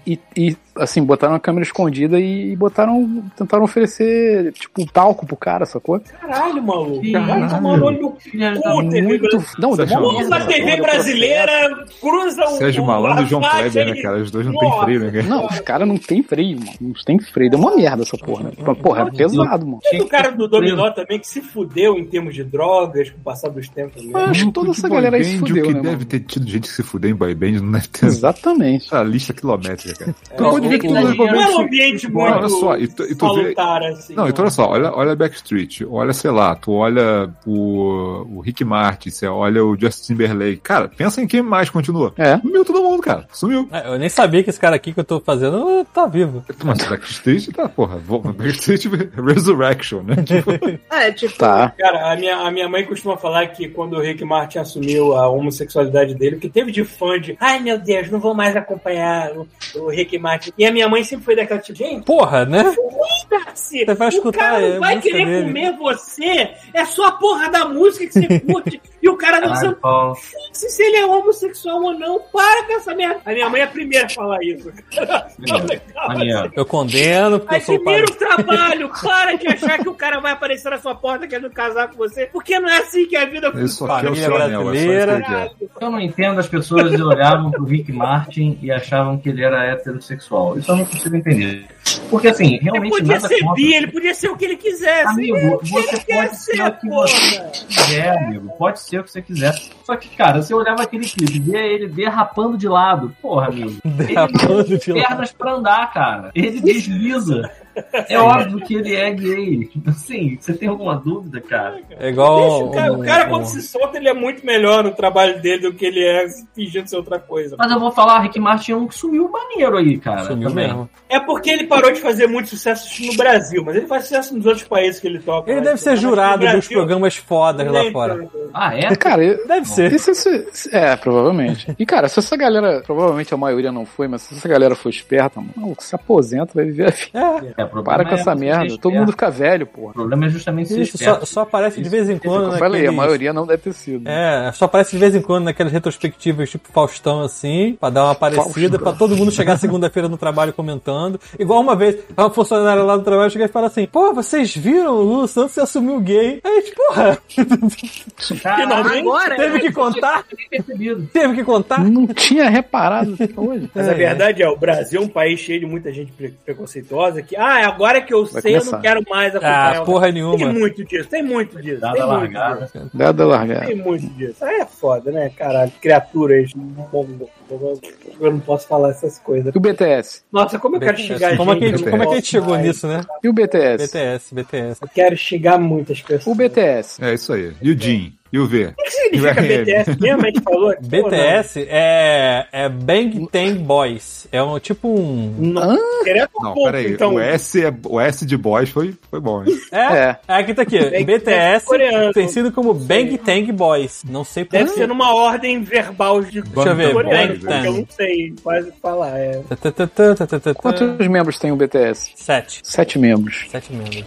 e, e, assim, botaram a câmera escondida e botaram. Tentaram oferecer, tipo, um talco pro cara, sacou?
Caralho, maluco.
Caralho.
Vai tomar no olho do cu,
Filha da
TV brasileira.
Não,
Sérgio
demorou.
Malandro.
Vamos na TV brasileira, cruza o.
Sérgio
o-
Malandro
a
e João
faixa
Kleber, né,
e-
cara? Os dois não têm
Nossa.
freio, né, cara?
Não, os caras não tem freio, mano. Não tem freio. Deu uma merda essa porra, né? Porra, é pesado, mano.
Tem o cara do Dominó também que se fudeu em termos de drogas com o passar dos tempos. Né?
Ah, acho que toda
Muito
essa
boy
galera aí
band,
se
O
fudeu,
que
né,
deve
mano?
ter tido gente que se fudeu em boy band, não deve ter
Exatamente.
essa lista quilométrica, cara. Tu
É,
pode ver que
o-
todos os
o-
Não é um
momentos...
ambiente muito
Não, olha só, e tu, e tu vê...
salutar, assim.
Não, então olha só, olha, olha Backstreet, olha, sei lá, tu olha o, o Rick Martin, você olha o Justin Timberlake. Cara, pensa em quem mais continua.
É.
Sumiu todo mundo, cara. Sumiu.
Ah, Eu nem sabia que esse cara aqui que eu tô fazendo tá vivo.
Mas Backstreet tá, porra. vo- Backstreet Resurrection, né?
É, tipo,
Tá.
Cara, a minha, a minha mãe costuma falar que quando o Rick Martin assumiu a homossexualidade dele, o que teve de fã de, ai meu Deus, não vou mais acompanhar o, o Rick Martin. E a minha mãe sempre foi daquela tipo, gente,
Porra, né?
foda-se!
Você vai
O
escutar
cara
a
não vai
música
querer
dele.
comer você, é só a porra da música que você curte. e o cara não sabe
Caralho, Paulo.
se, se ele é homossexual ou não, para com essa merda. A minha mãe é a primeira a falar isso. Ah,
Maneiro.
Eu condeno, porque eu sou o pai.
Admira o trabalho, para de achar que o cara vai aparecer na sua porta querendo casar com você, porque não é assim que a vida funciona.
Isso aqui é o
Família
seu anel, é só isso que ele quer.
Eu não entendo as pessoas que olhavam pro Rick Martin e achavam que ele era heterossexual. Isso eu não consigo entender. Porque assim,
Ele
realmente
podia
nada
ser
contra.
bi, ele podia ser o que ele quisesse.
Amigo, você
ele quer
pode
ser,
ser o que
porra.
você quiser, amigo. Pode ser o que você quiser. Só que, cara, você olhava aquele clipe, via ele derrapando de lado. Porra, amigo.
Derrapando de
Ele
lado.
pernas pra andar, cara. Ele desliza. É óbvio que ele é gay. Assim, você tem alguma dúvida, cara?
É igual.
Deixa o cara,
um-
o cara,
um-
quando se solta, ele é muito melhor no trabalho dele do que ele é fingindo ser outra coisa.
Mas eu vou falar, Rick Martin é um que sumiu maneiro aí, cara.
Sumiu
também.
mesmo.
É porque ele parou de fazer muito sucesso no Brasil, mas ele faz sucesso nos outros países que ele toca.
Ele
Mas-
deve ser
mas no
jurado
Brasil,
dos programas fodas lá
nem
fora.
tanto.
Ah, é?
Cara, eu-
Deve ser.
Isso, isso- isso- é, provavelmente. E, cara, se essa galera, provavelmente a maioria não foi, mas se essa galera for esperta, mano, maluco, se aposenta, vai viver a vida.
É.
É, o problema
Para com
é
essa
você
merda.
ser
Todo mundo
esperto.
fica velho,
O
porra.
problema é justamente ser
Isso, só,
esperto.
só aparece de vez em
Como
quando.
eu falei, a
naqueles-
maioria não deve ter sido.
É, só aparece de vez em quando naquelas retrospectivas tipo Faustão, assim, pra dar uma parecida, pra todo mundo chegar segunda-feira no trabalho comentando. Igual uma vez, é uma funcionária lá do trabalho chega e fala assim: pô, vocês viram o Lulu Santos se assumiu gay? Aí, tipo, porra,
Caralho,
agora.
teve que contar?
nem né? percebido.
Teve que contar?
Não tinha reparado até hoje.
é Mas a verdade é, o Brasil é um país cheio de muita gente pre- preconceituosa que, ah, ah, agora que eu
Vai
sei, eu
começar.
não quero mais acompanhar.
Ah,
o-
porra
Tem
nenhuma.
muito disso, tem muito disso.
Dada
Tem muito
largada.
disso.
Dada largada.
Tem muito disso. É foda, né, caralho? Criaturas. Eu não posso falar essas coisas.
E o BTS?
Nossa, como eu quero xingar
Como é
gente,
que,
eu não
como é que a
posso
gente chegou
mais.
nisso, né?
E o BTS?
BTS, BTS.
Eu quero xingar muitas pessoas.
O BTS.
É isso aí. E o Jim? E o V?
O que significa
E o RM?
BTS mesmo? A gente falou aqui, ou não?
BTS é, é Bang Ten Boys. É um tipo um.
Não, direto ao
Não,
ponto,
peraí.
então.
O, S é, o S de boys foi, foi bom, hein?
É,
É.
é. aqui tá aqui.
Bang
BTS
coreano.
tem sido como Bang Tang Boys. Não sei por
Deve
quê.
ser numa ordem verbal de
Deixa eu ver,
coreano,
Bang
porque eu não sei quase falar. É.
Tá, tá, tá, tá, tá, tá, tá.
Quantos
É.
membros tem o BTS?
Sete.
Sete membros.
Sete membros.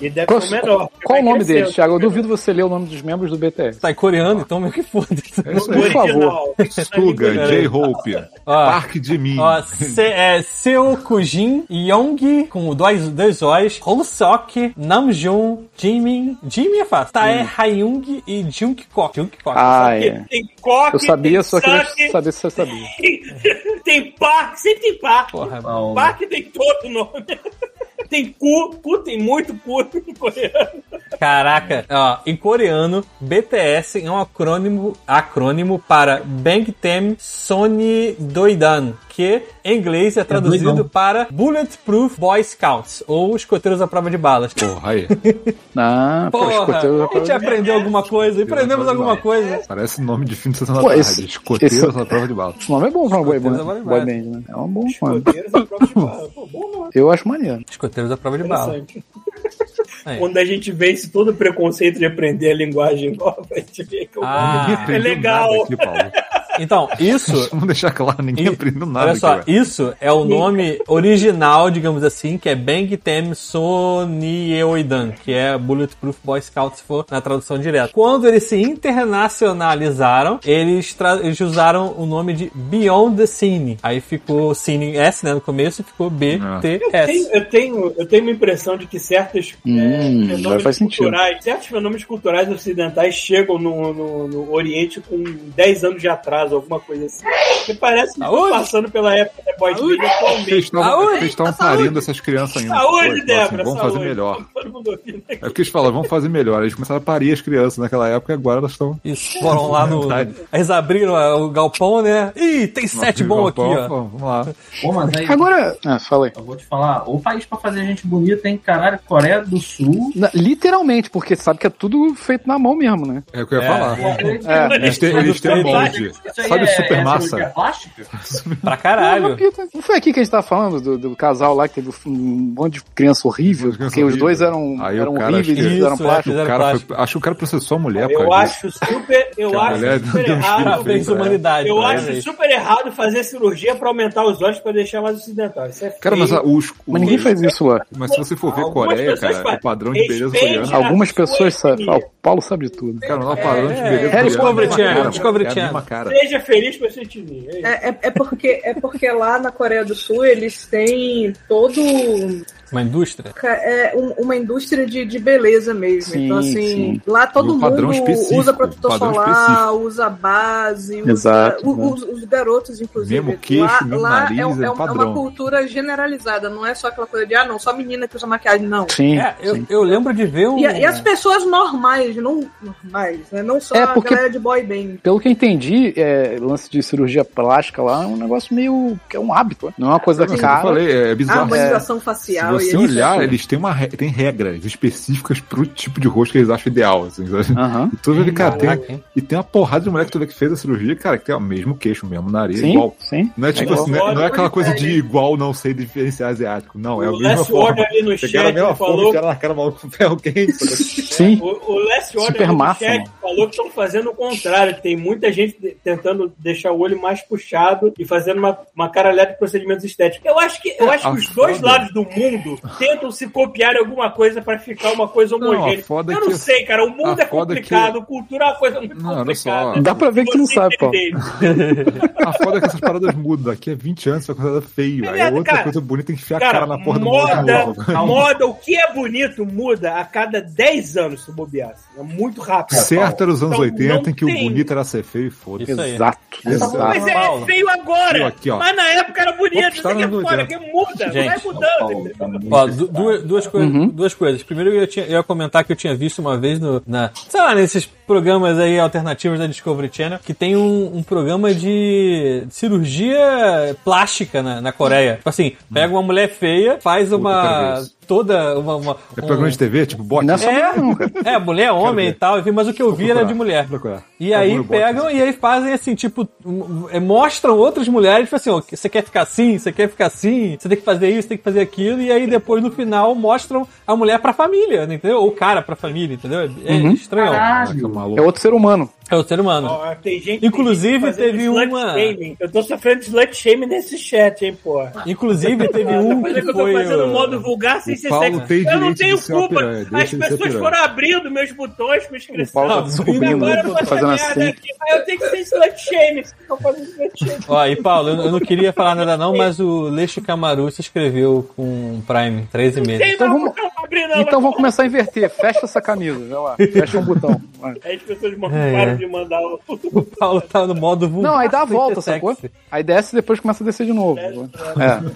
E deve
Qual,
ser É o menor. porque
qual o
vai
nome
crescendo.
deles, Thiago? Eu duvido você ler o nome dos membros do BTS.
Tá em coreano, então meio que foda-se.
É isso
O
Por
aí.
original.
Suga, J-Hope,
Ó,
Park de Min.
ó, se, é, Seo Kujin, Yong, com dois, dois O's, Holsok, Namjoon, Jimin, Jimin é fácil, Tae Hayung e Jungkook. Jungkook.
Ah, é.
Tem- Tem coque,
Eu sabia,
tem
só é queria
saque,
saber se você sabia.
tem parque, sempre tem parque.
Porra,
Paulo.
Parque tem todo nome. Tem cu, cu tem muito cu em coreano.
Caraca, ó, em coreano, BTS é um acrônimo, acrônimo para Bangtam Sony Doidan, que em inglês é traduzido
doidão.
para Bulletproof Boy Scouts, ou escoteiros à prova de balas.
Porra, aí.
Ah, pô,
Porra,
escoteiro.
a gente aprendeu alguma coisa, aprendemos alguma coisa.
Parece nome de fim de semana
Pô,
da tarde.
esse-
Escoteiro
esse-
na prova de bala.
Esse nome é bom pra uma boy,
Escoteiros
band-
é bom
boy
demais.
band, né? É um bom nome.
Roteiros à é prova de bala. Pô, bom nome,
Eu acho maneiro.
Escoteiros à prova de bala.
interessante.
Aí.
Quando a gente vence todo o preconceito de aprender a linguagem nova, a gente vê que o
Ah,
nome é legal.
Nada aqui, Paulo.
Então, isso.
Vamos deixar claro, ninguém
E-
aprendeu nada
Olha só,
aqui.
isso é o nome original, digamos assim, que é Bangtam Sonyeoidan, que é Bulletproof Boy Scout, se for na tradução direta. Quando eles se internacionalizaram, eles, tra- eles usaram o nome de Beyond the Scene. Aí ficou Cine S, né, no começo, e ficou
Eu tenho,
BTS.
eu, tenho, eu tenho uma impressão de que certos
Hum,
eh,
agora faz
fenômenos
sentido.
culturais, certos fenômenos culturais ocidentais chegam no, no- no Oriente com 10 anos de atraso, alguma coisa assim. Porque parece que estão
Saúde!
passando pela época da boy
Saúde!
band atualmente.
Vocês estão-
Saúde,
vocês estão parindo essas crianças ainda.
Saúde,
Foi, falaram assim,
Débora!
Vamos
saúde.
fazer melhor.
Todo mundo ouvindo aqui.
É o que eles falam, vamos fazer melhor. Eles começaram a parir as crianças naquela época e agora elas estão.
Isso, foram lá no.
Verdade.
Eles abriram ah, o galpão, né? Ih, tem sete bom aqui, ó.
Vamos lá.
Pô, mas aí,
Agora, ah, falei.
eu vou te falar, o país pra fazer gente bonita, hein? Caralho, Coreia do Sul.
literalmente, porque sabe que é tudo feito na mão mesmo, né?
É o que eu ia
É.
falar.
É.
Eles têm, eles têm
é-
molde. Sabe o super massa?
plástica?
Pra
Não, mas,
caralho.
Pita, não foi aqui que a gente tava falando do, do casal lá que teve um monte de criança horrível,
Criança
porque os
horrível.
dois eram,
Aí o
eram
cara
horríveis,
acho
eles
que-
fizeram
Isso,
plástico.
é,
O cara foi- acho que o cara processou a mulher, por
Eu
causa disso.
acho super, eu
é Cara,
acho
mulher
super
deu uns
errado.
filhos.
Parabéns,
Feito, é.
humanidade.
Eu
parabéns.
acho super errado fazer cirurgia pra aumentar os olhos pra deixar mais ocidental. Isso é
Cara, mas a-
feio.
os,
Mas ninguém
os-
faz isso lá.
mas se você for ver
Algumas
Coreia,
pessoas
cara,
fazem.
o padrão de beleza
Respeite
coreana.
a-
Algumas
sua
pessoas sabem.
etnia.
Ah, o Paulo sabe de tudo.
Cara, o padrão de
É,
beleza.
é,
coreana
Discovery
uma
Channel,
cara,
Discovery
é a
Channel.
mesma cara.
Seja feliz pra sua etnia. É isso.
É, é, é porque, é porque lá na Coreia do Sul eles têm todo
Uma indústria.
ca- é, um- uma indústria de, de beleza mesmo.
Sim,
então, assim,
sim.
lá todo
E um padrão
mundo
específico,
usa
um
protetor
padrão
solar,
específico.
usa base, usa-
Exato,
o-
né?
os, os garotos, inclusive.
Mesmo queixo,
lá
mesmo
lá
nariz,
é, um-
é
é um- é
padrão.
uma cultura generalizada, não é só aquela coisa de, ah, não, só menina que usa maquiagem, não.
Sim.
É, eu, eu lembro de ver um.
E, e
É.
as pessoas normais, não normais, né? Não só
É, porque-
a galera de boy band.
Pelo que eu entendi, é, lance de cirurgia plástica lá é um negócio meio. que é um hábito, né? não é uma coisa
Mas, como eu
cara.
falei, é
A
bizarro.
harmonização
Se
facial
você
e
olhar, eles têm, uma, re- têm regras específicas pro tipo de rosto que eles acham ideal. Assim, sabe?
Aham.
E tu vê que, cara, tem,
Caraca, hein?
e tem uma porrada de mulher que tu vê que fez a cirurgia, cara, que tem o mesmo queixo, o mesmo nariz, igual.
Sim, sim.
Não é tipo
igual.
assim, né, não é aquela coisa de igual não sei diferenciar asiático. Não, é a
o
mesma
Last
forma.
Order ali
Pegaram a
no chat
mesma forma,
falou.
enfiaram na cara do maluco com ferro quente. tá sabe?
Sim.
O, o Last Order
Super
ali no
massa,
chat
mano.
falou que estão fazendo o contrário. que Tem muita gente de- tentando deixar o olho mais puxado e fazendo uma, uma caralhada de procedimentos estéticos. Eu acho que, eu
É,
acho que
a
os dois
foda-
lados do mundo tentam se copiar em alguma coisa para ficar uma coisa
Não, a
homogênea.
foda é
eu
que-
não sei, cara. O mundo
a
é
foda
complicado, cultura é uma coisa muito
Não, olha só.
complicada.
Dá pra ver que tu não
Você
sabe, Paulo.
entender.
A foda é que essas paradas mudam. Daqui a 20 anos isso é considerado feio. Aí é
Cara,
outra
cara,
coisa bonita enfiar a cara
Cara,
na porra do
moda,
maluco.
moda, o que é bonito muda a cada 10 anos, se bobear. assim. É muito rápido.
Certo era os anos
Então,
80 em que o
não tem.
bonito era ser feio e foda-se.
Isso aí.
Exato.
Exato.
Mas é
Paulo.
feio agora.
Viu aqui, ó.
Mas na época era bonito.
Opa,
Isso aqui é
tá
fora,
mudando.
que muda.
Gente,
vai mudando.
Paulo,
entendeu?
Ó,
é
du- duas, duas, coi- duas coisas. Primeiro, eu, tinha- eu ia comentar que eu tinha visto uma vez no, na, sei lá, nesses programas aí alternativos da Discovery Channel, que tem um, um programa de cirurgia plástica na, na Coreia. Tipo assim, pega uma mulher feia, faz
quero
uma.
ver isso.
toda uma. uma
É programa de TV, tipo bot?
Não é só mulher, não, cara.
é, mulher, homem e tal, enfim, mas o que eu vi era de mulher.
Vou procurar.
E
Tá
aí
bom, eu boto
pegam
isso.
e aí fazem assim, tipo, um, é, mostram outras mulheres, tipo assim, ó, você quer ficar assim, você quer ficar assim, você tem que fazer isso, tem que fazer aquilo, e aí depois no final mostram a mulher pra família, né, entendeu? Ou o cara pra família, entendeu? É
Uhum.
estranho.
Caraca,
É
Tá maluco.
outro ser humano.
É o ser humano.
Ó, tem gente,
Inclusive,
tem gente fazendo
teve
slut
uma-
shaming. Eu tô sofrendo de slut shaming nesse chat, hein, porra.
Inclusive teve
Ah,
um que
tá fazendo que eu tô
foi.
fazendo
o-
modo vulgar sem
o
ser
Paulo
sexo.
tem
eu não
direito
tenho
de ser uma
culpa.
piranha,
As
deixa ele ser
pessoas
piranha.
foram abrindo meus botões pra
O
inscrição.
Paulo tá descobrindo.
Agora eu
Tá
faço
fazendo
merda
assim.
aqui. Ah, eu tenho que ser slut shaming. Eu faço slut shaming.
Ó, e Paulo, eu eu não queria falar nada não, mas o Leixo Camaru se inscreveu com um Prime, 13 meses.
Tem
Então
não,
vamos-
não vou abrir, não.
Então vamos começar a inverter. Fecha essa camisa, vai lá. Fecha um botão. Vai.
Aí as pessoas
É,
param
é.
de mandar o.
O Paulo tá no modo vulgar.
Não, aí dá a
sem
volta,
ser
sacou?
sexy.
Aí desce e depois começa a descer de novo. É,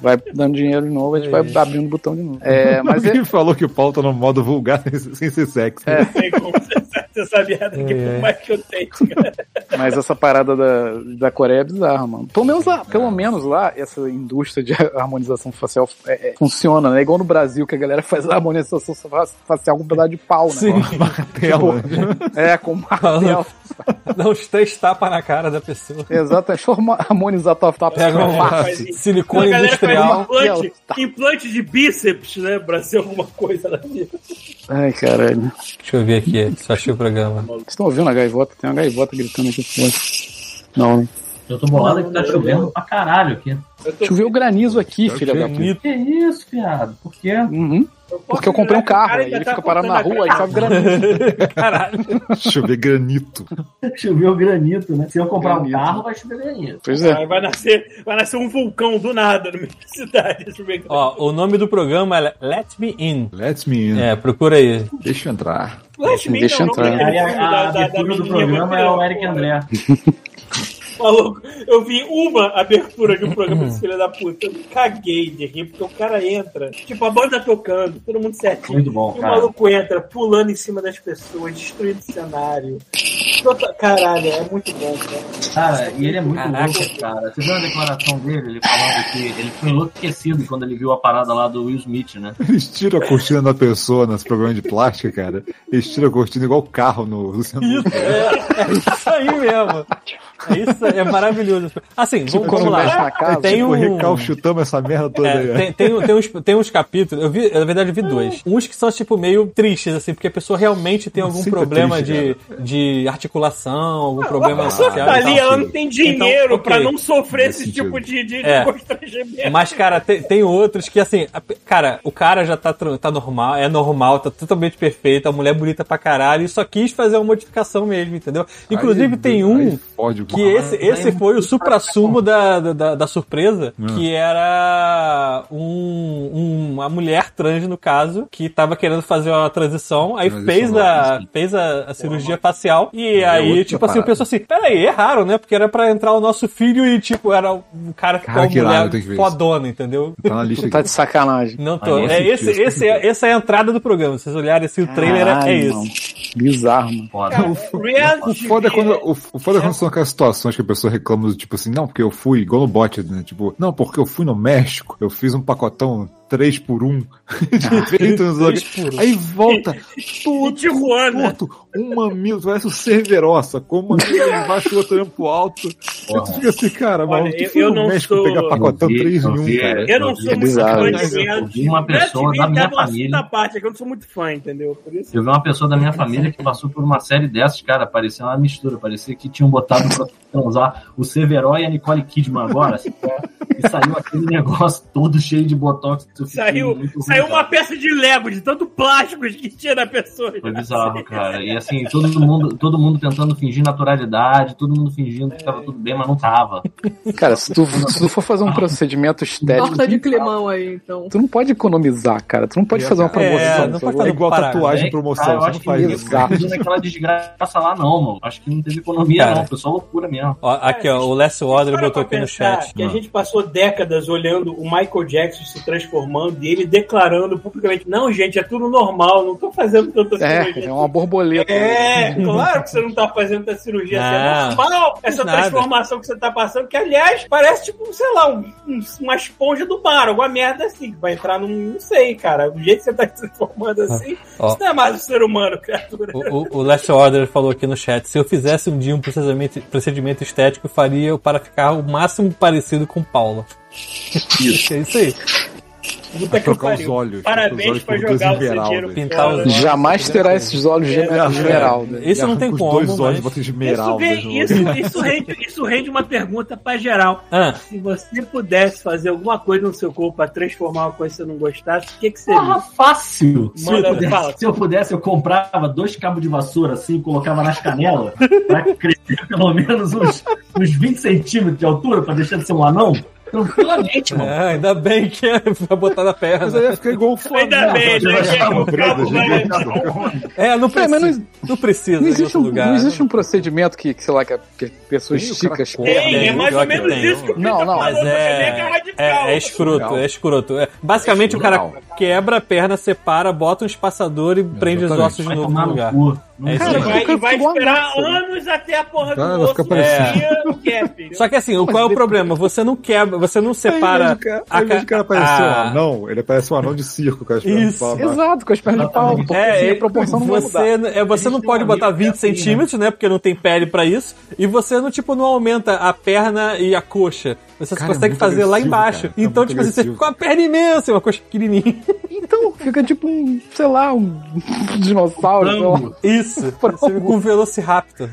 vai dando dinheiro de novo, a gente vai abrindo o botão de novo. É, mas é,
Alguém falou que o Paulo tá no modo vulgar sem ser sexy.
É.
Não tem como você sabe essa merda aqui, por mais que eu tente, cara.
Mas essa parada da, da Coreia é bizarra, mano. Pelo menos lá, pelo menos lá essa indústria de harmonização facial é, é, funciona, né? Igual no Brasil, que a galera faz a harmonização fa- facial com um pedaço de pau, né?
Sim.
Tela.
Tipo, é, com martelo.
Dá uns três tapas na cara da pessoa.
Exato, é só harmo- harmonizar tua, tua
Pega
tua
um
face.
faz isso.
silicone
a galera
industrial.
faz
Martelo.
implante, implante de bíceps, né? Pra ser alguma coisa na vida.
Ai, caralho.
Deixa eu ver aqui, só achei o programa.
Vocês estão ouvindo a gaivota? Tem uma gaivota gritando aqui. Não, né?
Eu tô bolado que tá chovendo pra caralho aqui.
Choveu granizo aqui,
Eu
filha da puta.
Bonito.
Que isso, fiado? Por quê?
Uhum. Porque eu comprei um carro, aí ele fica parado na rua, aí chove granizo.
Deixa eu ver granito.
Choveu granito, né? Se eu comprar
Granito.
um carro, vai chover granito.
Pois é.
Vai- Vai nascer, vai nascer um vulcão do nada na minha cidade. Deixa eu ver.
Ó, o nome do programa é Let Me In.
Let me in.
É, procura aí.
Deixa eu entrar.
Flash Man
Deixa
é o nome
entrar.
daquele
Aí
filme
a, a abertura do
menininha
programa é
vampira.
o Eric André.
Maluco, eu vi uma abertura de um programa desse filho da puta. Eu caguei de rir, porque o cara entra. Tipo, a banda tocando, todo mundo certinho.
Muito bom,
e o
cara.
maluco entra pulando em cima das pessoas, destruindo o cenário. Tota- Caralho, é muito bom, cara.
Cara, e ele é muito
Caraca.
louco, cara. Você viu a declaração dele? Ele falando que ele foi enlouquecido quando ele viu a parada lá do Will Smith, né?
Eles tiram a cortina da pessoa nesse programa de plástica, cara. Eles tiram a cortina igual o carro no Luciano Huck.
É isso aí mesmo. É isso, é maravilhoso. Assim, vamos,
quando
vamos
mexe
lá.
na casa.
Tem
Tipo,
um-
recalchutamos essa merda toda aí.
É,
ó.
tem, tem, tem uns, tem uns capítulos, eu vi, na verdade eu vi dois. Uns que são, tipo, meio tristes, assim, porque a pessoa realmente tem algum
Sempre é
problema
triste,
de, de articulação, algum problema
a pessoa que
social.
tá
e tal.
ali, ela não tem dinheiro
é Então, ok.
pra não sofrer
Nesse
esse tipo de, de
É.
constrangimento.
Mas, cara, tem, tem outros que, assim, a pe- cara, o cara já tá, tran- tá normal, é normal, tá totalmente perfeito, a mulher é bonita pra caralho, e só quis fazer uma modificação mesmo, entendeu? Inclusive,
Aí, é
tem
aí
um
fode o
que
cara.
esse, esse foi o supra-sumo da, da- da, da surpresa, que era um- um- uma mulher trans, no caso, que tava querendo fazer uma transição, aí
Transição
fez, a,
lógica.
fez a, a cirurgia facial, e
É outra
aí, tipo assim, o
parada.
pessoal assim, peraí, erraram, né? Porque era pra entrar o nosso filho e, tipo, era o cara ficou
Cara,
uma
que irado,
mulher
tem que ver isso.
fodona, entendeu?
Tá na lista
Tá de
aqui.
sacanagem.
Não tô.
Ah,
é
esse
esse,
filme.
esse é, essa é a entrada do programa. Se vocês olharem assim, o trailer é- é
Caralho,
isso.
irmão. Bizarro, mano.
Foda.
Reality
O foda, é
TV.
quando, o, o foda é quando são aquelas situações que a pessoa reclama do tipo assim, não, porque eu fui igual no bot, né? Tipo, não, porque eu fui no México, eu fiz um pacotão 3 por 1 de peito
Três
nos lugares.
por um.
Aí volta
Em
todo
Tijuana.
torto, um mamilo, parece o Cerverossa, com um mamilo embaixo, o outro olhando pro alto.
Porra.
Tu fica assim, cara,
Olha,
maluco, tu
eu-
foi
eu
no
não
México
sou-
pegar pacotão
Eu vi,
3 em
eu
1
vi,
cara.
Eu não sou
É
muito
bizarro, né?
fã de
Eu
reality.
vi uma pessoa da minha
Da
família.
parte, é que eu não sou muito fã, entendeu? Por isso.
Eu vi uma pessoa da minha família que passou por uma série dessas, cara. Parecia uma mistura. Parecia que tinham botado pra transar o Severo e a Nicole Kidman agora. assim, cara. e saiu aquele negócio todo cheio de botox. Eu fiquei
Saiu,
muito ruim,
saiu uma
cara.
peça de Lego, de tanto plástico que tinha na pessoa.
Foi bizarro, cara. E assim, todo mundo, todo mundo tentando fingir naturalidade, todo mundo fingindo que tava tudo bem, mas não tava.
Cara, se tu, se tu for fazer um procedimento estético,
Torta de climão aí, então.
tu não pode economizar, cara. Tu não pode
É,
fazer uma
cara.
promoção.
É, não
sabe?
pode
É igual
Parar,
tatuagem
É,
em promoção,
cara, eu
você
acho
não
que ninguém
faz
isso.
isso.
tá fingindo aquela desgraça lá, não, mano. Acho que não teve economia,
Cara.
não. Foi só loucura mesmo.
Ó, aqui, ó, o Les Order
Para
botou
pra
aqui no
pensar
chat.
Que a gente passou décadas olhando o Michael Jackson se transformando fumando e ele declarando publicamente: Não, gente, é tudo normal, não tô fazendo tanta
É,
cirurgia.
é uma borboleta.
É, claro que você não tá fazendo essa cirurgia, você
Não,
é normal. Essa
nada.
transformação que você tá passando, que aliás parece tipo, sei lá, um- um- uma esponja do mar, alguma merda assim, que vai entrar num. Não sei, cara. Do jeito que você tá se transformando assim,
Ah,
Ó.
isso não é mais um ser humano, criatura.
O, o- o Last Order falou aqui no chat: se eu fizesse um dia um procedimento, procedimento estético, eu faria para ficar o máximo parecido com Paula. É isso aí.
Puta que
um
trocar os
pariu.
olhos. trocar os
Parabéns
olhos
pra
por dois
jogar o seu
Esmeralda.
dinheiro
Pintar os
fora.
olhos.
Jamais terá esses olhos de esmeralda.
Isso
E
não tem
arranca os
como.
dois olhos,
mas-
bota
Isso,
esmeralda.
vem,
no-
isso, isso, rende, isso rende uma pergunta pra geral.
Ah,
Se você pudesse fazer alguma coisa no seu corpo pra transformar uma coisa que você não gostasse, o que, que seria?
Porra, fácil! Se eu,
Manda
pudesse,
bala.
se eu pudesse, eu comprava dois cabos de vassoura assim, colocava nas canelas pra crescer pelo menos uns, uns 20 centímetros de altura pra deixar de ser um anão. Tranquilamente, mano.
ah, ainda bem que é pra botar na
Mas
perna.
aí ia ficar igual o Flamengo.
Ainda bem,
Você
né,
vai achar
Diego?
uma presa
Cabo vai
gigante.
É, não
É,
precisa.
mas não,
não precisa.
não
em
existe,
é outro
um,
lugar.
não existe um procedimento que, que, sei lá, que, a- que a pessoa
Sim, o
estica
cara
as
corta.
pernas.
Tem, é
Tem,
mais
pior
ou
que
menos
tem,
isso que o Peter
Não, não,
Mas
falou, você vê que é
é,
radical.
é, é escroto, é escroto. É, basicamente, o cara quebra a perna, separa, bota um espaçador e prende os
Exatamente.
ossos de
Vai
novo no
tomar no
lugar.
cu. Não
É isso
Cara,
aí.
Cara,
vai,
fica-
e vai
fica igual
esperar
a massa.
anos até a porra
Cara,
do
vai
osso
ficar parecendo-
cria o gap.
Só que assim, o- qual é o problema? Você não quebra, você não separa. a
Ao invés de
ca-
cara aparecer um
a-
anão, ele aparece um anão de circo, cara. esperando
Isso.
falar.
É, Exato, com as pernas de pau. Porque assim,
É,
a proporção não vai mudar.
você, é, você não
Existe um
pode botar
amigo que é
20
assim, né?
centímetros, né? Porque não tem pele pra isso. E você não, tipo, não aumenta a perna e a coxa. Você só
Cara, é
consegue
muito
fazer lá
agressivo,
embaixo.
cara. É
então,
muito
tipo assim, você
agressivo.
fica com a perna imensa e uma coxa pequenininha.
Então, fica tipo um, sei lá, um dinossauro. sei lá.
Frango.
Isso.
Frango.
Você fica com um Velociraptor.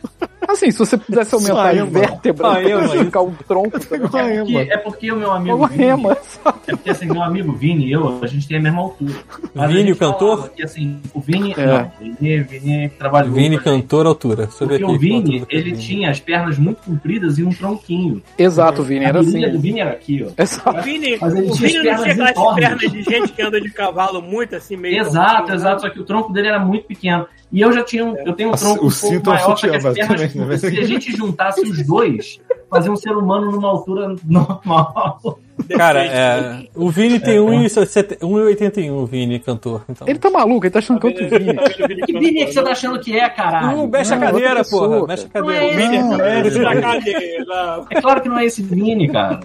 Assim, se você pudesse aumentar
Só
as
ema.
vértebras,
Só ema,
pra ficar um tronco, sei lá,
Ah, é,
Porque-
mano.
é porque o meu amigo
uma
Vini,
rema.
é porque assim, meu amigo Vini e eu, a gente tem a mesma altura. a
Vini,
gente
o cantor?
falava Que, assim, o Vini,
É.
não, Vini, Vini trabalhou.
Vini,
com a gente.
cantor, altura. Sobre
Porque
aqui.
o Vini,
altura do
ele
Vini.
tinha as pernas muito compridas e um tronquinho.
Exato, Vini,
a
era assim.
virilha do Vini era aqui, ó.
Exato.
O Vini,
Mas ele
o
tinha
Vini não
pernas
tinha aquelas
enormes.
pernas de gente que anda de cavalo muito assim, meio.
Exato, exato. Só que o tronco dele era muito pequeno. E eu já tinha um, eu tenho um
Nossa,
tronco
o
um
cinto
pouco
é o
maior, só
sutiã,
que as
mas
pernas,
também, né?
se a gente juntasse os dois, fazer um ser humano numa altura normal.
Cara, é,
né?
o Vini tem 1,70 1,81, o Vini, cantor. Então.
Ele tá maluco, ele tá achando que eu outro Vini.
Que Vini é que você tá achando que é, caralho?
Não, mexe a
Não, outra
cadeira,
pessoa,
porra.
cara.
Mexe a
Não
cadeira.
é esse.
Não,
É, isso na cadeira.
É claro que não é esse Vini, cara.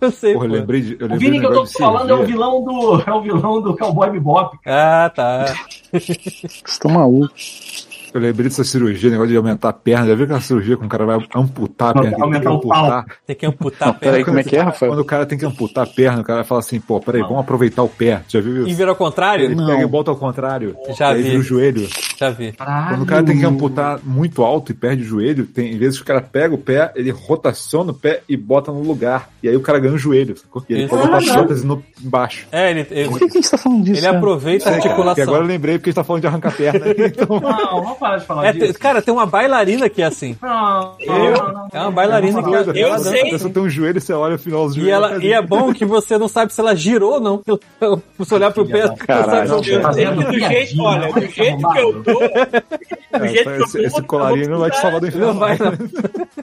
Eu sei,
Porra, eu
porra.
lembrei de. Eu
O
lembrei
Vini
do
que eu tô
negócio de
falando é o
cirurgia.
vilão do. É o vilão do Cowboy Bebop.
Ah, tá.
Vocês estão malucos.
Eu lembrei dessa cirurgia, negócio de aumentar a perna. Já viu aquela cirurgia que o cara vai amputar a perna? que Tem que
Aumentar o pau.
amputar.
Tem que amputar a
Peraí,
perna.
como é que é, Rafael?
Quando o cara tem que amputar a perna, o cara fala assim, pô, peraí, vamos aproveitar o pé. Já viu
E
isso?
vira ao contrário?
Ele pega e bota ao contrário.
Já
aí
vi.
vira o joelho.
Já vi.
Quando o cara tem que amputar muito alto e perde o joelho, tem vezes que o cara pega o pé, ele rotaciona o pé e bota no lugar. E aí o cara ganha o joelho, sacou? E ele
Isso.
pode botar
Caralho.
prótese no, embaixo.
É, ele, ele,
Por que que a gente tá falando disso?
ele
cara?
aproveita a
Sei, cara, porque
articulação.
agora eu lembrei porque a gente tá falando de arrancar perna. Então,
Não, vamos parar de falar
É, te-
disso.
cara, tem uma bailarina que é assim.
Não,
Eu-
não, não,
É uma bailarina que
doido,
ela, ela
cara.
dança.
sei.
A pessoa tem um joelho, você olha o final dos
E,
joelhos.
ela, e é bom que você não sabe se ela girou ou não. Se você olhar pro pé, você sabe
Caralho,
se ela girou.
Eu sei que do jeito, olha, do jeito que eu tô, do jeito que eu
É, esse,
tô,
esse
eu
colarinho não
vou
vai te salvar do inferno.
Não vai, não.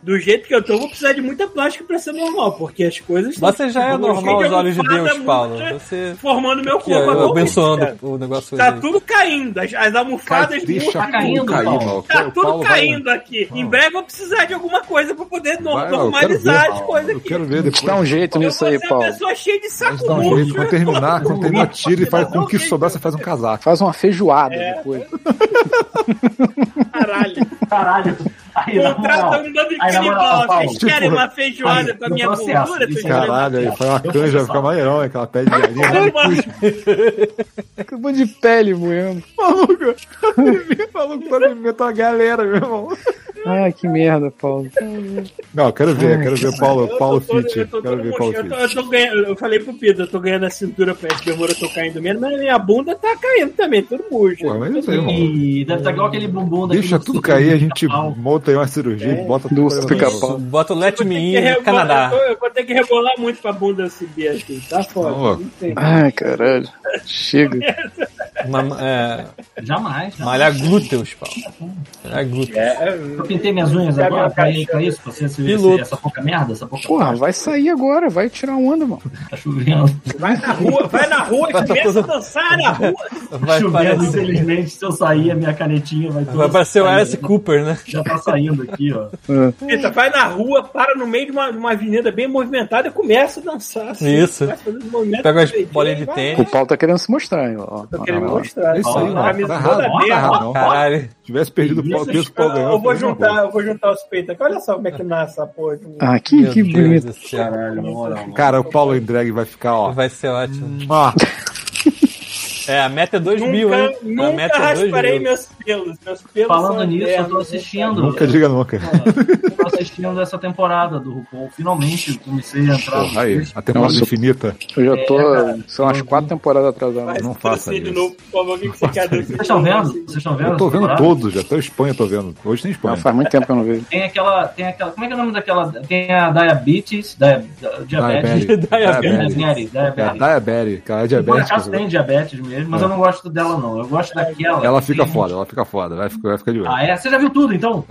do jeito que eu tô, eu vou precisar de muita plástica pra ser normal, porque as coisas.
Você já é normal aos olhos de Deus, Paulo. Você.
Formando meu
Aqui, ó,
corpo
eu
agora.
abençoando o negócio
Tá
dele.
tudo caindo, as, as
Cara,
almofadas
deixa
murcham.
tudo
caindo,
cair,
Paulo.
Mal.
Tá
O
tudo
Paulo vai-
caindo aqui. Em breve eu vou precisar de alguma coisa pra poder
vai,
no-
Mal, eu quero
normalizar
ver,
as
Mal.
coisas
Eu
aqui.
quero ver depois.
Dá um jeito
Eu
nisso
vou assim.
aí,
ser uma
Paulo.
pessoa cheia de
Mas
saco
dá um jeito,
murcho.
quando terminar, quando terminar, tira e faz com o que sobrar, você faz um casaco.
Faz uma feijoada depois.
Caralho.
Caralho. Aí, na moral.
Contrata um dando
Aí, na moral,
canibal.
Paulo,
Vocês querem uma
aí,
feijoada com a
no
minha
processo,
gordura?
isso
Vocês
aí.
querem-
Caralho, aí faz uma canja, vai ficar maneirão, né? Aquela pele de galinha.
Caralho, mano.
Um monte de pele moendo.
maluco quando inventou a galera, meu irmão.
Ai, que merda, Paulo.
Não, eu quero ver, eu quero ver Paulo,
Eu
Paulo
tô todo-
Fit.
eu tô
Quero
todo
ver Paulo
murchinho. Eu tô-
Fit.
eu tô ganhando- Eu falei pro Pedro, eu tô ganhando a cintura pra esse demora, eu tô caindo mesmo, mas minha bunda tá caindo também, tudo murcho.
Porra, mas isso aí, mano.
Ih, deve estar igual aquele
Tá
bumbum daquele tá
Deixa
do
tudo
Super
cair, a
Bowl.
gente monta aí uma cirurgia
É.
e bota tudo.
Nossa,
pra-
pica-pau.
Isso, Bota o Let
Vou ter que é
Me In
rebolar-
Canadá.
Eu, eu vou ter que rebolar muito pra bunda subir assim, tá foda.
Não, ó.
Não tem.
Ai, caralho. Chega.
Uma, é,
Jamais. jamais.
malhar glúteos, Paulo. Malhar glúteos.
Eu pintei minhas unhas agora pra ir pra isso, pra você esse-
Piloto.
essa pouca merda, essa pouca
Porra, vai sair agora, vai tirar um onda, mano.
tá chovendo.
Vai na rua, vai na rua e
tá
começa a dançar na rua.
Vai
chovendo,
parecer,
infelizmente, se eu sair, a minha canetinha vai toda
vai parecer o
sair.
Alice Cooper, né?
Já tá saindo aqui, ó.
É.
Pita, vai na rua, para no meio de uma, de uma avenida bem movimentada e começa a dançar. assim.
Isso.
Vai fazendo os movimentos
Pega umas
doidinhos,
bolinhas de
vai,
tênis.
O pau tá querendo se mostrar, hein, ó.
Tô querendo me
Ó, ó.
mostrar.
Isso aí,
Ó,
não.
camisa
Tá
toda
errado, não, tá
aberta.
errado, não.
Caralho.
Se tivesse perdido o
Isso,
pau desse, o pau
Eu,
ganhou.
eu vou
foi a mesma
juntar,
coisa.
eu vou juntar os peitos aqui. Olha só como é que nasce essa porra. de um-
Ah, que, que
Meu Deus
bonito.
do céu. né?
Caralho, moral.
Cara, o Paulo em drag vai ficar, ó.
Vai ser ótimo.
Ah,
É, a meta é 2 mil, hein?
Nunca,
a
nunca
meta é 2
rasparei
mil.
meus pelos. Meus pelos
Falando
são
nisso, eu
eternos,
tô
né,
assistindo.
nunca diga nunca.
Eu tô assistindo essa temporada do RuPaul. Finalmente eu comecei a entrar.
Porra, aí, a temporada
Nossa.
infinita.
Eu já tô.
É,
são umas quatro temporadas atrasado.
cara?
Não
Mas
faça
torcer de
isso.
novo, por favor, o que que você quer
Vocês estão vendo? Vocês estão vendo?
Eu tô
essa
vendo
temporada?
todos, já até o Espanha eu tô vendo. Hoje tem
Não,
Espanha.
faz muito tempo que eu não vejo.
Tem aquela, tem aquela. Como é que é o nome daquela? Tem a diabetes, dia, diabetes.
Diabetes.
Diabetes. Diabetes.
Diabetes,
É,
diabetes.
diabetes, cara, é
Por
diabetes.
acaso tem diabetes mesmo, mas eu não gosto dela, não. Eu gosto daquela.
Ela fica
Tem-
foda, ela fica foda, vai ficar, vai ficar de olho.
Ah, é? Você já viu tudo, então?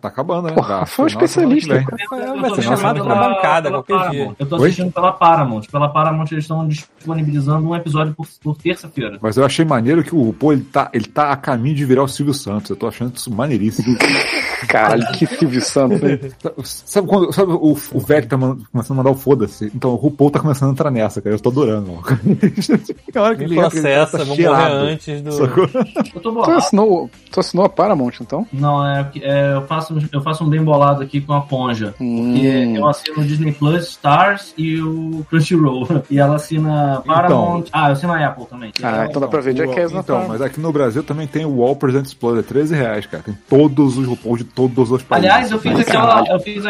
Tá acabando, né?
Porra,
Tá,
foi um
final de semana que
especialista.
vem.
cara.
Vai
tô
ser
assistindo
chamado pra
pela-
bancada
pela
qualquer
Paramount.
dia.
Eu tô
Oi?
assistindo pela Paramount. Pela Paramount eles estão disponibilizando um episódio por, por terça-feira.
Mas eu achei maneiro que o RuPaul ele tá, ele tá a caminho de virar o Silvio Santos. Eu tô achando isso maneiríssimo. Tá,
Caralho, que Silvio Santos. hein?
sabe quando sabe o, o velho tá man- começando a mandar o foda-se? Então o RuPaul tá começando a entrar nessa, cara. Eu tô adorando. ó. Tem hora que
Me
ele fala que ele
processa,
tá
vou morrer
cheirado.
antes do.
Sacou?
Eu tô
Tu
bolado.
assinou, tu assinou a Paramount, então?
Não, é, é, eu, faço, um- eu faço um bem bolado aqui com a Ponja. Porque
Hum.
é, eu assino o Disney Plus, Stars e o Crunchyroll. E ela assina Paramount. Ah, eu assino a Apple também.
Ah, então dá pra ver Jackass na
Então,
Paramount.
mas aqui no Brasil também tem o Wall Presents Plus, é 13 reais, cara. Tem todos os RuPaul de todos os países.
Aliás, eu fiz aquela. Eu fiz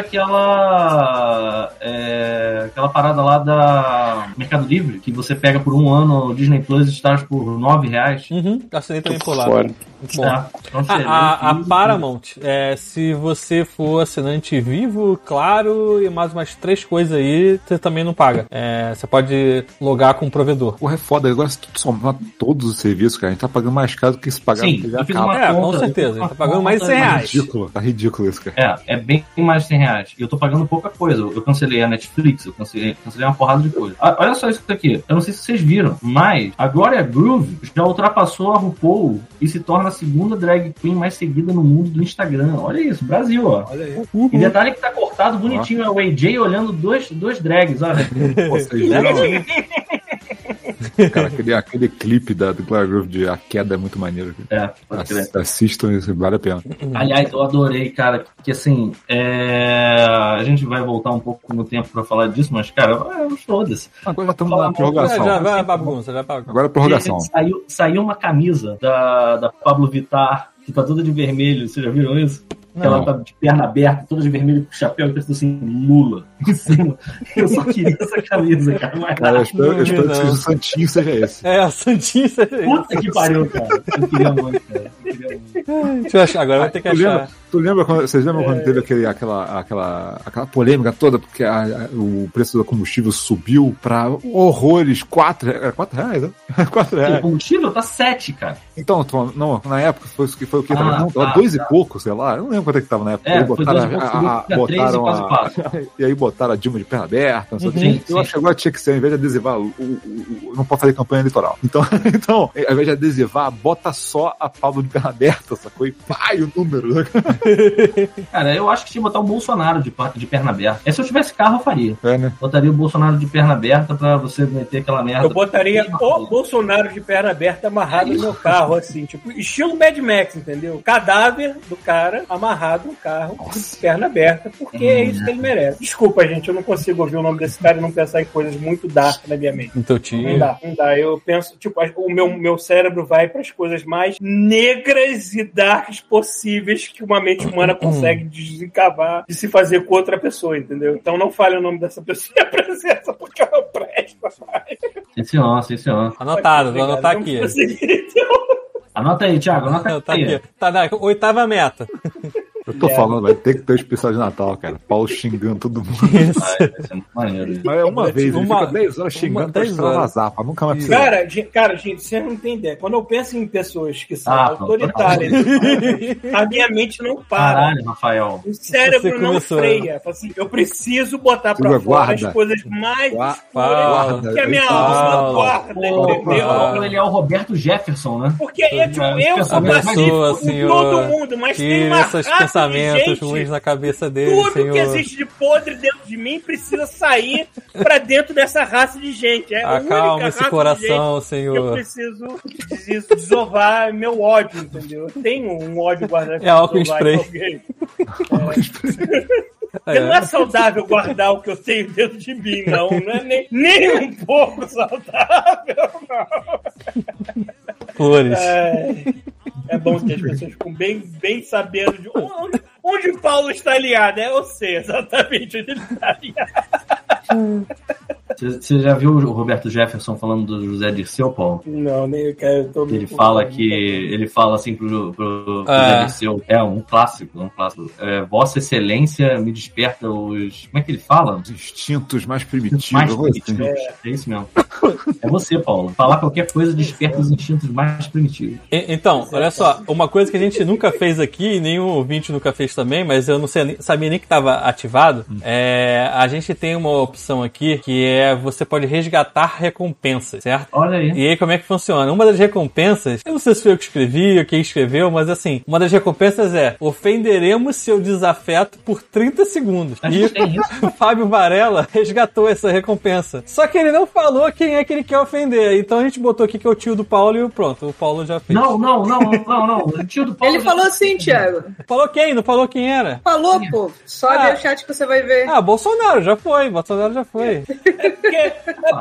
aquela. é, aquela parada lá da Mercado Livre, que você pega por um ano o Disney Plus e Stars por R$ 9 reais.
Uhum, assinei também por lá.
Fora.
Muito bom. Ah,
Ah,
Tá? Então,
A,
sei lá,
a- a
fiz-
Paramount, é, se você for assinante vivo, claro, e mais umas três coisas aí, você também não paga. É, você pode logar com o provedor.
Porra, é foda. Agora, se tu somar todos os serviços, cara, a gente tá pagando mais caro do que se pagar
Sim,
na TV
eu
a
fiz
cabo.
uma
É,
conta,
com certeza.
eu fiz uma
Tá pagando mais de
conta,
100
Tá
reais.
ridículo, tá ridículo isso, cara.
É, é bem mais de 100 reais. E eu tô pagando pouca coisa. Eu cancelei a Netflix, eu cancelei, cancelei uma porrada de coisa. Ah, olha só isso aqui. Eu não sei se vocês viram, mas a Gloria Groove já ultrapassou a RuPaul e se torna a segunda drag queen mais seguida no mundo do Instagram. Olha isso, Brasil, ó. E detalhe que tá cortado bonitinho, é o AJ olhando dois, dois drags, olha.
Pô, vocês viram? Cara, aquele, aquele clipe da do Gloria Groove de A Queda é muito maneiro. cara.
É, pode crer.
Ass- Assistam isso, vale a pena.
Aliás, eu adorei, cara, que assim, é, a gente vai voltar um pouco no tempo pra falar disso, mas, cara, é, foda-se.
Agora estamos
um
na prorrogação.
Já vai a bagunça, já vai a bagunça.
Agora é a prorrogação.
Saiu, saiu uma camisa da, da Pablo Vittar, que tá toda de vermelho, vocês já viram isso? Que
Não.
ela tá de perna aberta, toda de vermelho, com chapéu, e tá escrito assim, Lula, em cima. Eu só queria essa camisa, cara, mas...
Cara, eu espero, eu espero
Não.
que seja o Santinho seja esse.
É, a Santista.
Puta que pariu, cara. Eu queria muito, cara. Eu queria muito.
Deixa eu achar, agora vai ter que
Tu lembra,
achar.
tu lembra quando, vocês lembram
É.
quando teve aquele, aquela, aquela, aquela polêmica toda porque a- a- o preço do combustível subiu pra horrores, 4 quatro, quatro reais, né? Quatro
O
reais.
combustível tá 7, cara.
Então, tu- não, na época foi, isso que- foi o que?
Ah,
tava, não, tava
tá,
dois
tá.
e pouco, sei lá. Eu não lembro quanto é que tava na época.
É,
Aí
foi
botaram
dois e
a-
pouco,
a- a-
subiu pra três e
botaram
quase
a-
quatro. Uhum.
E aí botaram a Dilma de perna aberta, não sei o quê.
Sim,
Eu
sim.
acho que agora tinha que ser, ao invés de adesivar, o- o- o- não pode fazer campanha eleitoral. Então, então, ao invés de adesivar, bota só a Pablo de perna aberta, sacou? E pai, o número. né?
Cara, eu acho que tinha que botar o Bolsonaro de, pa- de perna aberta. É, se eu tivesse carro, eu faria.
É, né?
Botaria o Bolsonaro de perna aberta pra você meter aquela merda.
Eu botaria o Bolsonaro de perna aberta amarrado no meu carro, assim, tipo, estilo Mad Max, entendeu? Cadáver do cara amarrado no carro de perna aberta, porque é
Hum.
isso que ele merece. Desculpa, gente, eu não consigo ouvir o nome desse cara e não pensar em coisas muito dark na minha mente.
No teu Então, tio.
Não dá, não dá. Eu penso, tipo, a- o meu, meu cérebro vai para as coisas mais negras e darks possíveis que uma mente humana
Hum.
consegue desencavar de se fazer com outra pessoa, entendeu? Então não fale o nome dessa pessoa e a presença, porque ela presta mais.
Sim, senhor, sim, senhor.
Anotado, vou anotar
Eu não
aqui.
consegui, então.
Anota aí, Thiago, anota
Tá
aí.
aqui. Tá na oitava meta.
Eu
É.
tô falando, vai ter que ter o especial de Natal, cara. Paulo xingando todo mundo.
Vai, vai ser muito maneiro.
Mas é uma vez, ele
Uma-
fica 10 horas xingando
uma-
pra
10
estralar
horas.
zapa. Nunca mais precisa.
Cara, gente, cara, gente, vocês não têm ideia. Quando eu penso em pessoas que são
Ah, não,
autoritárias, a minha mente não para.
Caralho, Rafael.
O cérebro
Você
não
começou, né?
freia. Fala assim, eu preciso botar pra
Guarda.
fora as coisas mais
Gua-
escuras
Guarda.
que a minha
Fala.
alma guarda,
um
entendeu?
Fala.
Pô, ele é o Roberto Jefferson, né?
Porque é, tipo, eu sou
Começou,
pacífico com
senhor.
todo mundo, mas tem
Tire
uma
esses
rata
pensamentos
de gente
ruins na cabeça dele,
Tudo
senhor.
que existe de podre dentro de mim precisa sair pra dentro dessa raça de gente. É a única
Acalma
raça
esse coração,
de gente que eu
senhor.
preciso, preciso desovar meu ódio, entendeu? Eu tenho um ódio guardado.
É álcool em spray.
É. Porque não é saudável guardar o que eu tenho dentro de mim, não. Não é nem, nem um pouco saudável, não.
Flores.
É, é bom que as pessoas ficam bem, bem sabendo de onde, onde o Paulo está aliado. É você, exatamente onde ele está aliado.
Você você já viu o Roberto Jefferson falando do José Dirceu, Paulo?
Não, nem eu quero. Tô
Ele fala que. Ele fala assim pro, pro, pro
É.
José Dirceu. É um clássico, um clássico. É, Vossa Excelência me desperta os. Como é que ele fala?
Os instintos mais primitivos.
mais
eu vou assim.
primitivos. É. isso mesmo. É você, Paulo. Falar qualquer coisa desperta os instintos mais primitivos.
E- Então,
é, tá.
olha só, uma coisa que a gente nunca fez aqui, e nenhum ouvinte nunca fez também, mas eu não sei nem- sabia nem que estava ativado.
Hum.
É, a gente tem uma opção aqui que é você pode resgatar recompensas, certo?
Olha aí.
E aí, como é que funciona? Uma das recompensas, eu não sei se foi eu que escrevi ou quem escreveu, mas assim, uma das recompensas é ofenderemos seu desafeto por 30 segundos.
A gente
E
tem isso.
o Fábio Varela resgatou essa recompensa. Só que ele não falou quem é que ele quer ofender. Então a gente botou aqui que é o tio do Paulo e pronto, o Paulo já fez.
Não, não, não, não, não. O tio do Paulo.
Ele falou assim, Thiago.
Falou quem? Não falou quem era?
Falou, pô. Sobe
Ah.
aí o chat que você vai ver.
Ah, Bolsonaro, já foi, Bolsonaro já foi.
Porque, é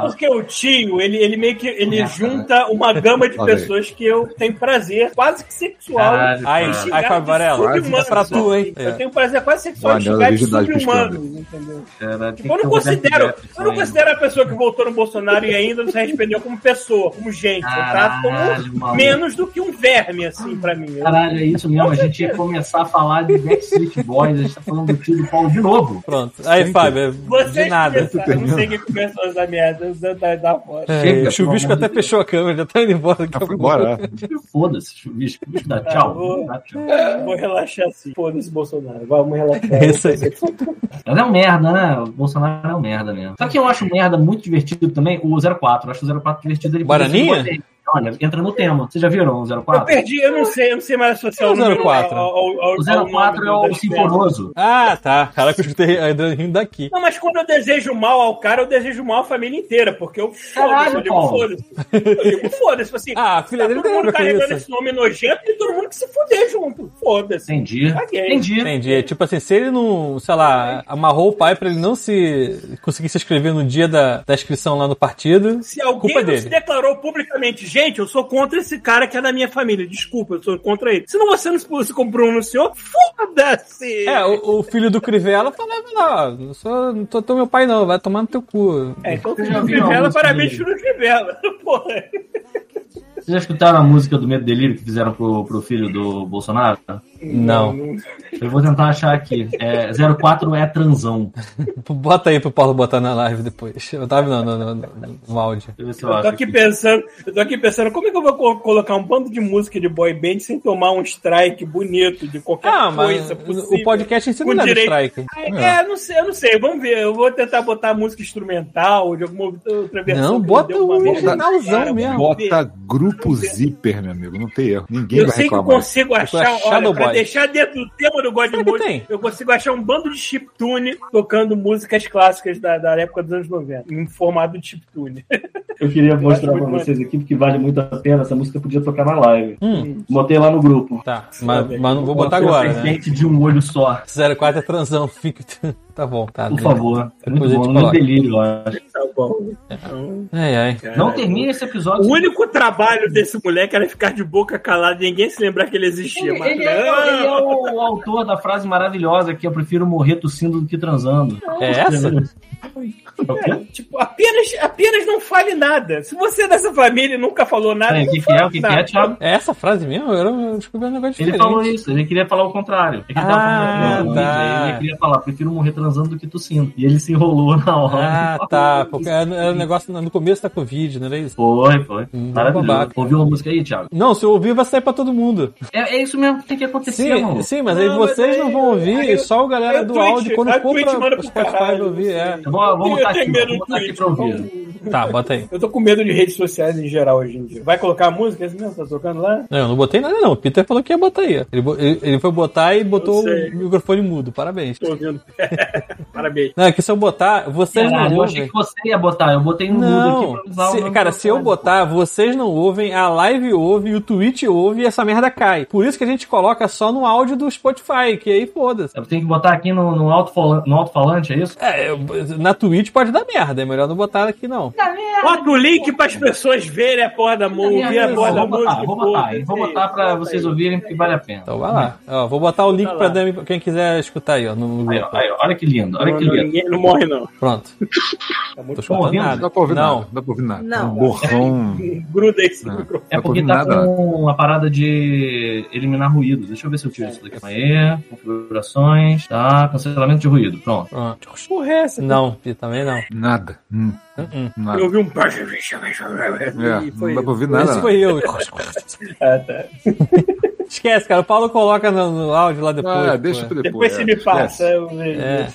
porque o tio, ele, ele meio que ele junta uma gama de
Olha aí.
pessoas que eu tenho prazer quase que sexual.
Caralho,
Aí,
cara.
aí, Fábio Varela,
Quase
é pra tu, hein?
Eu
É.
tenho prazer quase sexual de
Olha,
xingar de
originalidade
sub-humanos, entendeu?
Cara, tem
Eu
Então, é que ter um
não
o Roberto
considero,
Jefferson
eu não
ainda.
considero a pessoa que votou no Bolsonaro e ainda não se arrependeu como pessoa, como gente. Eu trato
Caralho,
como
maluco.
menos do que um verme, assim, pra mim. Eu-
Caralho, é isso mesmo. A gente ia começar a falar de Backstreet Boys. A gente tá falando do tio do Paulo de novo.
Pronto. Aí, Fábio, é de
Vocês
nada.
começaram, eu não sei quem começou essa merda, eu da, da foto.
É,
Chega,
o Chuvisco
pelo amor
até
de
fechou a câmera, já tá indo embora. daqui a
Ah, foi
pouco.
embora. é.
Foda-se, bicho. bicho, Dá
Tá
tchau. Dá tchau.
Vou relaxar assim. Foda-se, Bolsonaro. Vamos relaxar.
É isso aí.
Mas é um merda, né? O Bolsonaro é um merda mesmo. Sabe que eu acho merda muito divertido também? O 04. Eu acho o 04 divertido. Ele
Guaraninha?
Olha, entra no tema. Vocês já viram o
Eu
04?
perdi, eu não sei, eu não sei mais associar
E o
número
04?
ao- ao- ao-
O
ao
04 é
nome
o
das peças.
Sinfonoso.
Ah, tá. Caraca, eu escutei a Adriano daqui.
Não, mas quando eu desejo mal ao cara, eu desejo mal à família inteira, porque eu foda-se, eu
Caralho,
digo
Paulo.
foda-se. Eu digo foda-se, assim,
Ah, a filha
tá
dele
todo
tem
mundo
a ver com
carregando
isso.
esse nome nojento e todo mundo que se fuder junto. Foda-se.
Entendi.
Caguei.
Entendi.
Entendi. É Tipo assim, se ele não, sei lá, amarrou o pai pra ele não se conseguir se inscrever no dia da, da inscrição lá no partido,
Se alguém
culpa
não
dele.
se declarou publicamente, gente, eu sou contra esse cara que é da minha família, desculpa, eu sou contra ele. Se não você não se pronunciou, foda-se!
É, o, o filho do Crivella falava lá, ó, não, sou, não tô teu meu pai não, vai tomar no teu cu.
É, então
Eu já
filho
vi
Crivella,
alguns
parabéns,
dele.
filho Crivella. Porra.
Vocês já escutaram a música do Medo e Delírio que fizeram pro, pro filho do Bolsonaro?
Não.
Eu vou tentar achar aqui. É, 04 é transão. Deixa
Bota aí pro Paulo botar na live depois. Eu tava não, não, não, não, no áudio.
eu ver se eu
Eu tô
acho.
aqui
aqui.
pensando, eu tô aqui pensando, como é que eu vou co- colocar um bando de música de boy band sem tomar um strike bonito de qualquer
Ah, mas
É coisa possível?
o podcast em si não
Com
leva
direito.
strike. Ah,
É, é, não sei, eu não sei, vamos ver. Eu vou tentar botar música instrumental de alguma outra versão.
Não,
que
bota
deu uma
o
merda.
originalzão
Cara,
mesmo.
vamos ver.
Bota grupo zíper, meu amigo. Não tem erro. Ninguém
Eu
vai
sei que eu
reclamar.
consigo
sou a
achar, olha,
Shadow
pra
Boy.
deixar dentro do tema do God
Sabe que tem?
Mode, eu consigo achar um bando de chiptune tocando músicas clássicas da, da época dos anos 90, em formato de chiptune.
Eu queria mostrar
muito
pra vocês aqui, porque vale muito a pena. Essa música podia tocar na live.
Hum.
Botei lá no grupo.
Tá, mas, mas não vou botar
Botei o
agora, né?
presidente de um olho só.
04 é transão, fica. Tá bom, tá.
Por
né?
favor.
Depois a
Muito
gente
bom. No
coloca.
delírio, eu acho.
Tá bom.
Ai, ai.
Não termine esse episódio.
O único trabalho desse moleque era ficar de boca calada e ninguém se lembrar que ele existia.
Ele,
mas
ele é,
não.
ele é o autor da frase maravilhosa que eu prefiro morrer tossindo do que transando.
É essa?
É o quê?
Tipo, Ah! apenas, apenas não fale nada. Se você é dessa família e nunca falou nada,
Aí,
não
O que, que é?
fala
O que, que é,
nada.
Thiago?
É essa frase mesmo? Eu não- eu descobri um negócio
Ele
diferente.
falou isso, ele queria falar o contrário. É que ele tava
Ah,
falando,
tá.
ele queria falar, prefiro morrer transando do que tossindo. E ele se enrolou na hora.
Ah, tá. Porque era, era um negócio no começo da Covid, não era isso?
Foi, foi.
Hum,
Maravilhoso.
babaca.
Ouviu a música aí, Thiago?
Não, se eu ouvir, vai sair pra todo mundo.
É, é isso mesmo que tem que acontecer,
Sim,
mano.
sim, mas aí
Não, mas
vocês
aí-
não vão ouvir,
aí eu-
e só o galera
aí o
do
Twitch-
áudio, quando
aí o
for
Twitch
pra
manda
pro
pro
Spotify, vai
caralho,
ouvir. É.
Eu vou, vou
Eu
Tá botar
tenho
aqui,
medo
vou
do
botar aqui
Twitch,
pra ouvir.
Tá, bota aí.
Eu tô com medo de redes sociais em geral hoje em dia. Vai colocar a música, é isso mesmo? Tá tocando lá?
Não, eu não botei nada, não. O Peter falou que ia botar aí. ó. Ele, bo- ele- ele foi botar e botou
sei.
o microfone mudo. Parabéns.
Tô ouvindo. Parabéns.
Não, é que se eu botar, vocês
Caralho,
não
eu achei
ouvem.
que você ia botar, eu botei no mudo aqui
Não,
pra usar
se-
o nome
cara,
do
se eu
cara.
botar, vocês não ouvem, a live ouve, o Twitch ouve e essa merda cai. Por isso que a gente coloca só no áudio do Spotify, que aí foda-se.
Eu tenho que botar aqui no, no alto-falan- no alto-falante, é isso?
É, eu- na Twitch pode dar merda, é melhor não botar aqui não.
Bota o link pras pessoas verem a porra da mão, ouvir a porra É da
vou botar,
música.
vou botar,
foda-se.
vou botar pra vocês ouvirem porque vale a pena.
Então vai lá. Ó, vou botar o link pra
lá.
Dami- quem quiser escutar aí, ó. No, no
Aí,
grupo.
ó, aí, ó, olha que lindo, olha
Não,
que
não,
lindo.
ninguém não morre, não.
Pronto.
Tá muito
Tô escutando
ouvindo?
nada.
Não dá pra ouvir
não.
nada. Não dá pra ouvir nada.
Não.
Um
É
borrão.
Gruda esse
Ah.
microfone.
É
Não
porque
combina
tá
nada.
um-
com uma parada de eliminar ruído. Deixa eu ver se eu tiro isso daqui. Aí, configurações, tá, cancelamento de ruído, pronto.
Pronto.
Que porra é essa?
Não, Pi, também não.
Nada. Hum,
Uh-uh.
nada.
Eu ouvi um.
É,
E foi
não dá pra
isso.
ouvir nada.
Esse
não.
foi eu.
Ah, tá.
Esquece, cara. O Paulo coloca no, no áudio lá depois.
Ah,
pô.
deixa pra
Depois
depois.
se
é,
me
esquece.
passa. eu vejo.
É,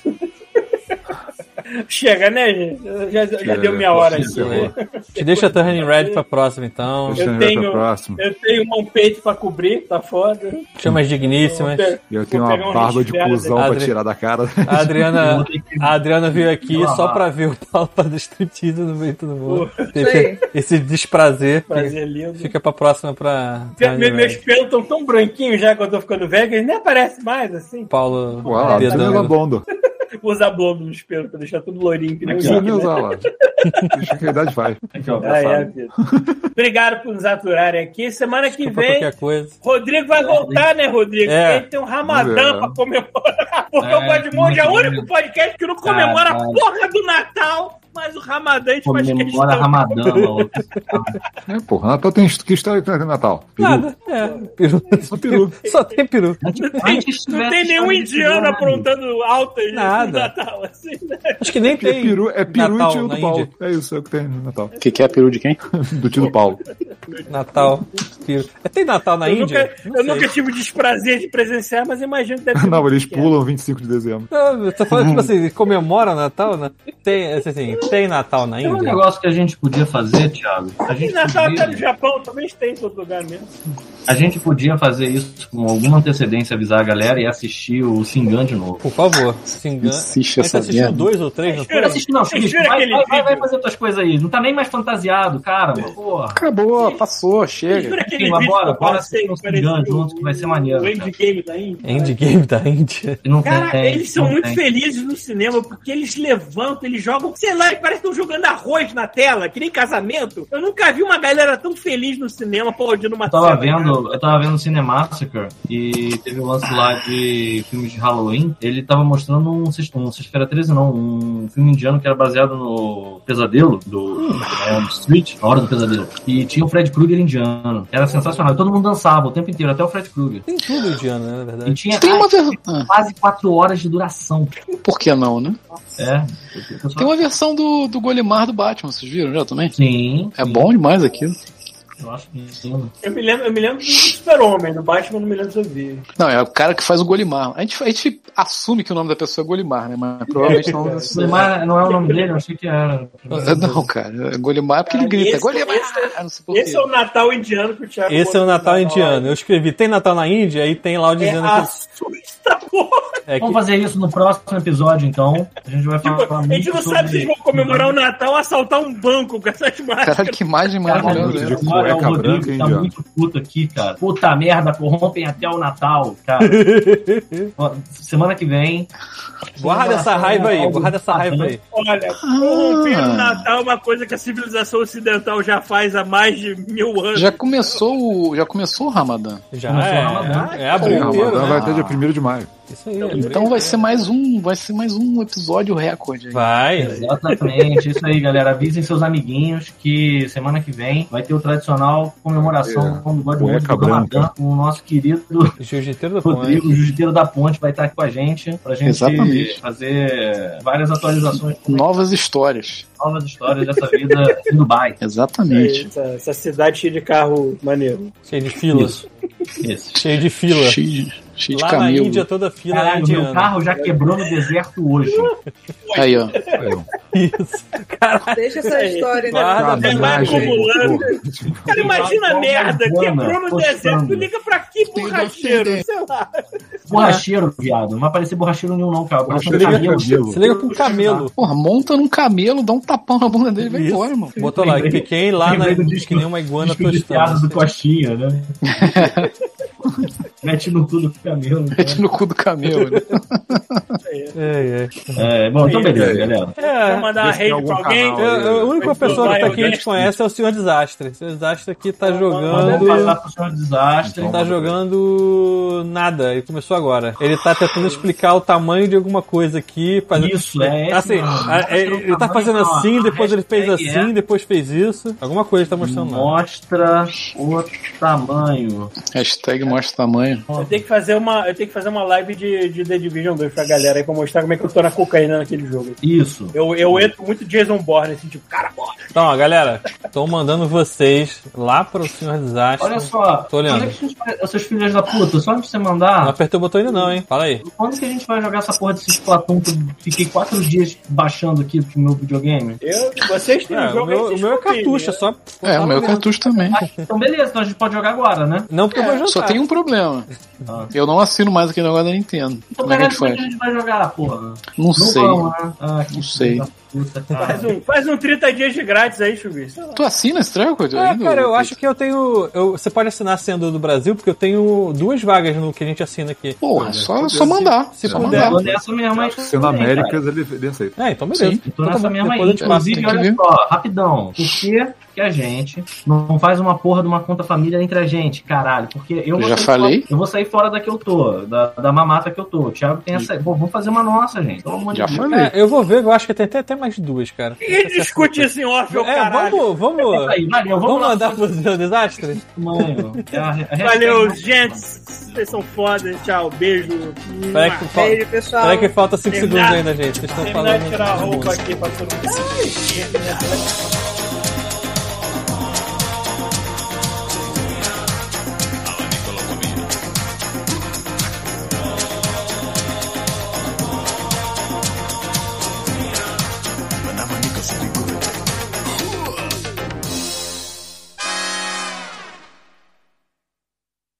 Chega, né, gente? Eu Já, já
Chega,
deu minha
né? Chega.
hora aqui.
isso aí. Te deixa turning red pra próxima, então.
Deixa eu
tenho-
ir pra próxima.
Eu tenho um peito pra cobrir, tá foda.
Chama as digníssimas.
E eu tenho
Vou pegar
uma
um
barba de
resfriado,
cuzão
né?
pra
Adri-
tirar da cara.
Tá
A
É.
Adriana, a Adriana veio aqui
Vou
só
lavar.
pra ver o tapa do striptease no meio de todo mundo.
sei.
Esse desprazer
Prazer lindo.
fica pra próxima pra.
Me- me-
Turning
meus
Red.
pelos estão tão branquinhos já que eu tô ficando velho que eles nem aparecem mais, assim.
Paulo.
Olha lá,
dedando.
Adriana Labondo.
Vou usar blobo nos pelos pra deixar tudo lourinho. Que
Não
nem o
precisa
Nick,
nem
né?
usar lá. Deixa que a idade faz.
Aqui, ó,
Ah, é,
passado.
vida. Obrigado por nos aturarem aqui. Semana que
Desculpa
vem,
qualquer coisa.
Rodrigo vai voltar, né, Rodrigo?
É.
Porque Ele tem um ramadã
É.
pra comemorar. Porque
É,
o Godmond é o
comemora.
único podcast que não comemora a
Caralho.
porra do Natal, mas o ramadã a gente tá- faz questão.
Comemora Ramadã, maluco.
É, porra, Natal tem que história tem Natal. Peru.
Nada. É, peru.
Só peru.
Só tem peru.
Antes
Não
tivesse
tem nenhum
história de
indiano
pirulano.
aprontando alta no
Nada.
Natal, assim, né?
Acho que nem
É
tem.
peru, é peru
Natal
e tio
na
do Paulo.
Índia.
É isso, é o que tem no Natal.
O que, que é peru de quem?
Do tio do Paulo.
Natal. Peru. É, Tem Natal na
Eu,
Índia?
nunca,
Não
eu
sei.
nunca tive o desprazer de presenciar, mas imagino que deve ter
Não,
muito
eles
que é.
pulam 25 de dezembro.
Não, eu tô falando, tipo assim, comemora o Natal, né? Tem, assim, tem Natal na
Tem um
Índia?
negócio que a gente podia fazer, Thiago. A
E
gente
Natal até no
podia,
Japão, talvez tem em todo lugar mesmo.
a gente podia fazer isso com alguma antecedência, avisar a galera e assistir o Singan de novo.
Por favor, se engana.
Insiste
A gente
essa
assistiu
merda.
dois ou três, não foi?
Cara,
Assiste não,
vocês
Cristo,
viram
vai,
aquele
vai, vai,
vídeo?
vai fazer tuas coisas aí. Não tá nem mais fantasiado, cara, mano. Porra.
Acabou, passou, chega.
Jura
Sim,
aquele
mas
vídeo
bora,
que eu
bora
passei
assistir
que
uns Singan
parecia
juntos, que vai ser maneiro,
assim, O
cara.
Endgame da Índia.
Endgame da Índia.
E Não
Cara,
tem-
eles são
não
muito
tem.
felizes no cinema porque eles levantam, eles jogam, sei lá, parece que estão jogando arroz na tela, que nem casamento. Eu nunca vi uma galera tão feliz no cinema aplaudindo uma
Eu tava
cena, cara.
vendo, eu tava vendo Cinemassacre e teve um lance lá de filmes de Halloween. Ele tava mostrando um, sexta- um sexta-feira 13, não, um filme indiano que era baseado no pesadelo do Elm Street, a hora do pesadelo. E tinha o Fred Krueger indiano. Era sensacional. E todo mundo dançava o tempo inteiro, até o Fred Krueger.
Tem tudo indiano, né, na
E
verdade.
tinha
Tem uma
ah,
versão.
tipo,
Ah,
quase 4 horas de duração.
por que não, né?
ah.
É. o
Tem
pessoal-
uma versão do, do Golimar do Batman, vocês viram já também?
Sim.
É
sim,
bom demais aquilo.
Eu acho que sim.
Eu me lembro, eu me lembro do Super-Homem, do Batman, não me lembro se eu vi.
Não, é o cara que faz o Golimar. A gente, a gente assume que o nome da pessoa é Golimar, né? Mas provavelmente não.
Mas não é o nome dele, eu achei que era.
Não, cara. é Golimar é porque ele grita.
Esse-
Golimar!
esse-
Ah, não sei por
Esse
quê.
é o Natal indiano que o Thiago
Esse é o
botou
Natal
na
indiano.
hora.
Eu escrevi, tem Natal na Índia? Aí tem lá
É
dizendo
ah,
assusta, porra.
que, é
Vamos
que
fazer isso no próximo episódio, então. A gente vai falar.
Tipo, a gente não sabe se eles vão comemorar o Natal ou assaltar um banco com essas máscaras.
Caralho, que imagem
Caralho,
maravilhosa. né?
Caralho,
essa.
de
olha, o
é cueca branca,
Rodrigo
hein,
tá
Diabo?
muito puto aqui, cara. Puta merda, corrompem até o Natal, cara. Ó, Semana que vem.
guarda essa raiva aí,
né?
guarda essa raiva aí.
Ah.
Olha, corromper o Natal é uma coisa que a civilização ocidental já faz há mais de mil anos.
Já começou o. Já começou o Ramadã.
Já
Começou o
é,
Ramadã.
é abril
O
inteiro,
Ramadã
né?
vai até dia 1 de maio.
Isso aí. né?
Então vai ser mais um, vai ser mais um episódio recorde. aí.
Vai.
Exatamente, isso aí, galera. Avisem seus amiguinhos que semana que vem vai ter o tradicional comemoração com o God
É, Cueca
Mode do
branca.
Ramadã. O nosso querido
Jiu-Jitsu da
Rodrigo,
Ponte.
o Jiu-Jiteiro da Ponte, vai estar aqui com a gente pra gente
Exatamente.
fazer várias atualizações com
Novas histórias.
novas histórias dessa vida em Dubai.
Exatamente.
Essa, É essa cidade cheia de carro maneiro.
Cheio de filas.
Isso.
Cheio de fila.
Cheio de, cheio de
Lá na
camelo.
Índia toda fila é
Caralho, meu
indiana.
carro já quebrou no deserto hoje.
Aí, ó.
É,
Isso.
Deixa essa história, né?
Guarda,
Tem mais
Verdade.
acumulando. Cara, imagina a merda. é
Boa,
Quebrou no
postando.
deserto. Tu liga pra que borracheiro? Sei lá.
Borracheiro, viado. Não vai aparecer borracheiro nenhum, não, cara. Vai aparecer
Borracheiro
camelo.
é camelo.
Você liga com um camelo.
Porra, monta num camelo, dá um tapão na bunda dele e vai
Isso.
embora, irmão.
Botou lá,
Lembrei-
fiquei lá na
lembrei do disco-
que nem uma iguana
Disco de piada
tostando.
do Coxinha, né? Mete no cu do camelo. né?
Mete no cu do camelo. Né?
É, é.
É, bom, então beleza,
É.
galera.
Vou
É.
mandar
Vê
uma
se tem
rede pra
algum
alguém.
canal.
Eu- eu- a única
Mas
pessoa que tá
vai,
aqui que a gente
honesto.
conhece é o Senhor Desastre. O Senhor Desastre aqui tá
Então, Vamos
jogando.
passar pro senhor desastre.
Tá jogando nada, ele começou agora. Ele tá tentando explicar o tamanho de alguma coisa aqui. fazendo-
Isso, é esse
Assim,
mesmo.
a- é,
Mostra o
ele tá
um tamanho,
fazendo
ó,
assim,
a
depois ele fez
hashtag
assim, depois fez isso. Alguma coisa ele tá
é
mostrando lá.
Mostra o tamanho.
Hashtag mostra o tamanho.
Eu tenho que fazer uma, eu tenho que fazer uma live de, de The Division 2 pra galera aí pra mostrar como é que eu tô na cocaína naquele jogo.
Isso.
Eu, eu entro muito Jason Bourne, assim, tipo, cara, porra.
Então, ó, galera, tô mandando vocês lá pro Senhor Desastre.
Olha só,
Tô olhando.
quando é que vocês fazem- seus filhos da puta, só antes de você
Não
mandar,
apertei o botão ainda não, hein? Fala aí.
quando que a gente vai jogar essa porra desse Splatoon que eu fiquei quatro dias baixando aqui pro meu videogame?
Eu, vocês têm
É,
um
o
jogo aí,
meu, o
vocês
meu é
copiem,
cartucho, é
né?
só.
É,
botar
o meu
dentro.
cartucho também.
Ah, então beleza, então a gente pode jogar agora, né?
Não, porque eu vou jantar.
Só tem um problema.
Ah.
Eu não assino mais aquele negócio da Nintendo.
Então
Como é que a
caralho,
gente
como é que
faz?
a gente vai jogar, porra?
Não sei.
vamos, né? Ah, que
Não sei.
filho da Puta,
Faz
cara.
um, faz um 30 dias de grátis aí, Chubis.
Tu assina esse tranco?
É, cara, eu acho que eu tenho. eu- você pode assinar sendo do Brasil, porque eu tenho duas vagas no que a gente assina aqui.
É,
Porra, só, só mandar.
se
só
puder.
mandar.
Tô nessa mesmo, mas.
Sendo Américas, ele, ele aceita.
É, então beleza.
Sim.
Tô
Então tá
nessa
bom,
mesma aí.
depois eu te passo.
Inclusive,
Tem que
olha
ver.
só, rapidão. Por que, que a gente não faz uma porra de uma conta família entre a gente, caralho? Porque eu, vou
já
sair
falei.
fora- eu vou sair fora da que eu tô, da, da mamata que eu tô. O Thiago tem essa. Bom, vamos fazer uma nossa, gente. Pelo amor de
Já
Deus.
falei.
É, eu vou ver, eu acho que tem até, até mais duas, cara.
E discute isso em off, meu
É,
caralho.
vamos,
Isso
vamos.
aí, valeu,
Vamos
vamos, lá.
mandar pro Senhor Desastre?
Mano, é a- a hashtag-
Valeu, gente. Vocês são foda. Tchau, beijo.
Peraí que, fal...
Beijo, pessoal.
Peraí que falta 5
Terminar-
segundos ainda, gente. Vocês estão
Terminar de tirar a
falando.
roupa aqui pra todo mundo.